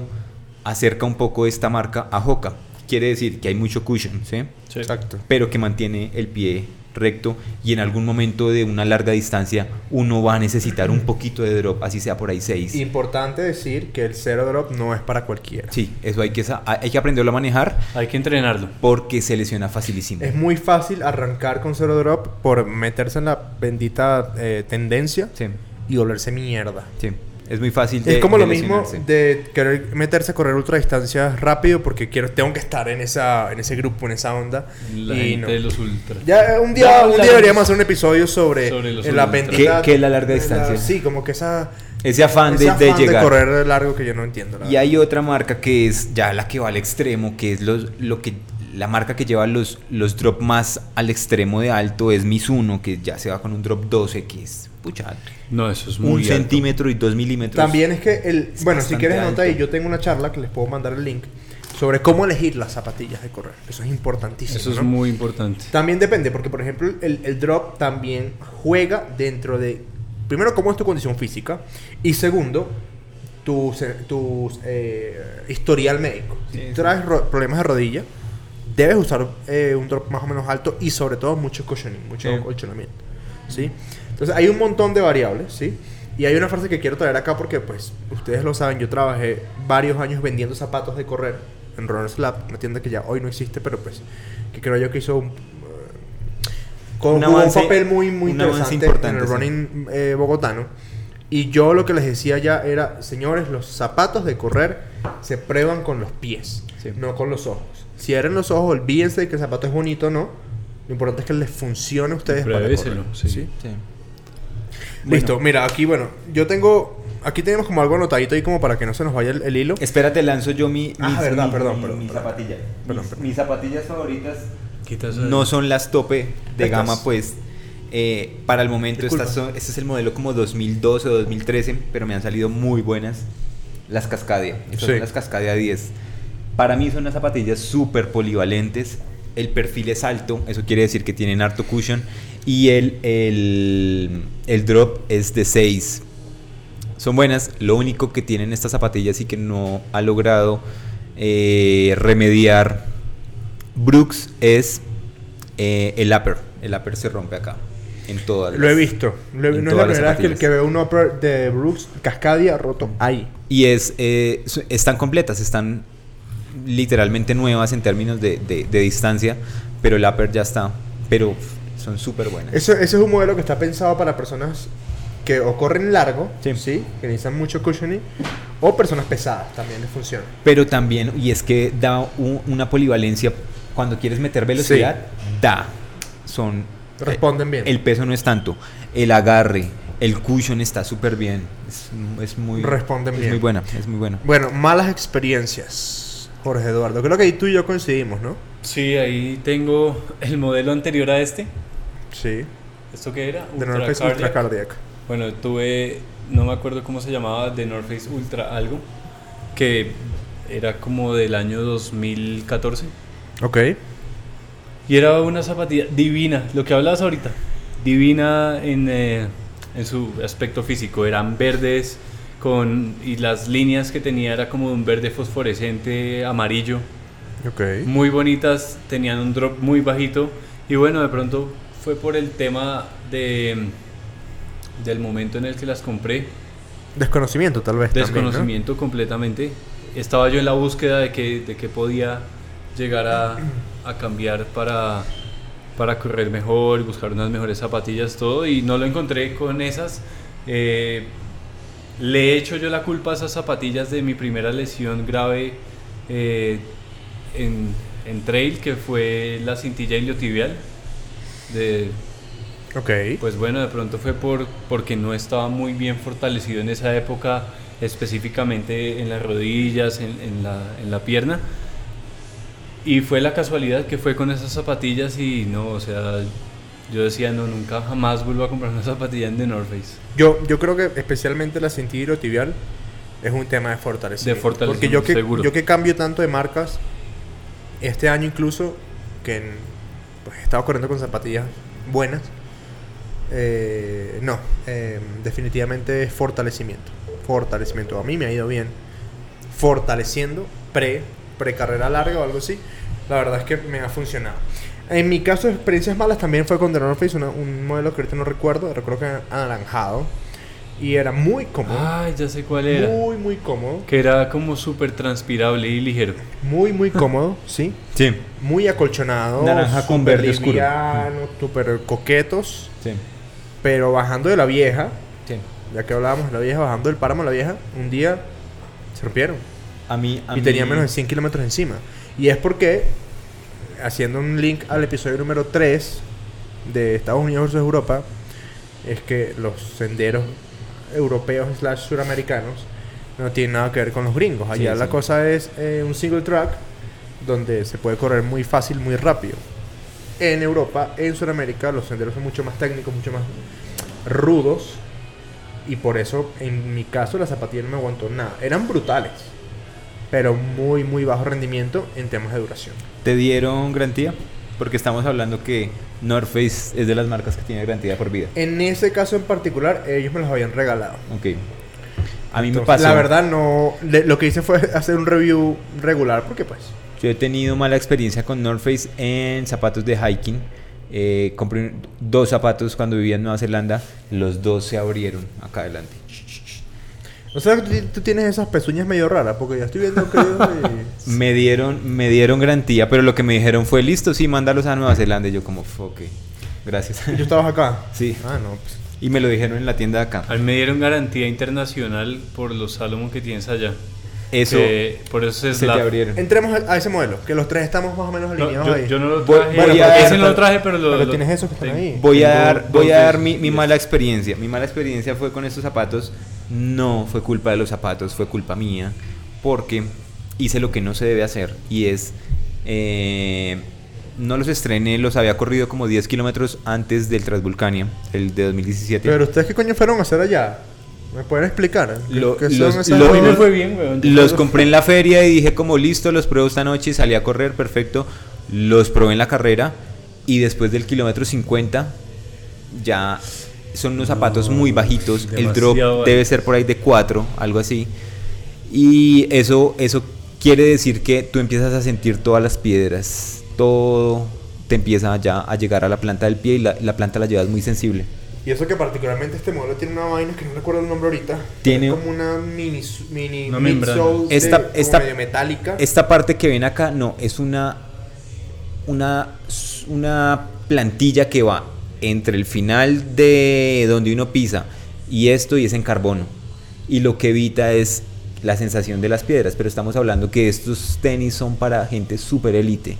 [SPEAKER 3] acerca un poco esta marca a Hoka. Quiere decir que hay mucho cushion, ¿sí?
[SPEAKER 2] Sí.
[SPEAKER 1] Exacto.
[SPEAKER 3] Pero que mantiene el pie recto y en algún momento de una larga distancia uno va a necesitar un poquito de drop, así sea por ahí 6.
[SPEAKER 1] Importante decir que el Zero Drop no es para cualquiera.
[SPEAKER 3] Sí, eso hay que, sa- hay que aprenderlo a manejar
[SPEAKER 2] Hay que entrenarlo.
[SPEAKER 3] porque se lesiona facilísimo.
[SPEAKER 1] Es muy fácil arrancar con Zero Drop por meterse en la bendita eh, tendencia
[SPEAKER 3] Sí,
[SPEAKER 1] y volverse mierda.
[SPEAKER 3] sí. Es muy fácil de
[SPEAKER 1] Es como
[SPEAKER 3] de
[SPEAKER 1] lo mismo
[SPEAKER 3] lesionarse.
[SPEAKER 1] de querer meterse a correr ultra distancias rápido porque quiero, tengo que estar en esa, en ese grupo, en esa onda.
[SPEAKER 2] La
[SPEAKER 1] y no.
[SPEAKER 2] gente de los ultras.
[SPEAKER 1] Ya eh, un
[SPEAKER 2] Ya
[SPEAKER 1] día, un
[SPEAKER 2] hablaremos
[SPEAKER 1] día deberíamos hacer un episodio sobre,
[SPEAKER 2] sobre los
[SPEAKER 1] eh, la
[SPEAKER 2] ultras.
[SPEAKER 1] bendita-
[SPEAKER 3] ¿Qué- qué es la larga
[SPEAKER 1] eh,
[SPEAKER 3] distancia?
[SPEAKER 1] sí, como que esa
[SPEAKER 3] Ese afán de,
[SPEAKER 1] ese
[SPEAKER 3] de llegar.
[SPEAKER 1] correr de largo que yo no entiendo. la
[SPEAKER 3] Y hay otra marca que es ya la que va al extremo, que es los, lo que la marca que lleva los, los drop más al extremo de alto es Mizuno, que ya se va con un drop 12, que es pucha,
[SPEAKER 2] No, eso es muy
[SPEAKER 3] un
[SPEAKER 2] alto.
[SPEAKER 3] centímetro y dos milímetros.
[SPEAKER 1] También es que el.
[SPEAKER 3] Es
[SPEAKER 1] bueno, si
[SPEAKER 3] bastante
[SPEAKER 1] quieres
[SPEAKER 3] alto.
[SPEAKER 1] nota ahí, yo tengo una charla que les puedo mandar el link sobre cómo elegir las zapatillas de correr. Eso es importantísimo.
[SPEAKER 2] Eso es
[SPEAKER 1] ¿no?
[SPEAKER 2] muy importante.
[SPEAKER 1] También depende, porque por ejemplo, el, el drop también juega dentro de. Primero, cómo es tu condición física. Y segundo, tu, se- tu eh, historial médico. Si
[SPEAKER 3] Sí, sí.
[SPEAKER 1] traes ro- problemas de rodilla, debes usar eh, un drop más o menos alto y sobre todo mucho cushioning, mucho
[SPEAKER 3] Sí.
[SPEAKER 1] colchonamiento. ¿sí? Entonces hay un montón de variables, ¿sí? Y hay una frase que quiero traer acá porque, pues, ustedes lo saben, yo trabajé varios años vendiendo zapatos de correr en Runners Lab, una tienda que ya hoy no existe, pero pues, que creo yo que hizo un... eh, con
[SPEAKER 3] Un
[SPEAKER 1] jugó un,
[SPEAKER 3] avance-
[SPEAKER 1] papel muy, muy
[SPEAKER 3] un avance
[SPEAKER 1] interesante en el
[SPEAKER 3] importante,
[SPEAKER 1] running eh, bogotano. Y yo lo que les decía ya era, señores, los zapatos de correr se prueban con los pies,
[SPEAKER 3] Sí.
[SPEAKER 1] no con los ojos. Cierren los ojos, olvídense de que el zapato es bonito o no. Lo importante es que les funcione a ustedes para correr.
[SPEAKER 2] Pruébeselo, sí.
[SPEAKER 3] Sí.
[SPEAKER 1] Listo,
[SPEAKER 3] Bueno,
[SPEAKER 1] mira, aquí, bueno, yo tengo... Aquí tenemos como algo anotadito ahí como para que no se nos vaya el, el hilo.
[SPEAKER 3] Espérate, lanzo yo mi,
[SPEAKER 1] Ah,
[SPEAKER 3] mis-
[SPEAKER 1] verdad,
[SPEAKER 3] mi-
[SPEAKER 1] perdón,
[SPEAKER 3] mi-
[SPEAKER 1] perdón,
[SPEAKER 3] mi
[SPEAKER 1] perdón.
[SPEAKER 3] zapatilla.
[SPEAKER 1] Perdón,
[SPEAKER 3] Mis-
[SPEAKER 1] perdón.
[SPEAKER 3] mis zapatillas favoritas
[SPEAKER 2] Quitas el-
[SPEAKER 3] no son las tope de
[SPEAKER 1] Estas.
[SPEAKER 3] gama, pues. eh, para el momento,
[SPEAKER 1] Disculpa.
[SPEAKER 3] estas son- este es el modelo como 2012 o 2013, pero me han salido muy buenas. Las Cascadia, estas
[SPEAKER 1] Sí.
[SPEAKER 3] son las Cascadia 10. Para mí son unas zapatillas súper polivalentes. El perfil es alto, eso quiere decir que tienen harto cushion. Y el, el, el drop es de 6. Son buenas, lo único que tienen estas zapatillas y que no ha logrado eh, remediar Brooks es eh, el upper. El upper se rompe acá, en todas.
[SPEAKER 1] Lo he
[SPEAKER 3] las-
[SPEAKER 1] visto. Lo he-
[SPEAKER 3] en
[SPEAKER 1] no es la
[SPEAKER 3] todas las
[SPEAKER 1] primera vez que, el
[SPEAKER 3] zapatillas.
[SPEAKER 1] que veo un upper de Brooks Cascadia roto ahí.
[SPEAKER 3] Y es, eh, su- están completas, están literalmente nuevas en términos de, de- de distancia, pero el upper ya está. Pero son súper buenas.
[SPEAKER 1] Eso, ese es un modelo que está pensado para personas que o corren largo, sí.
[SPEAKER 3] Sí.
[SPEAKER 1] que necesitan mucho cushioning, o personas pesadas también les funciona.
[SPEAKER 3] Pero también, y es que da u- una polivalencia cuando quieres meter velocidad, da. Son.
[SPEAKER 1] Responden
[SPEAKER 3] eh,
[SPEAKER 1] bien.
[SPEAKER 3] El peso no es tanto. El agarre, el cushion está súper bien. Es, es muy.
[SPEAKER 1] Responden
[SPEAKER 3] es
[SPEAKER 1] bien.
[SPEAKER 3] muy buena, es muy buena.
[SPEAKER 1] Bueno, malas experiencias, Jorge Eduardo. Creo que ahí tú y yo coincidimos, ¿no?
[SPEAKER 2] Sí, ahí tengo el modelo anterior a este.
[SPEAKER 1] Sí.
[SPEAKER 2] ¿Esto qué era?
[SPEAKER 1] De North Face
[SPEAKER 2] Cardiac.
[SPEAKER 1] Ultra Cardiac.
[SPEAKER 2] Bueno, tuve, no me acuerdo cómo se llamaba, The North Face Ultra algo, que era como del año 2014.
[SPEAKER 1] Ok.
[SPEAKER 2] Y era una zapatilla divina, lo que hablabas ahorita, divina en, eh, en su aspecto físico. Eran verdes con, y las líneas que tenía era como un verde fosforescente amarillo.
[SPEAKER 1] Ok.
[SPEAKER 2] Muy bonitas, tenían un drop muy bajito. Y bueno, de pronto fue por el tema de, del momento en el que las compré.
[SPEAKER 1] Desconocimiento, tal vez. también, ¿no?
[SPEAKER 2] Desconocimiento completamente. Estaba yo en la búsqueda de que, de que podía llegar a, a cambiar para, para correr mejor, buscar unas mejores zapatillas, todo, y no lo encontré con esas. Eh, le he hecho yo la culpa a esas zapatillas de mi primera lesión grave eh, en, en trail, que fue la cintilla iliotibial. De,
[SPEAKER 1] Ok.
[SPEAKER 2] pues bueno, de pronto fue por, porque no estaba muy bien fortalecido en esa época, específicamente en las rodillas, en, en la, en la pierna. Y fue la casualidad que fue con esas zapatillas y no, o sea, yo decía, no, nunca jamás vuelvo a comprar una zapatilla en The North Face.
[SPEAKER 1] Yo, yo creo que especialmente la cintillo tibial es un tema de fortalecimiento.
[SPEAKER 2] De fortalecimiento,
[SPEAKER 1] Porque yo que,
[SPEAKER 2] seguro.
[SPEAKER 1] yo que cambio tanto de marcas, este año incluso, que en- pues, he estado corriendo con zapatillas buenas, eh, no, eh, definitivamente es fortalecimiento. Fortalecimiento. A mí me ha ido bien. Fortaleciendo pre, precarrera larga o algo así. La verdad es que me ha funcionado. En mi caso, experiencias malas también fue con The North Face, una- un modelo que ahorita no recuerdo, recuerdo que era anaranjado. Y era muy cómodo.
[SPEAKER 3] Ah,
[SPEAKER 2] Ay, ya sé cuál era.
[SPEAKER 1] Muy, muy cómodo.
[SPEAKER 2] Que era como súper transpirable y ligero.
[SPEAKER 1] Muy, muy cómodo, sí.
[SPEAKER 3] Sí,
[SPEAKER 1] Muy acolchonado.
[SPEAKER 3] Naranja con
[SPEAKER 1] súper
[SPEAKER 3] verde oscuro.
[SPEAKER 1] liviano, Súper coquetos.
[SPEAKER 3] sí,
[SPEAKER 1] Pero bajando de la vieja,
[SPEAKER 3] sí.
[SPEAKER 1] ya que hablábamos de la vieja, bajando del páramo de la vieja, un día se rompieron.
[SPEAKER 3] A mí, a
[SPEAKER 1] y
[SPEAKER 3] mí-
[SPEAKER 1] tenía menos de 100 kilómetros encima. Y es porque, haciendo un link al episodio número 3 de Estados Unidos versus Europa, es que los senderos europeos slash suramericanos no tienen nada que ver con los gringos.
[SPEAKER 3] Sí,
[SPEAKER 1] Allá la
[SPEAKER 3] sí.
[SPEAKER 1] cosa es eh, un single track donde se puede correr muy fácil, muy rápido. En Europa, en Sudamérica, los senderos son mucho más técnicos, mucho más rudos. Y por eso, en mi caso, la zapatilla no me aguantó nada. Eran brutales, pero muy, muy bajo rendimiento en temas de duración.
[SPEAKER 3] ¿Te dieron garantía? Porque estamos hablando que North Face es de las marcas que tiene garantía por vida.
[SPEAKER 1] En ese caso en particular, ellos me los habían regalado.
[SPEAKER 3] Ok. A mí me
[SPEAKER 1] Entonces,
[SPEAKER 3] pasó.
[SPEAKER 1] La verdad, no. le- lo que hice fue hacer un review regular, porque pues.
[SPEAKER 3] Yo he tenido mala experiencia con North Face en zapatos de hiking. Eh, compré un- dos zapatos cuando vivía en Nueva Zelanda. Los dos se abrieron acá adelante.
[SPEAKER 1] O sea, tú, tú tienes esas pezuñas medio raras, porque ya estoy viendo que. y-
[SPEAKER 3] Me dieron, me dieron garantía, pero lo que me dijeron fue listo, sí, mándalos a Nueva Zelanda. Y yo como, "F- ok, gracias.
[SPEAKER 1] ¿Yo estabas acá?
[SPEAKER 3] Sí.
[SPEAKER 1] Ah, no. pues,
[SPEAKER 3] Y me lo dijeron en la tienda de acá.
[SPEAKER 2] A mí me dieron garantía internacional por los Salomon que tienes allá.
[SPEAKER 3] Eso
[SPEAKER 2] Que por eso es
[SPEAKER 3] se
[SPEAKER 2] la...
[SPEAKER 3] te abrieron.
[SPEAKER 1] Entremos a a ese modelo, que los tres estamos más o menos
[SPEAKER 2] No,
[SPEAKER 1] alineados
[SPEAKER 2] yo,
[SPEAKER 1] ahí.
[SPEAKER 2] yo no lo
[SPEAKER 3] Voy-
[SPEAKER 2] traje.
[SPEAKER 3] voy a-
[SPEAKER 2] ese no lo traje, pero lo.
[SPEAKER 1] pero
[SPEAKER 2] lo-
[SPEAKER 1] tienes esos que están
[SPEAKER 2] tengo-
[SPEAKER 1] ahí.
[SPEAKER 3] Voy a
[SPEAKER 2] tengo
[SPEAKER 3] dar,
[SPEAKER 2] dos
[SPEAKER 3] voy a
[SPEAKER 2] de
[SPEAKER 3] dar
[SPEAKER 2] esos.
[SPEAKER 3] mi, mi
[SPEAKER 2] Yes.
[SPEAKER 3] mala experiencia. Mi mala experiencia fue con estos zapatos. No fue culpa de los zapatos, fue culpa mía. Porque hice lo que no se debe hacer. Y es... eh, no los estrené, los había corrido como 10 kilómetros antes del Transvulcania, el de 2017.
[SPEAKER 1] Pero ustedes qué coño fueron a hacer allá? ¿Me pueden explicar? ¿Qué-
[SPEAKER 3] Lo-
[SPEAKER 1] qué
[SPEAKER 3] los-
[SPEAKER 1] esas
[SPEAKER 3] los-
[SPEAKER 2] A mí me
[SPEAKER 1] vainas?
[SPEAKER 2] fue bien, weón.
[SPEAKER 3] Los compré en la feria y dije como listo, los pruebo esta noche y salí a correr, perfecto. Los probé en la carrera y después del kilómetro 50 ya son unos zapatos muy bajitos. El drop
[SPEAKER 2] demasiado bajo.
[SPEAKER 3] debe ser por ahí de 4, algo así. Y eso, eso quiere decir que tú empiezas a sentir todas las piedras, todo te empieza ya a llegar a la planta del pie y la, la planta la llevas muy sensible.
[SPEAKER 1] Y eso que particularmente este modelo tiene una vaina que no recuerdo el nombre ahorita.
[SPEAKER 3] Tiene-
[SPEAKER 1] Es como una mini su- mini
[SPEAKER 2] Una
[SPEAKER 1] mid
[SPEAKER 2] membrana.
[SPEAKER 1] sole de-
[SPEAKER 3] Esta-
[SPEAKER 1] como
[SPEAKER 3] esta-
[SPEAKER 1] medio metálica.
[SPEAKER 3] Esta parte que ven acá, no, es una, una, una plantilla que va entre el final de donde uno pisa y esto y es en carbono. Y lo que evita es la sensación de las piedras, pero estamos hablando que estos tenis son para gente super élite.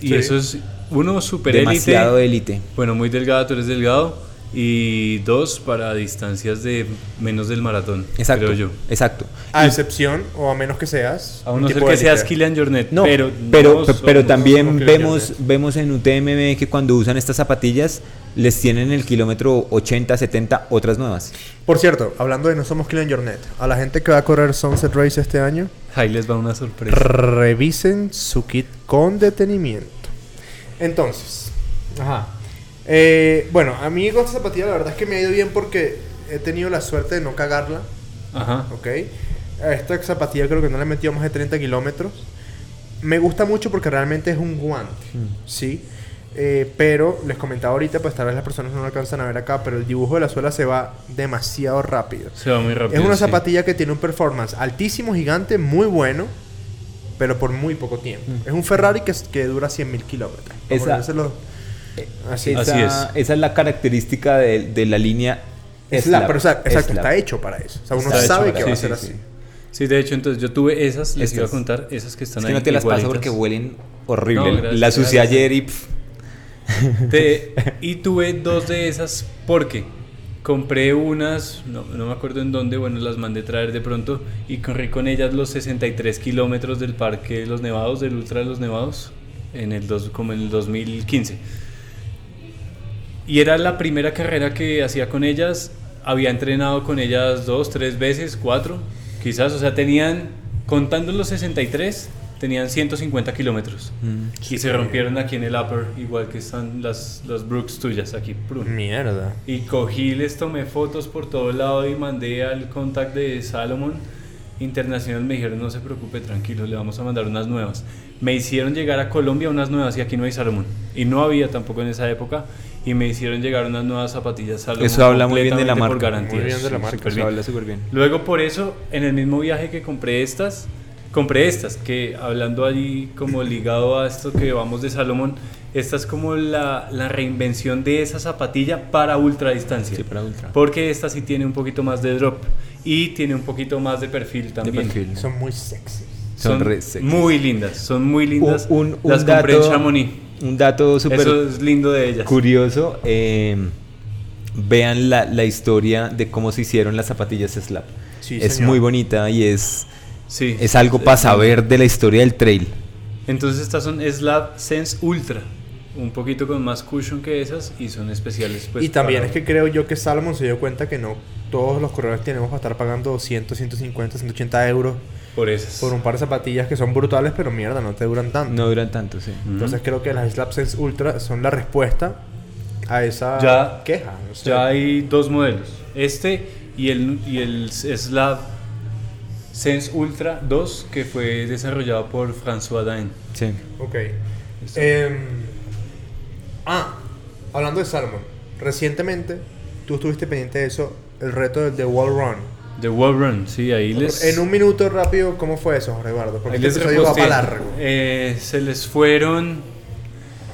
[SPEAKER 2] Y
[SPEAKER 1] Sí.
[SPEAKER 2] eso es, uno, super
[SPEAKER 3] Demasiado
[SPEAKER 2] élite.
[SPEAKER 3] élite.
[SPEAKER 2] Bueno, muy delgado, tú eres delgado. Y dos, para distancias de menos del maratón.
[SPEAKER 3] Exacto.
[SPEAKER 2] Creo yo.
[SPEAKER 3] Exacto.
[SPEAKER 1] A excepción, o a menos que seas.
[SPEAKER 2] A no
[SPEAKER 1] tipo
[SPEAKER 2] ser que
[SPEAKER 1] de
[SPEAKER 2] seas
[SPEAKER 1] élite.
[SPEAKER 2] Kylian Jornet.
[SPEAKER 3] No,
[SPEAKER 2] pero,
[SPEAKER 3] pero, pero,
[SPEAKER 2] no somos-
[SPEAKER 3] pero
[SPEAKER 1] somos
[SPEAKER 3] también
[SPEAKER 1] Kylian
[SPEAKER 3] vemos,
[SPEAKER 1] Jornet.
[SPEAKER 3] vemos en UTMB que cuando usan estas zapatillas les tienen el kilómetro 80, 70 otras nuevas.
[SPEAKER 1] Por cierto, hablando de no somos Kylian Jornet, a la gente que va a correr Sunset Race este año,
[SPEAKER 2] Ahí les va una sorpresa.
[SPEAKER 1] revisen su kit con detenimiento. Entonces, ajá. Eh, bueno, a mí con esta zapatilla la verdad es que me ha ido bien porque he tenido la suerte de no cagarla.
[SPEAKER 2] Ajá.
[SPEAKER 1] ¿ok? A esta zapatilla creo que no le he metido más de 30 kilómetros. Me gusta mucho porque realmente es un guante, ¿sí? Eh, pero les comentaba ahorita, pues tal vez las personas no lo alcanzan a ver acá, pero el dibujo de la suela se va demasiado rápido.
[SPEAKER 2] Se va muy rápido.
[SPEAKER 1] es una
[SPEAKER 2] sí.
[SPEAKER 1] zapatilla que tiene un performance altísimo, gigante, muy bueno, pero por muy poco tiempo.
[SPEAKER 2] Mm.
[SPEAKER 1] Es un Ferrari que, s- que dura 100.000 kilómetros. Para
[SPEAKER 3] Esa-
[SPEAKER 1] ponérselo así.
[SPEAKER 2] Así
[SPEAKER 3] Esa,
[SPEAKER 2] es.
[SPEAKER 3] esa es la característica de, de la línea.
[SPEAKER 1] Es la,
[SPEAKER 3] Slab.
[SPEAKER 1] pero, o sea, exacto,
[SPEAKER 3] Slab.
[SPEAKER 1] está hecho para eso. O sea, uno
[SPEAKER 2] Está hecho
[SPEAKER 1] sabe
[SPEAKER 2] para
[SPEAKER 1] que va a
[SPEAKER 2] eso,
[SPEAKER 1] ser
[SPEAKER 2] sí,
[SPEAKER 1] así.
[SPEAKER 2] sí. Sí, de hecho, entonces yo tuve esas, les iba a
[SPEAKER 3] Estas.
[SPEAKER 2] contar, esas que están
[SPEAKER 3] Es
[SPEAKER 2] ahí.
[SPEAKER 3] que no te las paso
[SPEAKER 2] igualitas.
[SPEAKER 3] porque huelen horrible.
[SPEAKER 2] No, gracias,
[SPEAKER 3] la sucia
[SPEAKER 2] gracias.
[SPEAKER 3] ayer y. pff,
[SPEAKER 2] Te- y tuve dos de esas porque Compré unas, no, no me acuerdo en dónde, bueno, las mandé traer de pronto y corrí con ellas los 63 kilómetros del Parque de los Nevados, del Ultra de los Nevados, en el dos, como en el 2015. Y era la primera carrera que hacía con ellas, había entrenado con ellas dos, tres veces, cuatro, quizás, o sea, tenían, contando los 63, tenían 150 kilómetros. y se rompieron aquí en el upper, igual que están las, las Brooks tuyas aquí. prun.
[SPEAKER 3] Mm.
[SPEAKER 1] Mierda.
[SPEAKER 2] Y cogí, les tomé fotos por todo lado y mandé al contact de Salomon Internacional. Me dijeron, no se preocupe, tranquilo, le vamos a mandar unas nuevas. Me hicieron llegar a Colombia unas nuevas y aquí no hay Salomon. Y no había tampoco en esa época. Y me hicieron llegar unas nuevas zapatillas Salomon.
[SPEAKER 3] Eso habla muy bien de la
[SPEAKER 2] completamente
[SPEAKER 3] marca.
[SPEAKER 2] Por garantías.
[SPEAKER 1] Muy bien de la marca,
[SPEAKER 2] Súper
[SPEAKER 1] eso
[SPEAKER 2] bien.
[SPEAKER 3] habla súper bien.
[SPEAKER 2] Luego por eso, en el mismo viaje que compré estas, compré estas, que hablando allí como ligado a esto que vamos de Salomón, esta es como la, la reinvención de esa zapatilla para ultra distancia.
[SPEAKER 3] Sí, para ultra.
[SPEAKER 2] Porque esta sí tiene un poquito más de drop y tiene un poquito más de perfil también.
[SPEAKER 3] perfil.
[SPEAKER 1] Son muy sexy.
[SPEAKER 3] Son
[SPEAKER 2] Son,
[SPEAKER 3] re sexys.
[SPEAKER 2] muy lindas, son muy lindas.
[SPEAKER 3] Un, un
[SPEAKER 2] Las compré en
[SPEAKER 3] dato-
[SPEAKER 2] Chamonix.
[SPEAKER 3] Un dato súper
[SPEAKER 2] Eso es lindo de ellas.
[SPEAKER 3] curioso. eh, vean la, la historia de cómo se hicieron las zapatillas Slap.
[SPEAKER 1] Sí,
[SPEAKER 3] es
[SPEAKER 1] señor.
[SPEAKER 3] muy bonita y es,
[SPEAKER 2] Sí.
[SPEAKER 3] es algo para saber de la historia del trail.
[SPEAKER 2] Entonces estas son Slab Sense Ultra, un poquito con más cushion que esas y son especiales. Pues,
[SPEAKER 1] y también
[SPEAKER 2] para-
[SPEAKER 1] es que creo yo que Salomon se dio cuenta que no todos los corredores tenemos para estar pagando 200, 150, 180 euros
[SPEAKER 2] por esas.
[SPEAKER 1] por un par de zapatillas que son brutales, pero mierda, no te duran tanto.
[SPEAKER 3] No duran tanto, sí.
[SPEAKER 2] Ujú.
[SPEAKER 1] Entonces creo que las Slap Sense Ultra son la respuesta a esa
[SPEAKER 2] Ya-
[SPEAKER 1] queja. no sé.
[SPEAKER 2] ya hay dos modelos, este y el y el Slab Sense Ultra 2 que fue desarrollado por François Dain.
[SPEAKER 3] Sí.
[SPEAKER 1] Ok. Em, ah, hablando de Salomon, recientemente tú estuviste pendiente de eso, el reto del The Wall Run.
[SPEAKER 2] The World Run, sí, ahí les
[SPEAKER 1] En un minuto rápido, ¿cómo fue eso, Jorge Eduardo? Porque
[SPEAKER 2] ahí
[SPEAKER 1] este
[SPEAKER 2] les
[SPEAKER 1] episodio va
[SPEAKER 2] reposté.
[SPEAKER 1] para largo.
[SPEAKER 2] Eh, se les fueron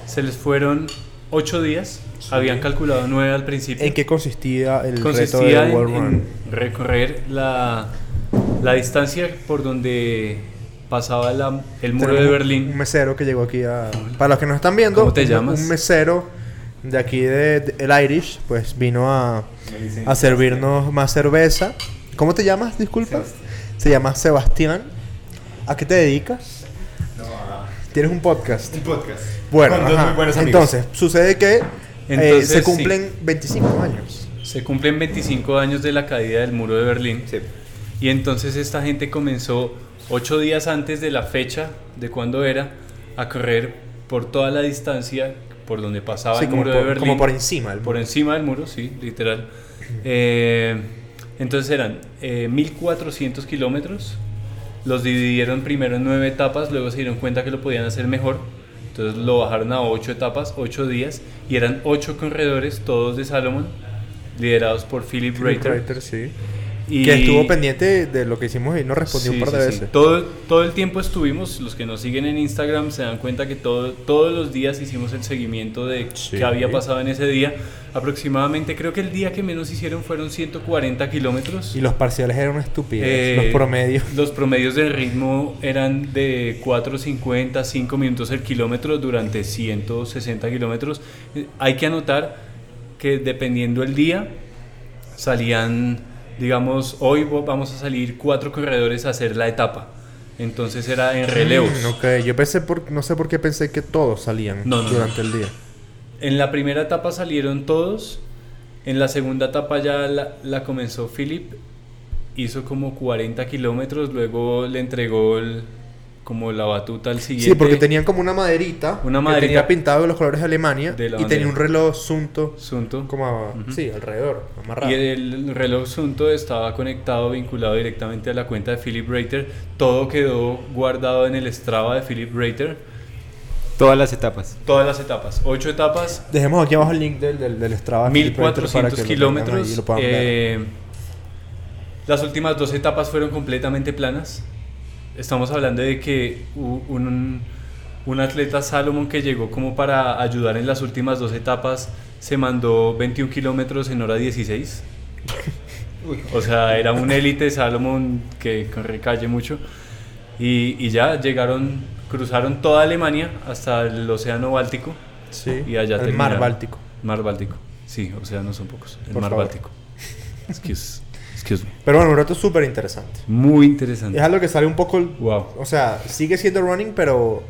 [SPEAKER 2] se les fueron ocho días, habían calculado nueve al principio.
[SPEAKER 1] ¿En qué consistía el reto
[SPEAKER 2] consistía
[SPEAKER 1] del
[SPEAKER 2] en,
[SPEAKER 1] World Run?
[SPEAKER 2] en recorrer la, la distancia por donde pasaba la- el muro
[SPEAKER 1] Tenemos
[SPEAKER 2] de
[SPEAKER 1] un-
[SPEAKER 2] Berlín.
[SPEAKER 1] Un mesero que llegó aquí a. Para los que nos están viendo,
[SPEAKER 2] ¿Cómo te
[SPEAKER 1] un-
[SPEAKER 2] llamas?
[SPEAKER 1] Un mesero de aquí de, de- el Irish, pues vino a, a servirnos más cerveza. ¿Cómo te llamas? Disculpa. Se llama Sebastián. ¿A qué te dedicas? Tienes un podcast.
[SPEAKER 3] podcast.
[SPEAKER 1] Bueno, ajá. entonces sucede que eh,
[SPEAKER 2] Entonces,
[SPEAKER 1] se
[SPEAKER 2] sí.
[SPEAKER 1] cumplen 25 años.
[SPEAKER 2] Se cumplen 25 años de la caída del muro de Berlín. Y entonces esta gente comenzó ocho días antes de la fecha de cuando era a correr por toda la distancia por donde pasaba
[SPEAKER 1] Sí,
[SPEAKER 2] el
[SPEAKER 1] como,
[SPEAKER 2] muro de
[SPEAKER 1] por,
[SPEAKER 2] Berlín.
[SPEAKER 1] como por encima. el-
[SPEAKER 2] Por encima del muro, sí, literal. Eh, entonces eran eh, 1400 kilómetros. Los dividieron primero en nueve etapas, luego se dieron cuenta que lo podían hacer mejor. Entonces lo bajaron a ocho etapas, ocho días. Y eran ocho corredores, todos de Salomon, liderados por Philip Reiter.
[SPEAKER 1] Reiter, sí.
[SPEAKER 2] Y-
[SPEAKER 1] Que estuvo pendiente de lo que hicimos y nos respondió
[SPEAKER 2] Sí,
[SPEAKER 1] un par de
[SPEAKER 2] sí, sí.
[SPEAKER 1] veces.
[SPEAKER 2] Todo, todo el tiempo estuvimos, los que nos siguen en Instagram se dan cuenta que todo, todos los días hicimos el seguimiento de
[SPEAKER 1] Sí.
[SPEAKER 2] qué había pasado en ese día. Aproximadamente, creo que el día que menos hicieron fueron 140 kilómetros.
[SPEAKER 1] Y los parciales eran una estupidez.
[SPEAKER 2] Eh,
[SPEAKER 1] los promedios.
[SPEAKER 2] Los promedios del ritmo eran de 4.50, 5 minutos el kilómetro durante 160 kilómetros. Eh, Hay que anotar que dependiendo el día, salían, digamos, hoy vo- vamos a salir cuatro corredores a hacer la etapa. Entonces era en relevos.
[SPEAKER 1] Mm, ok, yo pensé por, no sé por qué pensé que todos salían
[SPEAKER 2] No, no,
[SPEAKER 1] durante
[SPEAKER 2] no.
[SPEAKER 1] el día.
[SPEAKER 2] En la primera etapa salieron todos. En la segunda etapa ya la, la comenzó Philip. Hizo como 40 kilómetros. Luego le entregó el- como la batuta al siguiente.
[SPEAKER 1] Sí, porque tenían como una maderita.
[SPEAKER 2] este- Una
[SPEAKER 1] que
[SPEAKER 2] maderita.
[SPEAKER 1] tenía pintado los colores de Alemania.
[SPEAKER 2] De la
[SPEAKER 1] y tenía
[SPEAKER 2] bandera.
[SPEAKER 1] un reloj sunto.
[SPEAKER 2] Sunto.
[SPEAKER 1] Como a- Sí, alrededor, amarrado.
[SPEAKER 2] Y el reloj Sunto estaba conectado, vinculado directamente a la cuenta de Philip Reiter. Todo quedó guardado en el Strava de Philip Reiter.
[SPEAKER 3] Todas las etapas.
[SPEAKER 2] Todas las etapas. Ocho etapas.
[SPEAKER 1] Dejemos aquí abajo el link del, del, del Strava. de Philip Reiter para que
[SPEAKER 2] 1400
[SPEAKER 1] lo tengan ahí
[SPEAKER 2] kilómetros.
[SPEAKER 1] y lo puedan ver.
[SPEAKER 2] eh, las últimas dos etapas fueron completamente planas. Estamos hablando de que u- un, un- un atleta Salomon que llegó como para ayudar en las últimas dos etapas se mandó 21 kilómetros en hora 16. O sea, era un élite Salomon que corre calle mucho. Y, y ya llegaron, cruzaron toda Alemania hasta el Océano Báltico
[SPEAKER 1] sí,
[SPEAKER 2] y allá
[SPEAKER 1] el mar
[SPEAKER 2] terminaron.
[SPEAKER 1] Báltico.
[SPEAKER 2] Mar Báltico. Sí, o sea, no son pocos. El
[SPEAKER 1] Por
[SPEAKER 2] mar
[SPEAKER 1] favor.
[SPEAKER 2] Báltico. Excuse, excuse me.
[SPEAKER 1] Pero bueno, un reto súper interesante.
[SPEAKER 2] Muy
[SPEAKER 1] Es
[SPEAKER 2] interesante.
[SPEAKER 1] algo que sale un poco. el-
[SPEAKER 2] Wow.
[SPEAKER 1] O sea, sigue siendo running, pero.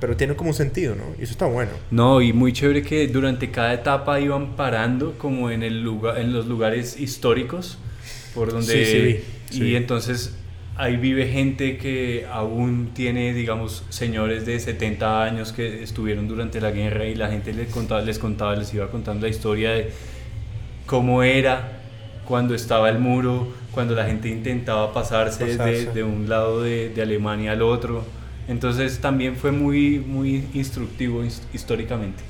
[SPEAKER 1] Pero tiene como un sentido, ¿no? Y eso está bueno.
[SPEAKER 2] No, y muy chévere que durante cada etapa iban parando como en el lugar en los lugares históricos por donde
[SPEAKER 1] Sí, sí, vi,
[SPEAKER 2] y
[SPEAKER 1] sí vi.
[SPEAKER 2] entonces ahí vive gente que aún tiene, digamos, señores de 70 años que estuvieron durante la guerra y la gente les contaba, les contaba, les iba contando la historia de cómo era cuando estaba el muro, cuando la gente intentaba pasarse, de-
[SPEAKER 1] Pasarse.
[SPEAKER 2] De, un lado de, de Alemania al otro. Entonces también fue muy, muy instructivo his- históricamente.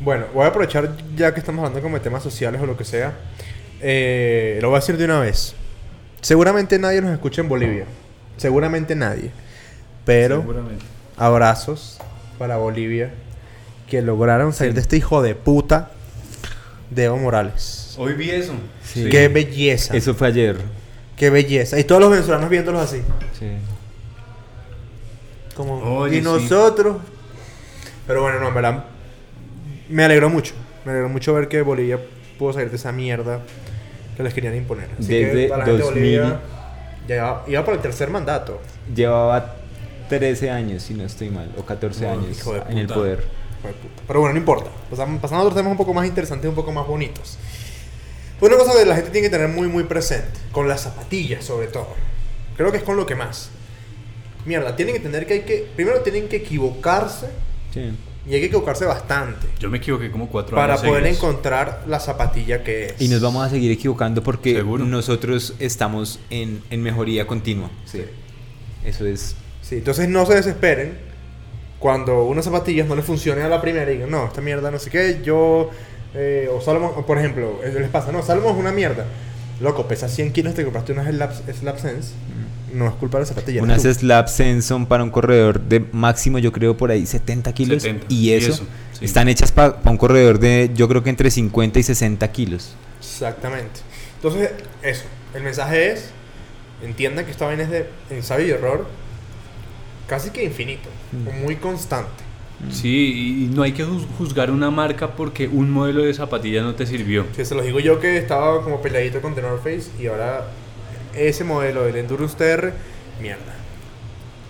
[SPEAKER 1] Bueno, voy a aprovechar ya que estamos hablando como de temas sociales o lo que sea. eh, lo voy a decir de una vez. Seguramente nadie nos escucha en Bolivia. Seguramente nadie. Pero
[SPEAKER 2] Seguramente.
[SPEAKER 1] abrazos para Bolivia que lograron salir de este hijo de puta de Evo Morales.
[SPEAKER 2] Hoy vi eso.
[SPEAKER 3] Sí.
[SPEAKER 1] Qué belleza.
[SPEAKER 3] Eso fue ayer.
[SPEAKER 1] Qué belleza. Y todos los venezolanos viéndolos así. Como,
[SPEAKER 2] Oye,
[SPEAKER 1] y
[SPEAKER 2] sí.
[SPEAKER 1] nosotros. Pero bueno, no, en verdad. Me alegró mucho. Me alegró mucho ver que Bolivia pudo salir de esa mierda que les querían imponer. Así que
[SPEAKER 3] Desde
[SPEAKER 1] para la gente de
[SPEAKER 3] 2000.
[SPEAKER 1] Bolivia. Ya iba, iba para el tercer mandato.
[SPEAKER 3] Llevaba 13 años, si no estoy mal, o 14
[SPEAKER 2] No,
[SPEAKER 3] años
[SPEAKER 2] hijo de
[SPEAKER 3] en el
[SPEAKER 2] puta.
[SPEAKER 3] poder.
[SPEAKER 1] Hijo de puta. Pero bueno, no importa. Pasamos, pasando a otros temas un poco más interesantes, un poco más bonitos. Una cosa que la gente tiene que tener muy, muy presente. Con las zapatillas, sobre todo. Creo que es con lo que más. Mierda, tienen que entender que hay que. Primero tienen que equivocarse.
[SPEAKER 3] Sí.
[SPEAKER 1] Y hay que equivocarse bastante.
[SPEAKER 2] Yo me equivoqué como cuatro
[SPEAKER 1] para
[SPEAKER 2] años.
[SPEAKER 1] poder
[SPEAKER 2] seguidos.
[SPEAKER 1] encontrar la zapatilla que es.
[SPEAKER 3] Y nos vamos a seguir equivocando porque
[SPEAKER 2] Seguro.
[SPEAKER 3] nosotros estamos en, en mejoría continua. Sí. Eso es.
[SPEAKER 1] Sí, entonces no se desesperen cuando unas zapatillas no les funcionen a la primera y digan, no, esta mierda no sé qué, yo... eh, o Salomon, o por ejemplo, eh, les pasa, no, Salomon es una mierda. Loco, pesa 100 kilos, te compraste unas Slap, Slap Sense.
[SPEAKER 3] Mm.
[SPEAKER 1] No es culpa de la zapatilla.
[SPEAKER 3] Unas
[SPEAKER 1] es tú.
[SPEAKER 3] slab Senson para un corredor de máximo, yo creo, por ahí 70 kilos.
[SPEAKER 2] 70,
[SPEAKER 3] Y
[SPEAKER 2] y
[SPEAKER 3] eso.
[SPEAKER 2] eso, sí.
[SPEAKER 3] Están hechas para un corredor de, yo creo que entre 50 y 60 kilos.
[SPEAKER 1] Exactamente. Entonces, eso. El mensaje es, entiendan que esta vaina es de ensayo y error casi que infinito,
[SPEAKER 3] Mm.
[SPEAKER 1] o muy constante.
[SPEAKER 2] Sí, y no hay que juz- juzgar una marca porque un modelo de zapatilla no te sirvió.
[SPEAKER 1] Que se los digo yo que estaba como peleadito con The North Face y ahora ese modelo del Endurance TR, mierda.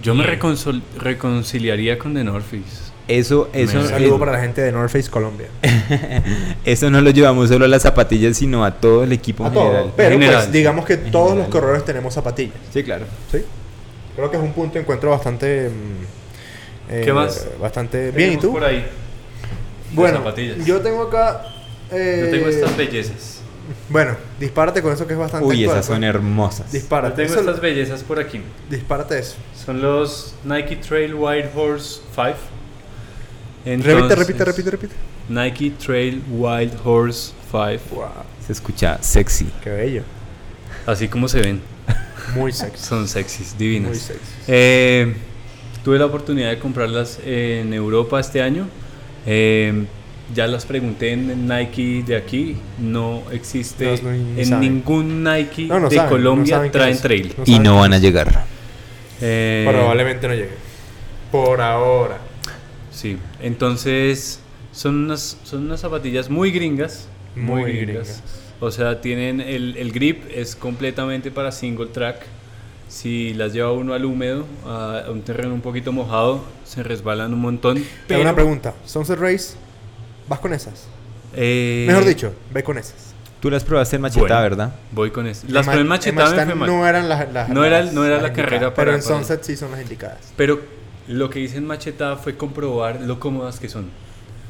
[SPEAKER 2] Yo me reconsol- reconciliaría con The North Face.
[SPEAKER 3] Eso, eso,
[SPEAKER 1] Un
[SPEAKER 2] Me-
[SPEAKER 1] saludo
[SPEAKER 3] eh,
[SPEAKER 1] para la gente de North Face Colombia.
[SPEAKER 3] eso no lo llevamos solo a las zapatillas, sino a todo el equipo
[SPEAKER 1] A
[SPEAKER 3] en general.
[SPEAKER 1] todos. Pero
[SPEAKER 2] general.
[SPEAKER 1] pues digamos que
[SPEAKER 3] En
[SPEAKER 1] todos los
[SPEAKER 3] general.
[SPEAKER 1] corredores tenemos zapatillas.
[SPEAKER 3] Sí, claro.
[SPEAKER 1] ¿sí? Creo que es un punto de encuentro bastante... mm,
[SPEAKER 2] ¿Qué más?
[SPEAKER 1] Bastante bien. ¿Y tú?
[SPEAKER 2] Por ahí.
[SPEAKER 1] bueno,
[SPEAKER 2] zapatillas.
[SPEAKER 1] yo tengo acá... eh,
[SPEAKER 2] Yo tengo estas bellezas.
[SPEAKER 1] Bueno, dispárate con eso que es bastante...
[SPEAKER 3] Uy,
[SPEAKER 1] actual,
[SPEAKER 3] esas son
[SPEAKER 1] pues.
[SPEAKER 3] hermosas.
[SPEAKER 2] Yo
[SPEAKER 1] Dispárate.
[SPEAKER 2] tengo
[SPEAKER 1] eso-
[SPEAKER 2] estas bellezas por aquí.
[SPEAKER 1] Dispárate eso.
[SPEAKER 2] Son los Nike Trail Wild Horse 5.
[SPEAKER 1] repite,
[SPEAKER 2] Entonces,
[SPEAKER 1] repite, repite, repite.
[SPEAKER 2] Nike Trail Wild Horse 5.
[SPEAKER 1] Wow,
[SPEAKER 3] Se escucha sexy.
[SPEAKER 1] qué bello.
[SPEAKER 2] Así como se ven.
[SPEAKER 1] Muy sexy.
[SPEAKER 2] Son sexys,
[SPEAKER 1] muy
[SPEAKER 2] divinas.
[SPEAKER 1] sexy.
[SPEAKER 2] Eh, tuve la oportunidad de comprarlas en Europa este año. Eh, ya las pregunté en Nike de aquí. No existe
[SPEAKER 1] No, no, ni
[SPEAKER 2] en
[SPEAKER 1] saben.
[SPEAKER 2] ningún Nike
[SPEAKER 1] No, no
[SPEAKER 2] de
[SPEAKER 1] saben, no
[SPEAKER 2] Colombia
[SPEAKER 1] saben qué
[SPEAKER 2] traen
[SPEAKER 1] es.
[SPEAKER 2] trail.
[SPEAKER 1] No
[SPEAKER 3] Y
[SPEAKER 1] saben
[SPEAKER 3] no
[SPEAKER 1] qué
[SPEAKER 3] van a
[SPEAKER 1] es.
[SPEAKER 3] llegar.
[SPEAKER 2] Eh,
[SPEAKER 1] Probablemente no llegue. Por ahora.
[SPEAKER 2] Sí, entonces son unas, son unas zapatillas muy gringas. Muy,
[SPEAKER 1] Muy
[SPEAKER 2] gringas.
[SPEAKER 1] gringas.
[SPEAKER 2] O sea, tienen el, el grip, es completamente para single track. Si las lleva uno al húmedo, a a un terreno un poquito mojado, se resbalan un montón.
[SPEAKER 1] Tengo
[SPEAKER 2] Pero,
[SPEAKER 1] una pregunta. Sunset Race, vas con esas.
[SPEAKER 2] eh,
[SPEAKER 1] Mejor dicho, ve con esas.
[SPEAKER 3] Tú las probaste en macheta,
[SPEAKER 2] Bueno.
[SPEAKER 3] ¿verdad?
[SPEAKER 2] Voy con esto.
[SPEAKER 1] En
[SPEAKER 2] Las
[SPEAKER 1] Ma-
[SPEAKER 2] probé en
[SPEAKER 1] en
[SPEAKER 2] Machetame,
[SPEAKER 1] Machitán
[SPEAKER 2] fue mal.
[SPEAKER 1] no eran las. las-
[SPEAKER 2] No era-
[SPEAKER 1] las-
[SPEAKER 2] no era
[SPEAKER 1] las
[SPEAKER 2] la
[SPEAKER 1] indicadas,
[SPEAKER 2] carrera
[SPEAKER 1] Pero
[SPEAKER 2] para-
[SPEAKER 1] en
[SPEAKER 2] para-
[SPEAKER 1] Sunset sí son las indicadas.
[SPEAKER 2] Pero lo que hice en Macheta fue comprobar lo cómodas que son.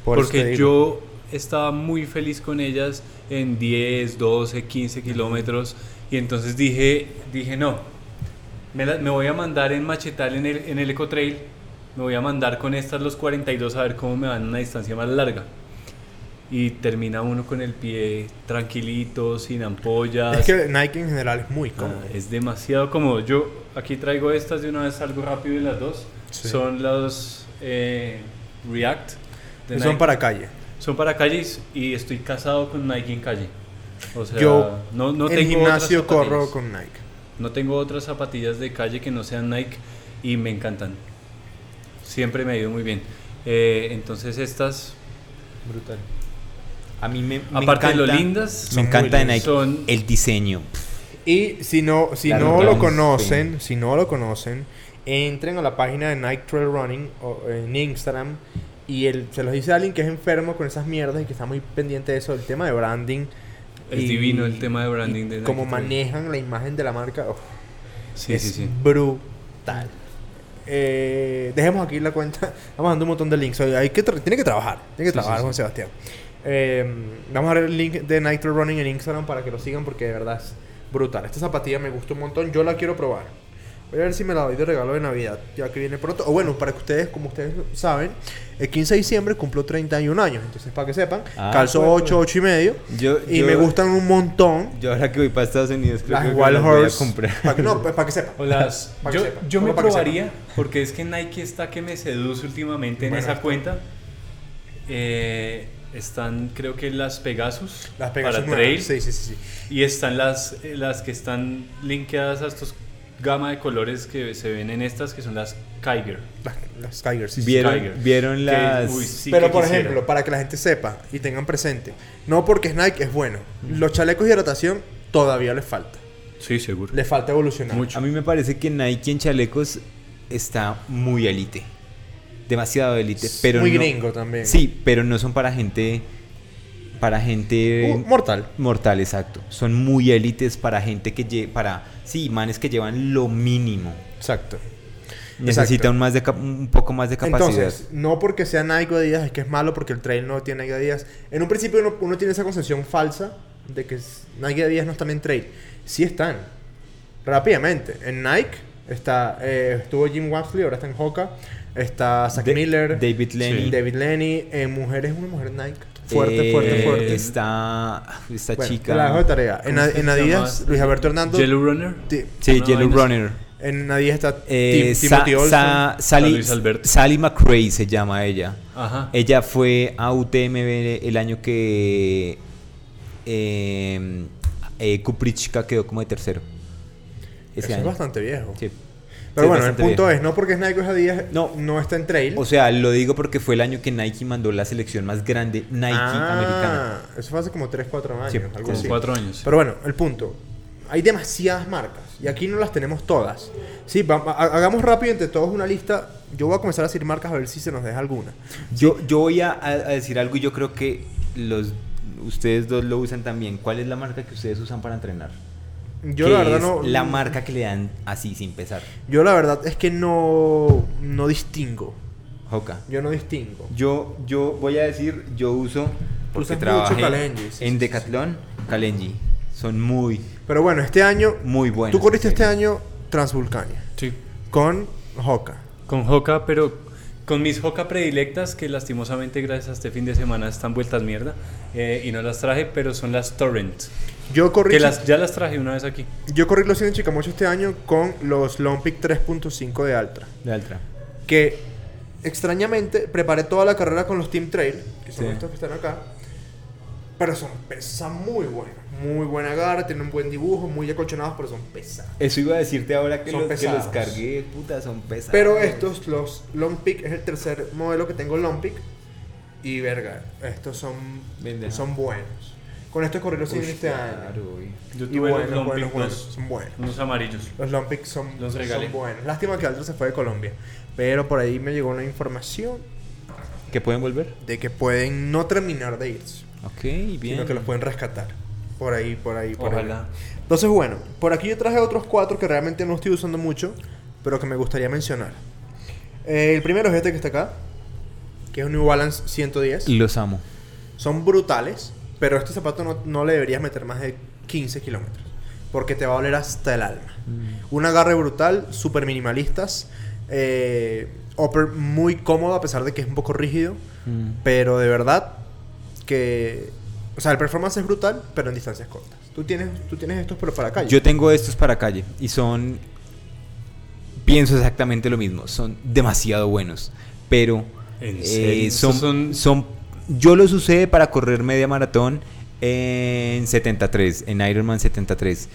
[SPEAKER 1] Por eso te
[SPEAKER 2] porque
[SPEAKER 1] digo.
[SPEAKER 2] yo estaba muy feliz con ellas en 10, 12, 15 kilómetros. Y entonces dije, dije no, me, la- me voy a mandar en Machetal en el, en el Eco Trail. Me voy a mandar con estas los 42 a ver cómo me van a una distancia más larga. Y termina uno con el pie tranquilito, sin ampollas.
[SPEAKER 1] Es que Nike en general es muy cómodo.
[SPEAKER 2] Ah, es demasiado cómodo. Yo aquí traigo estas de una vez, algo rápido y las dos.
[SPEAKER 1] Sí.
[SPEAKER 2] Son los eh, React. de
[SPEAKER 1] Y son
[SPEAKER 2] Nike.
[SPEAKER 1] para calle.
[SPEAKER 2] Son para calles y estoy casado con Nike en calle. O sea,
[SPEAKER 1] Yo
[SPEAKER 2] no, no
[SPEAKER 1] en
[SPEAKER 2] tengo
[SPEAKER 1] gimnasio
[SPEAKER 2] otras zapatillas.
[SPEAKER 1] corro con Nike.
[SPEAKER 2] No tengo otras zapatillas de calle que no sean Nike y me encantan. Siempre me ha ido muy bien. Eh, entonces estas
[SPEAKER 1] Brutal.
[SPEAKER 3] A mí me, me
[SPEAKER 2] Aparte de lo
[SPEAKER 3] encanta-
[SPEAKER 2] lindas,
[SPEAKER 3] me
[SPEAKER 1] son
[SPEAKER 3] encanta de
[SPEAKER 1] muy
[SPEAKER 3] Nike
[SPEAKER 2] lindas. Son-
[SPEAKER 3] el diseño.
[SPEAKER 1] Y si no, si
[SPEAKER 3] La
[SPEAKER 1] no
[SPEAKER 3] ruta
[SPEAKER 1] lo
[SPEAKER 3] es
[SPEAKER 1] conocen, si no lo conocen, entren a la página de Nike Trail Running o, eh, en Instagram y él, se los dice a alguien que es enfermo con esas mierdas y que está muy pendiente de eso, el tema de branding.
[SPEAKER 2] Es
[SPEAKER 1] y-
[SPEAKER 2] divino el tema de branding de
[SPEAKER 1] y
[SPEAKER 2] Nike
[SPEAKER 1] Cómo
[SPEAKER 2] Trail.
[SPEAKER 1] manejan la imagen de la marca. oh,
[SPEAKER 2] Sí,
[SPEAKER 1] es
[SPEAKER 2] sí, sí.
[SPEAKER 1] brutal. Eh, dejemos aquí la cuenta. Vamos dando un montón de links. Hoy Hay que tra- tiene que trabajar. Tiene que
[SPEAKER 2] Sí,
[SPEAKER 1] trabajar
[SPEAKER 2] sí,
[SPEAKER 1] Juan
[SPEAKER 2] sí.
[SPEAKER 1] Sebastián. Eh, vamos a ver el link de Nitro Running en Instagram para que lo sigan porque de verdad es brutal. Esta zapatilla me gusta un montón. Yo la quiero probar. Voy a ver si me la doy de regalo de Navidad, ya que viene pronto. O bueno, para que ustedes, como ustedes saben, el 15 de diciembre cumplo 31 años. Entonces, para que sepan,
[SPEAKER 3] Ah,
[SPEAKER 1] calzo
[SPEAKER 3] bueno.
[SPEAKER 1] 8, 8 y medio.
[SPEAKER 3] Yo-
[SPEAKER 1] y
[SPEAKER 3] yo-
[SPEAKER 1] me gustan un montón.
[SPEAKER 3] Yo ahora que voy para Estados Unidos creo
[SPEAKER 1] Las
[SPEAKER 3] que
[SPEAKER 1] Wild
[SPEAKER 3] las voy a
[SPEAKER 1] Horse.
[SPEAKER 3] comprar.
[SPEAKER 1] Pa' que- no, pues para que sepan.
[SPEAKER 2] O las-
[SPEAKER 1] Para que
[SPEAKER 2] yo
[SPEAKER 1] sepa,
[SPEAKER 2] yo me
[SPEAKER 1] solo para que
[SPEAKER 2] probaría, porque es que Nike está que me seduce últimamente en
[SPEAKER 1] Bueno,
[SPEAKER 2] esa
[SPEAKER 1] está.
[SPEAKER 2] cuenta. Eh, están, creo que las Pegasus.
[SPEAKER 1] Las Pegasus
[SPEAKER 2] para
[SPEAKER 1] nuevas.
[SPEAKER 2] trail.
[SPEAKER 1] Sí, sí, sí, sí.
[SPEAKER 2] Y están las, eh, las que están linkeadas a estos gama de colores que se ven en estas, que son las Kiger.
[SPEAKER 1] Las, las Tigers. sí, sí.
[SPEAKER 3] ¿Vieron,
[SPEAKER 2] Tiger.
[SPEAKER 3] vieron
[SPEAKER 2] Que,
[SPEAKER 3] las...
[SPEAKER 2] uy, sí
[SPEAKER 1] Pero
[SPEAKER 2] que
[SPEAKER 1] por
[SPEAKER 2] quisiera.
[SPEAKER 1] ejemplo, para que la gente sepa y tengan presente, no porque es Nike es bueno. Los chalecos de hidratación todavía les falta.
[SPEAKER 2] Sí, seguro.
[SPEAKER 1] Les falta evolucionar.
[SPEAKER 2] Mucho.
[SPEAKER 3] A mí me parece que Nike en chalecos está muy elite. Demasiado elite.
[SPEAKER 1] Es
[SPEAKER 3] Pero
[SPEAKER 1] Ah, Muy
[SPEAKER 3] no-
[SPEAKER 1] gringo también.
[SPEAKER 3] Sí, pero no son para gente... Para gente...
[SPEAKER 2] eh,
[SPEAKER 1] Uh, mortal.
[SPEAKER 3] Mortal, exacto. Son muy élites para gente que lle para sí, manes que llevan lo mínimo.
[SPEAKER 1] Exacto.
[SPEAKER 3] Necesita
[SPEAKER 1] Exacto.
[SPEAKER 3] un más de cap- un poco más de capacidad.
[SPEAKER 1] Entonces, no porque sea Nike o Adidas es que es malo porque el trail no tiene Nike o Adidas. En un principio uno, uno tiene esa concepción falsa de que s- Nike y Adidas no están en trail. Sí están. Rápidamente. En Nike está eh, estuvo Jim Wapsley, ahora está en Hoka. Está Zach
[SPEAKER 3] Da-
[SPEAKER 1] Miller.
[SPEAKER 3] David Lenny,
[SPEAKER 2] Sí.
[SPEAKER 1] David Lenny. Eh, mujer es una mujer Nike. Fuerte,
[SPEAKER 3] eh,
[SPEAKER 1] fuerte, fuerte.
[SPEAKER 3] Está esta
[SPEAKER 1] Bueno,
[SPEAKER 3] chica.
[SPEAKER 1] te la dejo de tarea. En,
[SPEAKER 2] ¿Cómo
[SPEAKER 1] a-
[SPEAKER 2] se
[SPEAKER 1] en
[SPEAKER 2] llama?
[SPEAKER 1] Adidas, Luis Alberto Hernando.
[SPEAKER 2] Yellow Runner.
[SPEAKER 1] Ti-
[SPEAKER 3] Sí,
[SPEAKER 2] No,
[SPEAKER 3] Yellow
[SPEAKER 2] ahí no-
[SPEAKER 3] Runner.
[SPEAKER 1] en Adidas está
[SPEAKER 3] Eh,
[SPEAKER 1] Tim-
[SPEAKER 3] Sa-
[SPEAKER 1] Timothy Olsen.
[SPEAKER 3] Sa- Sally,
[SPEAKER 2] Luis Alberto.
[SPEAKER 3] Sally McRae se llama ella.
[SPEAKER 2] Ajá.
[SPEAKER 3] Ella fue a UTMB el año que eh, eh, Kuprichka quedó como de tercero. Ese
[SPEAKER 1] Eso es
[SPEAKER 3] año.
[SPEAKER 1] bastante viejo.
[SPEAKER 3] Sí.
[SPEAKER 1] Pero
[SPEAKER 3] Sí,
[SPEAKER 1] bueno, el
[SPEAKER 3] bastante
[SPEAKER 1] punto
[SPEAKER 3] viejo.
[SPEAKER 1] es, no porque es Nike o es Adidas, no,
[SPEAKER 3] No.
[SPEAKER 1] no está en trail.
[SPEAKER 3] O sea, lo digo porque fue el año que Nike mandó la selección más grande Nike
[SPEAKER 1] Ah,
[SPEAKER 3] americana.
[SPEAKER 1] Eso fue hace como 3, 4 años.
[SPEAKER 3] Sí,
[SPEAKER 1] algo
[SPEAKER 2] Como
[SPEAKER 1] así.
[SPEAKER 2] cuatro años.
[SPEAKER 1] Pero bueno, el punto. Hay demasiadas marcas y aquí no las tenemos todas. Sí, va- ha- hagamos rápido entre todos una lista. Yo voy a comenzar a decir marcas a ver si se nos deja alguna.
[SPEAKER 3] Yo, yo voy a, a- a decir algo y yo creo que los ustedes dos lo usan también. ¿Cuál es la marca que ustedes usan para entrenar?
[SPEAKER 1] Yo
[SPEAKER 3] Que
[SPEAKER 1] la verdad
[SPEAKER 3] es
[SPEAKER 1] no.
[SPEAKER 3] La marca que le dan así sin pesar.
[SPEAKER 1] Yo la verdad es que no no distingo.
[SPEAKER 3] Hoka.
[SPEAKER 1] Yo no distingo.
[SPEAKER 3] Yo, yo voy a decir, yo uso porque
[SPEAKER 1] Usas mucho
[SPEAKER 3] trabajé
[SPEAKER 1] Kalenji, sí, sí, sí,
[SPEAKER 3] en Decathlon, Kalenji. Son muy,
[SPEAKER 1] Pero bueno, este año
[SPEAKER 3] muy buenos.
[SPEAKER 1] tú corriste este año Transvulcania
[SPEAKER 2] Sí.
[SPEAKER 1] con Hoka.
[SPEAKER 2] Con Hoka, pero con mis Hoka predilectas, que lastimosamente gracias a este fin de semana están vueltas mierda eh, y no las traje, pero son las Torrent.
[SPEAKER 1] Yo corrí
[SPEAKER 2] Que las, ya las traje una vez aquí.
[SPEAKER 1] yo corrí los 100 en Chicamocho este año con los Lompic 3.5 de Altra.
[SPEAKER 3] De Altra.
[SPEAKER 1] que extrañamente preparé toda la carrera con los Team Trail, que son
[SPEAKER 3] Sí.
[SPEAKER 1] estos que están acá. Pero son pesas muy buenas, muy buena garra, tienen un buen dibujo, muy acolchonados, pero son pesas.
[SPEAKER 3] Eso iba a decirte ahora que,
[SPEAKER 1] Son
[SPEAKER 3] los, que los
[SPEAKER 1] pesados.
[SPEAKER 3] cargué, puta, son pesados.
[SPEAKER 1] Pero estos, los Long Peak, es el tercer modelo que tengo Long Peak. Y verga, estos son,
[SPEAKER 3] Venden.
[SPEAKER 1] son buenos. Con estos corrí los
[SPEAKER 3] Uy,
[SPEAKER 1] 100 este
[SPEAKER 3] claro,
[SPEAKER 1] año.
[SPEAKER 3] güey.
[SPEAKER 2] Yo
[SPEAKER 1] Y
[SPEAKER 2] tuve
[SPEAKER 1] buenos,
[SPEAKER 2] los
[SPEAKER 1] buenos,
[SPEAKER 2] Lompic,
[SPEAKER 1] buenos,
[SPEAKER 2] unos-
[SPEAKER 1] son buenos.
[SPEAKER 2] unos amarillos.
[SPEAKER 1] Los Lompic son,
[SPEAKER 2] Los regalé.
[SPEAKER 1] son buenos. Lástima que Aldo se fue de Colombia. Pero por ahí me llegó una información
[SPEAKER 3] ¿Que pueden volver?
[SPEAKER 1] de que pueden no terminar de irse.
[SPEAKER 3] Ok, bien.
[SPEAKER 1] sino que los pueden rescatar. Por ahí, por ahí, por
[SPEAKER 2] Ojalá.
[SPEAKER 1] ahí. Entonces, bueno, por aquí yo traje otros cuatro que realmente no estoy usando mucho, pero que me gustaría mencionar. Eh, el primero es este que está acá, que es un New Balance 110.
[SPEAKER 3] Los amo.
[SPEAKER 1] Son brutales, pero este zapato no, no le deberías meter más de 15 kilómetros, porque te va a oler hasta el alma.
[SPEAKER 3] Mm.
[SPEAKER 1] Un agarre brutal, súper minimalistas, eh, upper muy cómodo a pesar de que es un poco rígido.
[SPEAKER 3] Mm.
[SPEAKER 1] Pero de verdad que... O sea, el performance es brutal, pero en distancias cortas. Tú tienes, tú tienes estos, pero para calle.
[SPEAKER 3] Yo tengo estos para calle y son. Pienso exactamente lo mismo. Son demasiado buenos. Pero.
[SPEAKER 2] ¿En
[SPEAKER 3] eh,
[SPEAKER 2] serio?
[SPEAKER 3] son,
[SPEAKER 2] Esos son-
[SPEAKER 3] son... Yo los usé para correr media maratón en 73, en Ironman 73.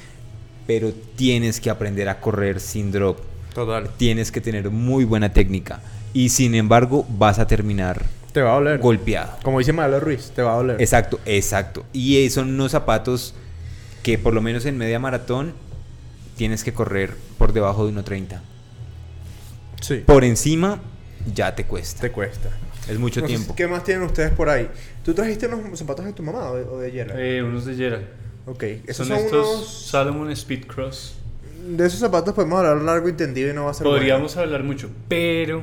[SPEAKER 3] Pero tienes que aprender a correr sin drop.
[SPEAKER 1] Total.
[SPEAKER 3] Tienes que tener muy buena técnica. Y sin embargo, vas a terminar
[SPEAKER 1] Te va a doler.
[SPEAKER 3] golpeado.
[SPEAKER 1] Como dice Malo Ruiz, te va a doler.
[SPEAKER 3] Exacto, exacto. Y eh, son unos zapatos que por lo menos en media maratón tienes que correr por debajo de 1.30.
[SPEAKER 1] Sí.
[SPEAKER 3] Por encima ya te cuesta.
[SPEAKER 1] Te cuesta.
[SPEAKER 3] Es mucho
[SPEAKER 1] No sé
[SPEAKER 3] tiempo.
[SPEAKER 1] si- ¿Qué más tienen ustedes por ahí? ¿Tú trajiste unos zapatos de tu mamá o de, o de Yela?
[SPEAKER 2] Eh, unos de Gerald.
[SPEAKER 1] ok. Esos
[SPEAKER 2] Son,
[SPEAKER 1] son,
[SPEAKER 2] estos
[SPEAKER 1] unos...
[SPEAKER 2] Salomon Speed Cross.
[SPEAKER 1] De esos zapatos podemos hablar largo y tendido y no va a ser
[SPEAKER 2] Podríamos hablar mucho, pero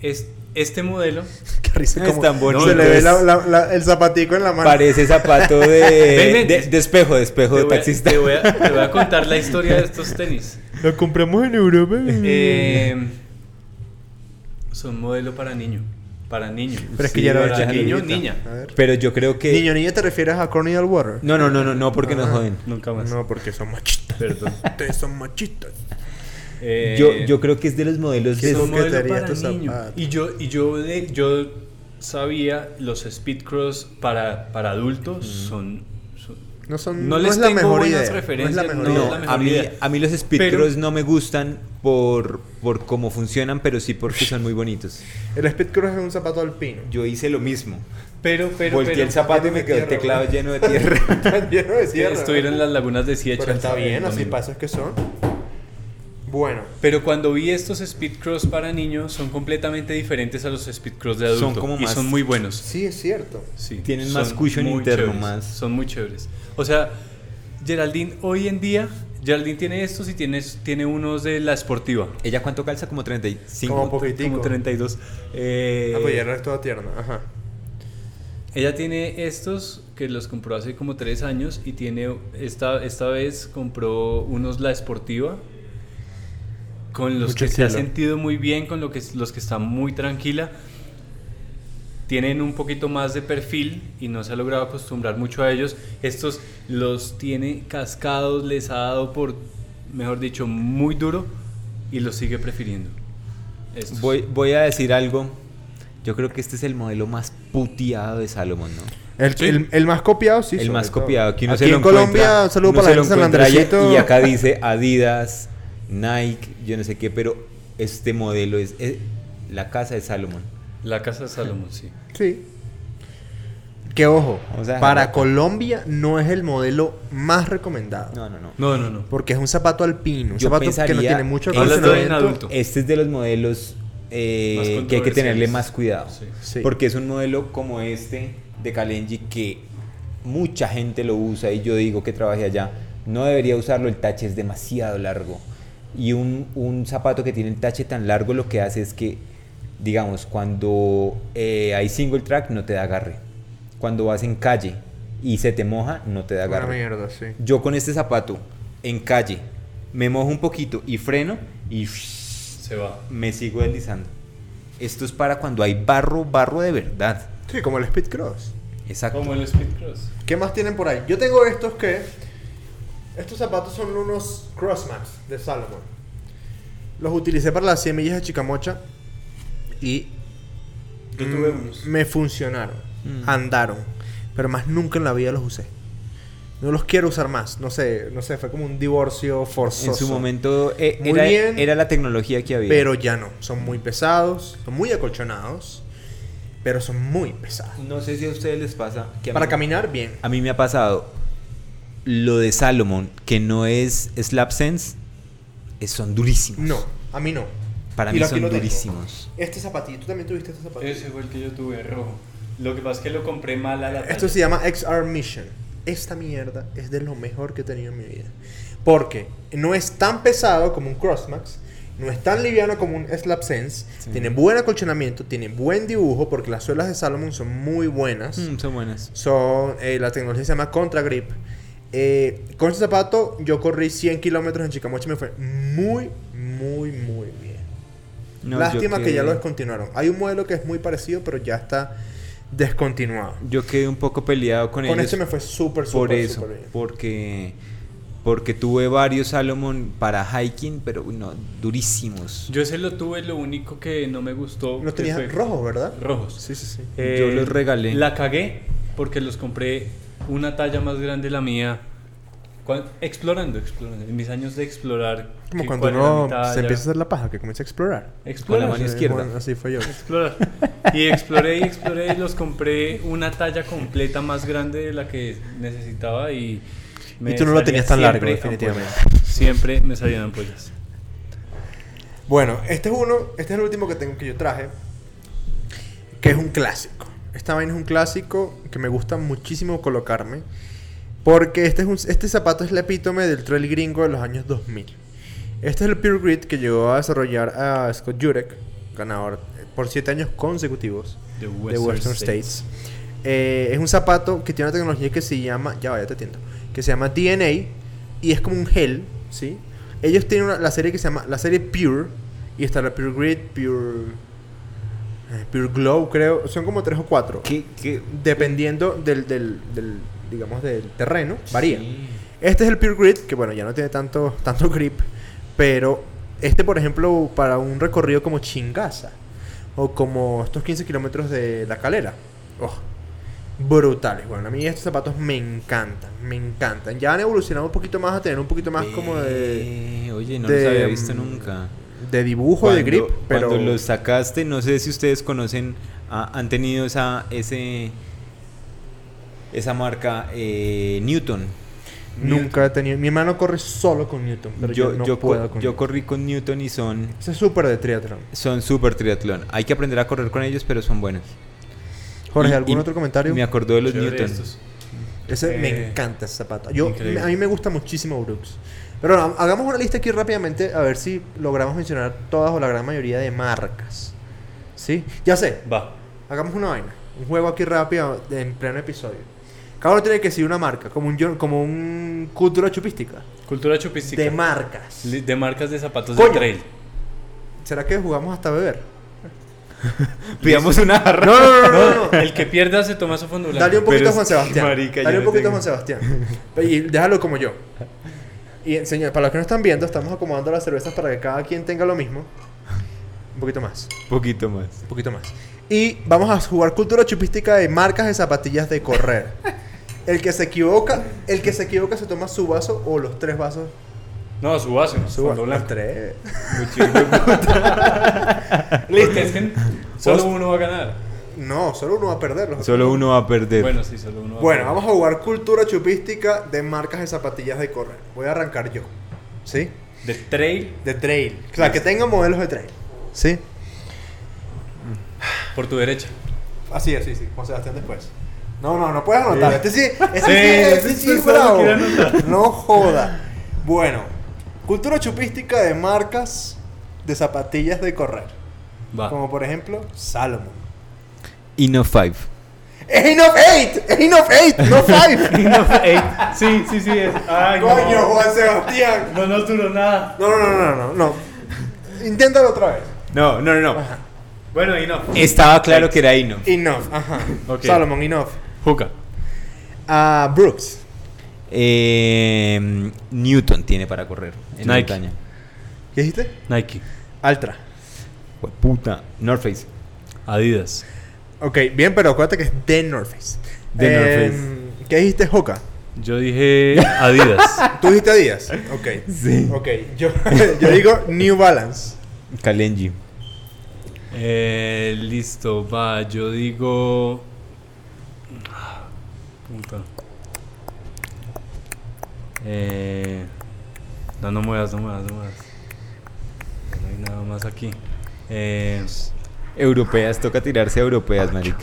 [SPEAKER 2] es, este modelo.
[SPEAKER 1] bueno. Qué risa,
[SPEAKER 3] Es
[SPEAKER 1] como
[SPEAKER 3] tan bonito,
[SPEAKER 1] Se le ve
[SPEAKER 3] es-
[SPEAKER 1] la- la- la- el zapatico en la mano.
[SPEAKER 3] Parece zapato de,
[SPEAKER 2] Ven,
[SPEAKER 3] de,
[SPEAKER 2] ven.
[SPEAKER 3] de espejo, de espejo de
[SPEAKER 2] voy a-
[SPEAKER 3] taxista.
[SPEAKER 2] te voy a- te voy a contar la historia de estos tenis.
[SPEAKER 1] Lo compramos en Europa.
[SPEAKER 2] Eh, son modelo para niño. Para niño.
[SPEAKER 1] Pero es que
[SPEAKER 3] sí,
[SPEAKER 1] ya era
[SPEAKER 2] para
[SPEAKER 1] de
[SPEAKER 2] niño,
[SPEAKER 1] chiquita.
[SPEAKER 2] niña.
[SPEAKER 1] A ver.
[SPEAKER 3] Pero yo creo que...
[SPEAKER 1] Niño, niña, ¿te refieres a Cornell Water?
[SPEAKER 3] No, no, no, no, no, porque nos
[SPEAKER 1] Ah.
[SPEAKER 3] joden.
[SPEAKER 2] Nunca más.
[SPEAKER 1] No, porque son machistas.
[SPEAKER 2] Perdón.
[SPEAKER 1] Ustedes son machistas.
[SPEAKER 2] Eh,
[SPEAKER 3] Yo, yo creo que es de los modelos
[SPEAKER 1] ¿Qué
[SPEAKER 3] de...
[SPEAKER 2] son
[SPEAKER 1] que te
[SPEAKER 2] modelo
[SPEAKER 1] haría
[SPEAKER 2] para
[SPEAKER 1] estos
[SPEAKER 2] niño.
[SPEAKER 1] zapatos?
[SPEAKER 2] Y yo, y yo, de- yo sabía los Speedcross para, para adultos son, son-
[SPEAKER 1] No son.
[SPEAKER 2] No les
[SPEAKER 1] es la
[SPEAKER 2] tengo
[SPEAKER 1] mejor
[SPEAKER 2] buenas
[SPEAKER 1] idea. No es
[SPEAKER 2] referencias,
[SPEAKER 1] la mejor
[SPEAKER 2] no,
[SPEAKER 3] No,
[SPEAKER 1] idea.
[SPEAKER 2] la mejor
[SPEAKER 3] a mí,
[SPEAKER 2] idea.
[SPEAKER 3] a mí los
[SPEAKER 2] Pero-
[SPEAKER 3] speedcross no me gustan por, por cómo funcionan, pero sí porque son muy bonitos.
[SPEAKER 1] El Speedcross es un zapato alpino.
[SPEAKER 3] Yo hice lo mismo.
[SPEAKER 2] Pero, pero,
[SPEAKER 3] Volteé
[SPEAKER 2] pero-
[SPEAKER 3] el zapato y
[SPEAKER 1] lleno
[SPEAKER 3] me
[SPEAKER 1] de
[SPEAKER 3] quedó el
[SPEAKER 1] tierra,
[SPEAKER 3] teclado
[SPEAKER 1] güey.
[SPEAKER 3] lleno de tierra.
[SPEAKER 1] Lleno de
[SPEAKER 2] es que
[SPEAKER 1] tierra, ¿no?
[SPEAKER 2] Estuvieron en las lagunas de Siecha.
[SPEAKER 1] Pero está
[SPEAKER 2] el
[SPEAKER 1] bien, así
[SPEAKER 2] domingo.
[SPEAKER 1] pasos que son. Bueno,
[SPEAKER 2] Pero cuando vi estos Speedcross para niños, son completamente diferentes a los Speedcross de
[SPEAKER 3] Son
[SPEAKER 2] adulto.
[SPEAKER 3] como
[SPEAKER 2] y
[SPEAKER 3] más-
[SPEAKER 2] son muy buenos.
[SPEAKER 1] sí es cierto.
[SPEAKER 2] Sí,
[SPEAKER 3] Tienen
[SPEAKER 2] son
[SPEAKER 3] más cushion
[SPEAKER 2] muy
[SPEAKER 3] interno,
[SPEAKER 2] chéveres,
[SPEAKER 3] más.
[SPEAKER 2] Son muy chéveres. O sea, Geraldine hoy en día, Geraldine tiene estos y tiene, tiene unos de la esportiva.
[SPEAKER 3] ¿Ella cuánto calza? Como 35.
[SPEAKER 1] Como poquitico.
[SPEAKER 2] Como 32. Eh,
[SPEAKER 1] Ah, pues ya el resto va tierna. Ajá.
[SPEAKER 2] ella tiene estos que los compró hace como 3 años y tiene esta, esta vez compró unos la esportiva con los
[SPEAKER 1] Mucho
[SPEAKER 2] que se ha
[SPEAKER 1] estilo.
[SPEAKER 2] sentido muy bien, con lo que, los que está muy tranquila. Tienen un poquito más de perfil y no se ha logrado acostumbrar mucho a ellos. Estos los tiene cascados, les ha dado por, mejor dicho, muy duro y los sigue prefiriendo. Estos.
[SPEAKER 3] Voy, voy a decir algo. Yo creo que este es el modelo más puteado de Salomón, ¿no?
[SPEAKER 1] El,
[SPEAKER 2] Sí.
[SPEAKER 1] el, el más copiado, sí.
[SPEAKER 3] el
[SPEAKER 1] sobre
[SPEAKER 3] más
[SPEAKER 1] todo.
[SPEAKER 3] copiado. Aquí, uno
[SPEAKER 1] Aquí
[SPEAKER 3] se lo
[SPEAKER 1] en Colombia,
[SPEAKER 3] encuentra,
[SPEAKER 1] saludo
[SPEAKER 3] uno
[SPEAKER 1] para
[SPEAKER 3] se
[SPEAKER 1] la
[SPEAKER 3] lo
[SPEAKER 1] gente de San
[SPEAKER 3] encuentra allá,
[SPEAKER 1] Andresito.
[SPEAKER 3] Y acá dice Adidas, Nike, yo no sé qué, pero este modelo es, es la casa de Salomón.
[SPEAKER 2] La casa de Salomón, sí.
[SPEAKER 1] Sí. Que ojo,
[SPEAKER 3] Vamos a dejarlo
[SPEAKER 1] para
[SPEAKER 3] acá.
[SPEAKER 1] Colombia no es el modelo más recomendado.
[SPEAKER 3] No, no, no.
[SPEAKER 2] No, no, no.
[SPEAKER 1] Porque es un zapato alpino, un
[SPEAKER 3] Yo
[SPEAKER 1] zapato que no
[SPEAKER 3] pensaría
[SPEAKER 1] tiene mucho
[SPEAKER 3] en- Hablando
[SPEAKER 2] de un
[SPEAKER 1] almacenamiento.
[SPEAKER 2] adulto.
[SPEAKER 3] Este es de los modelos eh,
[SPEAKER 2] Más
[SPEAKER 3] que hay que
[SPEAKER 2] controversiales.
[SPEAKER 3] tenerle más cuidado.
[SPEAKER 2] Sí.
[SPEAKER 1] Sí.
[SPEAKER 3] Porque es un modelo como este de Kalenji que mucha gente lo usa y yo digo que trabajé allá. No debería usarlo, el tache es demasiado largo. Y un, un zapato que tiene el tache tan largo lo que hace es que, digamos, cuando eh, hay single track no te da agarre. Cuando vas en calle y se te moja, no te da
[SPEAKER 1] Una
[SPEAKER 3] agarre.
[SPEAKER 1] mierda, sí.
[SPEAKER 3] Yo con este zapato en calle me mojo un poquito y freno y
[SPEAKER 2] Se va.
[SPEAKER 3] me sigo deslizando. Esto es para cuando hay barro, barro de verdad.
[SPEAKER 1] Sí, como el Speedcross.
[SPEAKER 3] Exacto.
[SPEAKER 2] Como el Speedcross.
[SPEAKER 1] ¿Qué más tienen por ahí? Yo tengo estos que. Estos zapatos son unos Crossmax de Salomon. Los utilicé para las semillas de Chicamocha y.
[SPEAKER 2] Yo tuve
[SPEAKER 1] mm,
[SPEAKER 2] unos.
[SPEAKER 1] Me funcionaron.
[SPEAKER 3] Mm.
[SPEAKER 1] Andaron. Pero más nunca en la vida los usé. No los quiero usar más. No sé, no sé, fue como un divorcio forzoso.
[SPEAKER 3] En su momento eh,
[SPEAKER 1] Muy
[SPEAKER 3] era,
[SPEAKER 1] bien.
[SPEAKER 3] era la tecnología que había.
[SPEAKER 1] Pero ya no. Son muy pesados, son muy acolchonados, pero son muy pesados.
[SPEAKER 3] no sé si a ustedes les pasa que a
[SPEAKER 1] Para
[SPEAKER 3] mí-
[SPEAKER 1] caminar, bien.
[SPEAKER 3] A mí me ha pasado lo de Salomon, que no es Slap Sense, es- son durísimos.
[SPEAKER 1] No, a mí no.
[SPEAKER 3] Para
[SPEAKER 1] Y
[SPEAKER 3] mí
[SPEAKER 1] lo- aquí
[SPEAKER 3] son
[SPEAKER 1] lo tengo.
[SPEAKER 3] durísimos.
[SPEAKER 1] Este zapatillo, tú también tuviste este zapatillo.
[SPEAKER 2] Ese fue el que yo tuve, rojo. Lo que pasa es que lo compré mal a la
[SPEAKER 1] Esto se llama XR Mission. Esta mierda es de lo mejor que he tenido en mi vida. Porque no es tan pesado como un Crossmax, no es tan liviano como un Slap Sense,
[SPEAKER 3] Sí.
[SPEAKER 1] tiene buen acolchonamiento, tiene buen dibujo, porque las suelas de Salomon son muy buenas.
[SPEAKER 3] Mm, son buenas.
[SPEAKER 1] Son, eh, la tecnología se llama Contra Grip. Eh, con este zapato yo corrí 100 kilómetros en Chicamocha y me fue muy, muy, muy bien.
[SPEAKER 3] No, yo
[SPEAKER 1] Lástima que ya lo
[SPEAKER 3] quedé-
[SPEAKER 1] descontinuaron. Hay un modelo que es muy parecido, pero ya está descontinuado.
[SPEAKER 3] Yo quedé un poco peleado con,
[SPEAKER 1] Con
[SPEAKER 3] ellos
[SPEAKER 1] este me fue súper, súper,
[SPEAKER 3] por eso,
[SPEAKER 1] súper bien.
[SPEAKER 3] porque porque tuve varios Salomon para hiking, pero uy, no, durísimos.
[SPEAKER 2] Yo ese lo tuve, lo único que no me gustó.
[SPEAKER 1] Los
[SPEAKER 2] que
[SPEAKER 1] tenías
[SPEAKER 2] fue-
[SPEAKER 1] rojos, ¿verdad?
[SPEAKER 2] Rojos. Eh,
[SPEAKER 1] Sí, sí, sí.
[SPEAKER 3] Yo los regalé.
[SPEAKER 2] La cagué porque los compré una talla más grande la mía Cuan- Explorando, explorando. En mis años de explorar.
[SPEAKER 1] Como
[SPEAKER 2] que
[SPEAKER 1] cuando
[SPEAKER 2] cuál era la
[SPEAKER 1] uno
[SPEAKER 2] mitad,
[SPEAKER 1] se
[SPEAKER 2] ya-
[SPEAKER 1] empieza a hacer la paja, que comienza a explorar.
[SPEAKER 2] Explorar,
[SPEAKER 3] Con la mano
[SPEAKER 1] Sí,
[SPEAKER 3] izquierda.
[SPEAKER 1] bueno, así fue yo.
[SPEAKER 2] explorar. Y exploré y exploré y los compré una talla completa más grande de la que necesitaba y...
[SPEAKER 1] Y tú no lo
[SPEAKER 2] salían
[SPEAKER 1] tenías tan largo,
[SPEAKER 2] siempre
[SPEAKER 1] definitivamente.
[SPEAKER 2] ampollas. Siempre me salían ampollas.
[SPEAKER 1] Bueno, este es uno, este es el último que tengo que yo traje, que es un clásico. Esta vaina es un clásico que me gusta muchísimo colocarme, porque este, es un- este zapato es el epítome del trail gringo de los años 2000. Este es el Pure Grid que llegó a desarrollar a Scott Jurek, ganador eh, por 7 años consecutivos
[SPEAKER 2] De
[SPEAKER 1] de Western States. Eh, es un zapato que tiene una tecnología que se llama, ya vaya, te atiendo, que se llama DNA y es como un gel, ¿sí? Ellos tienen una- la serie que se llama, la serie Pure y está la Pure Grid, Pure, eh, Pure Glow, creo, son como tres o cuatro,
[SPEAKER 3] ¿Qué, qué
[SPEAKER 1] dependiendo del, del, del, digamos, del terreno, varía. Este es el Pure Grid, que bueno, ya no tiene tanto, tanto grip, pero este, por ejemplo, para un recorrido como Chingaza o como estos 15 kilómetros de la calera, oh, brutales. Bueno, a mí estos zapatos me encantan, me encantan. Ya han evolucionado un poquito más a tener un poquito más como de,
[SPEAKER 3] Eh, Oye, no
[SPEAKER 1] de,
[SPEAKER 3] los había visto
[SPEAKER 1] mm,
[SPEAKER 3] nunca.
[SPEAKER 1] de dibujo, de grip, pero.
[SPEAKER 3] Cuando los sacaste, no sé si ustedes conocen, ah, han tenido esa, ese, esa marca eh, Newton.
[SPEAKER 1] Nunca he tenido. Mi hermano corre solo con Newton, pero yo,
[SPEAKER 3] yo,
[SPEAKER 1] no
[SPEAKER 3] yo co-
[SPEAKER 1] puedo con
[SPEAKER 3] yo
[SPEAKER 1] Newton.
[SPEAKER 3] corrí con Newton y son,
[SPEAKER 1] Ese es súper de triatlón.
[SPEAKER 3] son súper triatlón. Hay que aprender a correr con ellos, pero son buenos.
[SPEAKER 1] Jorge,
[SPEAKER 3] Y-
[SPEAKER 1] ¿algún
[SPEAKER 3] y
[SPEAKER 1] otro comentario?
[SPEAKER 3] Me acordó de los
[SPEAKER 2] Chévere
[SPEAKER 3] Newton.
[SPEAKER 2] estos.
[SPEAKER 1] Ese me
[SPEAKER 2] Eh,
[SPEAKER 1] encanta ese zapato. Yo,
[SPEAKER 2] increíble.
[SPEAKER 1] a mí me gusta muchísimo Brooks. Pero bueno, hagamos una lista aquí rápidamente a ver si logramos mencionar todas o la gran mayoría de marcas. ¿Sí? Ya sé,
[SPEAKER 2] Va.
[SPEAKER 1] hagamos una vaina. Un juego aquí rápido de- en pleno episodio. Cada uno tiene que decir una marca, como un yo- como un cultura chupística.
[SPEAKER 2] Cultura chupística.
[SPEAKER 1] De marcas.
[SPEAKER 2] Li- de marcas de zapatos
[SPEAKER 1] Coño.
[SPEAKER 2] de trail.
[SPEAKER 1] ¿Será que jugamos hasta beber?
[SPEAKER 3] Pidamos una jarra.
[SPEAKER 1] No, no, no, no, no.
[SPEAKER 2] El que pierda se toma su fondo blanco.
[SPEAKER 1] Dale un
[SPEAKER 3] Pero
[SPEAKER 1] poquito a
[SPEAKER 3] es
[SPEAKER 1] Juan
[SPEAKER 3] que,
[SPEAKER 1] Sebastián.
[SPEAKER 3] marica, yo
[SPEAKER 1] Dale un
[SPEAKER 3] no
[SPEAKER 1] poquito a
[SPEAKER 3] tengo.
[SPEAKER 1] Juan Sebastián. Y déjalo como yo. Y enseñar, para los que no están viendo, estamos acomodando las cervezas para que cada quien tenga lo mismo. Un poquito más,
[SPEAKER 3] Poquito más.
[SPEAKER 1] un poquito más. Y vamos a jugar cultura chupística de marcas de zapatillas de correr. El que se equivoca, el que se equivoca se toma su vaso o los tres vasos.
[SPEAKER 2] No, su vaso. Su
[SPEAKER 1] Su vaso.
[SPEAKER 2] fondo
[SPEAKER 1] Los
[SPEAKER 2] blanco.
[SPEAKER 1] tres.
[SPEAKER 3] Eh.
[SPEAKER 2] Listo. Es que solo uno va a ganar.
[SPEAKER 1] No, solo uno va a perder. los otros
[SPEAKER 3] Solo uno va a perder.
[SPEAKER 2] Bueno, sí, solo uno va
[SPEAKER 1] Bueno,
[SPEAKER 2] a ganar.
[SPEAKER 1] vamos a jugar cultura chupística de marcas de zapatillas de correr. Voy a arrancar yo. ¿Sí?
[SPEAKER 2] De trail
[SPEAKER 1] De trail. O sea, que tenga modelos de trail. ¿Sí?
[SPEAKER 2] por tu derecha.
[SPEAKER 1] Así, así, sí. Juan Sebastián después. No, no, no puedes anotar.
[SPEAKER 2] Sí.
[SPEAKER 1] Este sí, este sí,
[SPEAKER 2] Sí,
[SPEAKER 1] este
[SPEAKER 2] este
[SPEAKER 1] sí
[SPEAKER 2] sí
[SPEAKER 1] es
[SPEAKER 2] solo
[SPEAKER 1] bravo.
[SPEAKER 2] quiere anotar.
[SPEAKER 1] No joda. Bueno, cultura chupística de marcas de zapatillas de correr.
[SPEAKER 2] Va.
[SPEAKER 1] Como por ejemplo, Salomon.
[SPEAKER 3] Inno 5.
[SPEAKER 1] ¡Es Enough 8! ¡Es Enough 8! ¡No 5!
[SPEAKER 2] sí, sí, sí. Es. Ay,
[SPEAKER 1] ¡Coño,
[SPEAKER 2] no.
[SPEAKER 1] Juan Sebastián!
[SPEAKER 2] No nos duró nada.
[SPEAKER 1] No, no, no, no, no, no. Inténtalo otra vez.
[SPEAKER 3] No, no, no, no.
[SPEAKER 2] Bueno, y no.
[SPEAKER 3] Estaba claro que era Inno.
[SPEAKER 1] Enough, ajá.
[SPEAKER 2] Ok.
[SPEAKER 1] Salomon, Enough.
[SPEAKER 2] Juca.
[SPEAKER 1] Ah, Brooks.
[SPEAKER 3] Eh, Newton tiene para correr en
[SPEAKER 2] Nike.
[SPEAKER 3] montaña.
[SPEAKER 1] ¿Qué dijiste?
[SPEAKER 2] Nike.
[SPEAKER 1] Altra.
[SPEAKER 3] Jue- Puta. North Face.
[SPEAKER 2] Adidas.
[SPEAKER 1] Ok, bien, pero acuérdate que es The North Face.
[SPEAKER 2] The North
[SPEAKER 1] Face. ¿Qué dijiste, Hoka?
[SPEAKER 2] Yo dije Adidas.
[SPEAKER 1] Tú dijiste Adidas. Ok.
[SPEAKER 3] Sí.
[SPEAKER 1] Ok, yo, yo digo New Balance.
[SPEAKER 3] Kalenji.
[SPEAKER 2] eh, listo, va. Yo digo. Ah, Puta. Eh, no, no muevas, no muevas, no muevas. No hay nada más aquí. Eh,
[SPEAKER 3] Europeas, toca tirarse a europeas, marica.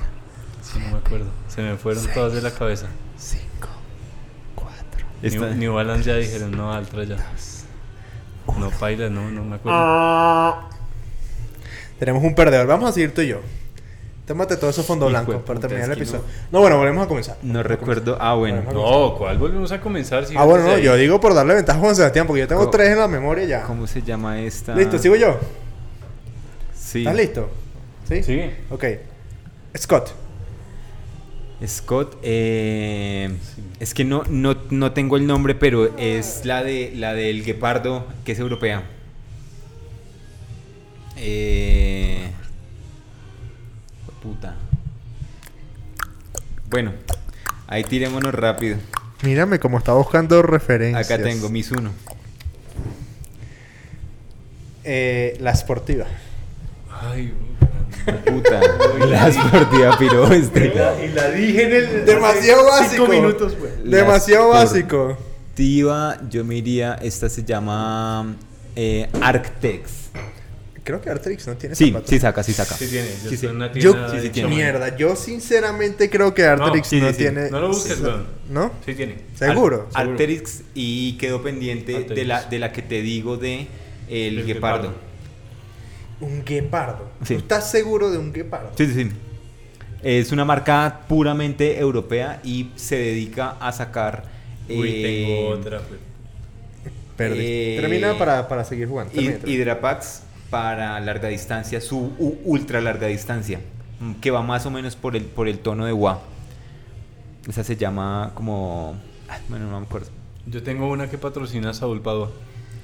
[SPEAKER 2] sí, no me acuerdo. Se me fueron todas de la cabeza.
[SPEAKER 3] Esta-
[SPEAKER 2] New, New Balance ya dijeron, no, Altra ya. No, Paila, no, no me acuerdo.
[SPEAKER 1] Ah. Tenemos un perdedor. Vamos a seguir tú y yo. Tómate todo eso fondo
[SPEAKER 3] Hijo de
[SPEAKER 1] blanco para
[SPEAKER 3] puta,
[SPEAKER 1] terminar el
[SPEAKER 3] es que
[SPEAKER 1] episodio. No, bueno, volvemos a comenzar.
[SPEAKER 3] No recuerdo. Ah, bueno.
[SPEAKER 1] Bueno,
[SPEAKER 2] No, ¿cuál? Volvemos a comenzar. sí,
[SPEAKER 1] Ah, bueno, no,
[SPEAKER 2] antes de
[SPEAKER 1] yo
[SPEAKER 2] ahí.
[SPEAKER 1] digo por darle ventaja a Juan Sebastián, porque yo tengo
[SPEAKER 3] Co-
[SPEAKER 1] tres en la memoria ya.
[SPEAKER 3] ¿Cómo se llama esta?
[SPEAKER 1] Listo, sigo yo.
[SPEAKER 3] Sí.
[SPEAKER 1] ¿Estás listo? ¿Sí?
[SPEAKER 2] Sí.
[SPEAKER 1] Ok. Scott.
[SPEAKER 3] Scott, eh, es que no, no, no tengo el nombre, pero es la de la del guepardo, que es europea. Eh, puta. Bueno, ahí tirémonos rápido.
[SPEAKER 1] Mírame cómo está buscando referencias.
[SPEAKER 3] Acá tengo mis uno.
[SPEAKER 1] Eh, la esportiva.
[SPEAKER 2] Ay,
[SPEAKER 3] Puta. la esportiva piró este.
[SPEAKER 2] y la dije en el.
[SPEAKER 1] Demasiado
[SPEAKER 2] hace
[SPEAKER 1] básico.
[SPEAKER 2] Cinco minutos, pues. güey.
[SPEAKER 1] Demasiado
[SPEAKER 3] Las por-
[SPEAKER 1] básico.
[SPEAKER 3] Tiva, yo me iría. Esta se llama eh, Arctex.
[SPEAKER 1] Creo que Artrix no tiene
[SPEAKER 3] Sí,
[SPEAKER 1] zapatos.
[SPEAKER 3] sí saca, sí saca.
[SPEAKER 2] Sí tiene.
[SPEAKER 3] Sí, sí.
[SPEAKER 1] Yo,
[SPEAKER 3] sí, sí tiene.
[SPEAKER 1] mierda, yo sinceramente creo que Artrix no,
[SPEAKER 2] sí, sí, sí.
[SPEAKER 1] tiene.
[SPEAKER 2] No lo busques, weón.
[SPEAKER 1] ¿No?
[SPEAKER 2] Sí tiene.
[SPEAKER 1] ¿Seguro?
[SPEAKER 2] Al- seguro.
[SPEAKER 3] Arcteryx y quedó pendiente de
[SPEAKER 2] Arcteryx.
[SPEAKER 3] la de la que te digo de el,
[SPEAKER 2] El
[SPEAKER 3] guepardo.
[SPEAKER 2] guepardo.
[SPEAKER 1] Un guepardo.
[SPEAKER 3] Sí.
[SPEAKER 1] ¿Tú estás seguro de un guepardo?
[SPEAKER 3] Sí, sí, sí. Es una marca puramente europea y se dedica a sacar
[SPEAKER 2] Ah, Uy,
[SPEAKER 3] eh,
[SPEAKER 2] tengo otra, pues. güey.
[SPEAKER 1] Perdí.
[SPEAKER 3] Eh,
[SPEAKER 1] Termina para, para seguir jugando.
[SPEAKER 3] hid-
[SPEAKER 1] Termina, termina.
[SPEAKER 3] Hidrapax para larga distancia, su u- ultra larga distancia, mm, que va más o menos por el por el tono de WA. Esa se llama como ah, bueno, no me acuerdo.
[SPEAKER 2] Yo tengo una que patrocina Saúl Padua.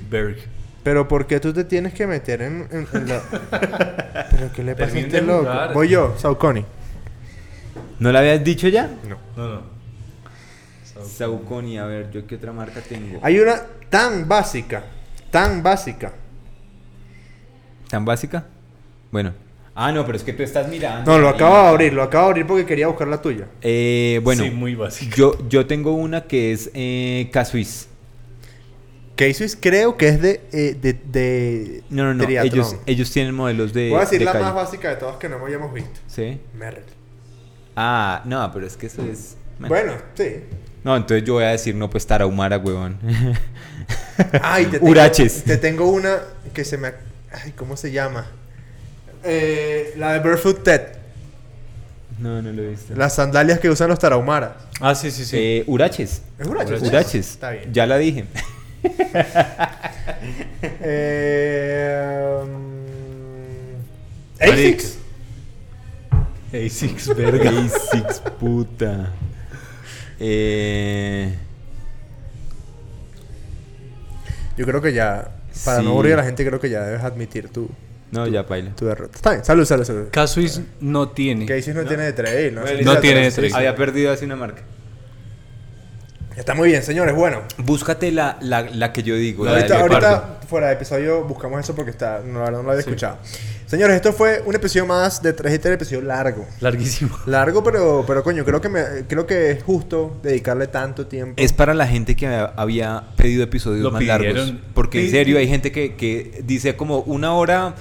[SPEAKER 2] Berg.
[SPEAKER 1] Pero ¿por qué tú te tienes que meter en, en- en la- ¿Pero qué le pasa a
[SPEAKER 2] Termine
[SPEAKER 1] este
[SPEAKER 2] de
[SPEAKER 1] loco?
[SPEAKER 2] jugar.
[SPEAKER 1] Voy yo, Saucony.
[SPEAKER 3] ¿No la habías dicho ya?
[SPEAKER 1] No.
[SPEAKER 2] No, no.
[SPEAKER 3] Saucony, a ver, yo qué otra marca tengo.
[SPEAKER 1] Hay una tan básica, tan básica.
[SPEAKER 3] ¿Tan básica? Bueno. Ah, no, pero es que tú estás mirando.
[SPEAKER 1] No, lo acabo de
[SPEAKER 3] Y-
[SPEAKER 1] abrir, lo acabo de abrir porque quería buscar la tuya.
[SPEAKER 3] Eh, bueno,
[SPEAKER 2] Sí, muy básica.
[SPEAKER 3] yo, yo tengo una que es eh, Casuis.
[SPEAKER 1] Cases creo que es de... eh, de, de
[SPEAKER 3] No, no, no.
[SPEAKER 1] triatlón.
[SPEAKER 3] Ellos, ellos tienen modelos de.
[SPEAKER 1] Voy a decir
[SPEAKER 3] de
[SPEAKER 1] la
[SPEAKER 3] calle.
[SPEAKER 1] más básica de todas que no hayamos visto.
[SPEAKER 3] Sí.
[SPEAKER 1] Merrell.
[SPEAKER 3] Ah, no, pero es que eso es.
[SPEAKER 1] Bueno, sí.
[SPEAKER 3] No, entonces yo voy a decir, no, pues Tarahumara, huevón.
[SPEAKER 1] Ay, te tengo,
[SPEAKER 3] Uraches.
[SPEAKER 1] Te tengo una que se me... ac- Ay, ¿cómo se llama? Eh, la de Barefoot Ted.
[SPEAKER 3] no, no lo he visto.
[SPEAKER 1] Las sandalias que usan los tarahumaras.
[SPEAKER 2] Ah, sí, sí, sí.
[SPEAKER 3] Eh, Uraches.
[SPEAKER 1] ¿Es Uraches?
[SPEAKER 3] Uraches.
[SPEAKER 1] Está bien.
[SPEAKER 3] Ya la dije.
[SPEAKER 1] Eh, mm,
[SPEAKER 2] Marica.
[SPEAKER 1] Asics.
[SPEAKER 2] Asics,
[SPEAKER 3] Basics, puta. Eh,
[SPEAKER 1] Yo creo que ya... Para
[SPEAKER 3] Sí.
[SPEAKER 1] no aburrir a la gente, creo que ya debes admitir tu,
[SPEAKER 3] no, ya paila.
[SPEAKER 1] tu derrota. Está bien. Salud, salud, salud.
[SPEAKER 2] Casuis no tiene.
[SPEAKER 1] Cases no, tiene de trail, ¿no?
[SPEAKER 2] No tiene de trail.
[SPEAKER 3] Había perdido hace una marca.
[SPEAKER 1] Está muy bien, señores. Bueno,
[SPEAKER 3] Búscate la, la, la que yo digo. la del
[SPEAKER 1] ahorita,
[SPEAKER 3] leopardo.
[SPEAKER 1] ahorita, fuera de episodio buscamos eso porque está, no, la verdad no lo había
[SPEAKER 2] Sí.
[SPEAKER 1] escuchado. Señores, esto fue un episodio más de tres este era el episodio largo.
[SPEAKER 2] Larguísimo.
[SPEAKER 1] Largo, pero, pero coño, creo que me, creo que es justo dedicarle tanto tiempo.
[SPEAKER 3] Es para la gente que había pedido episodios
[SPEAKER 2] Lo
[SPEAKER 3] más
[SPEAKER 2] pidieron.
[SPEAKER 3] largos. Porque en
[SPEAKER 2] Sí,
[SPEAKER 3] serio
[SPEAKER 2] sí.
[SPEAKER 3] hay gente que, que dice como una hora.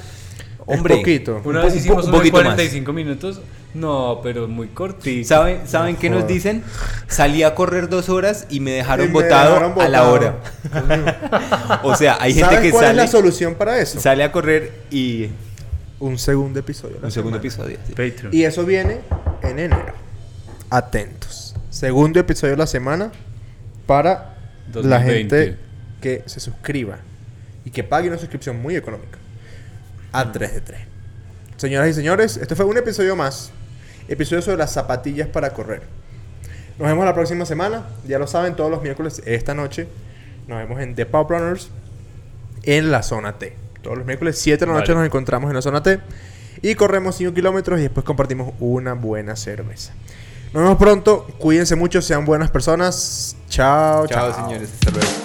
[SPEAKER 3] Hombre,
[SPEAKER 1] poquito.
[SPEAKER 3] un
[SPEAKER 2] Una
[SPEAKER 3] po-
[SPEAKER 2] vez
[SPEAKER 3] un po-
[SPEAKER 2] hicimos
[SPEAKER 3] un
[SPEAKER 2] uno de
[SPEAKER 3] poquito más.
[SPEAKER 2] 45 minutos. No, pero muy cortito.
[SPEAKER 3] ¿Saben, ¿saben qué nos
[SPEAKER 1] Joder.
[SPEAKER 3] dicen? Salí a correr dos horas y me dejaron,
[SPEAKER 1] Y me
[SPEAKER 3] botado,
[SPEAKER 1] dejaron
[SPEAKER 3] a la
[SPEAKER 1] botado.
[SPEAKER 3] hora. o sea, hay gente
[SPEAKER 1] ¿Sabes
[SPEAKER 3] que
[SPEAKER 1] cuál es
[SPEAKER 3] sale,
[SPEAKER 1] la solución para eso?
[SPEAKER 3] sale a correr y
[SPEAKER 1] Un segundo episodio. a la
[SPEAKER 3] un segundo
[SPEAKER 1] semana.
[SPEAKER 3] episodio. sí.
[SPEAKER 2] Patreon.
[SPEAKER 1] Y eso viene en enero. Atentos. Segundo episodio de la semana para la
[SPEAKER 2] 2020.
[SPEAKER 1] gente que se suscriba y que pague una suscripción muy económica. A 3 de 3. Señoras y señores, este fue un episodio más. Episodio sobre las zapatillas para correr. Nos vemos la próxima semana. Ya lo saben, todos los miércoles esta noche. Nos vemos en The Pop Runners en la zona T. Todos los miércoles, 7 de la noche,
[SPEAKER 2] Vale.
[SPEAKER 1] nos encontramos en la zona T. Y corremos 5 kilómetros y después compartimos una buena cerveza. Nos vemos pronto. Cuídense mucho, sean buenas personas. Chao, chao.
[SPEAKER 3] Chao, señores. Hasta luego.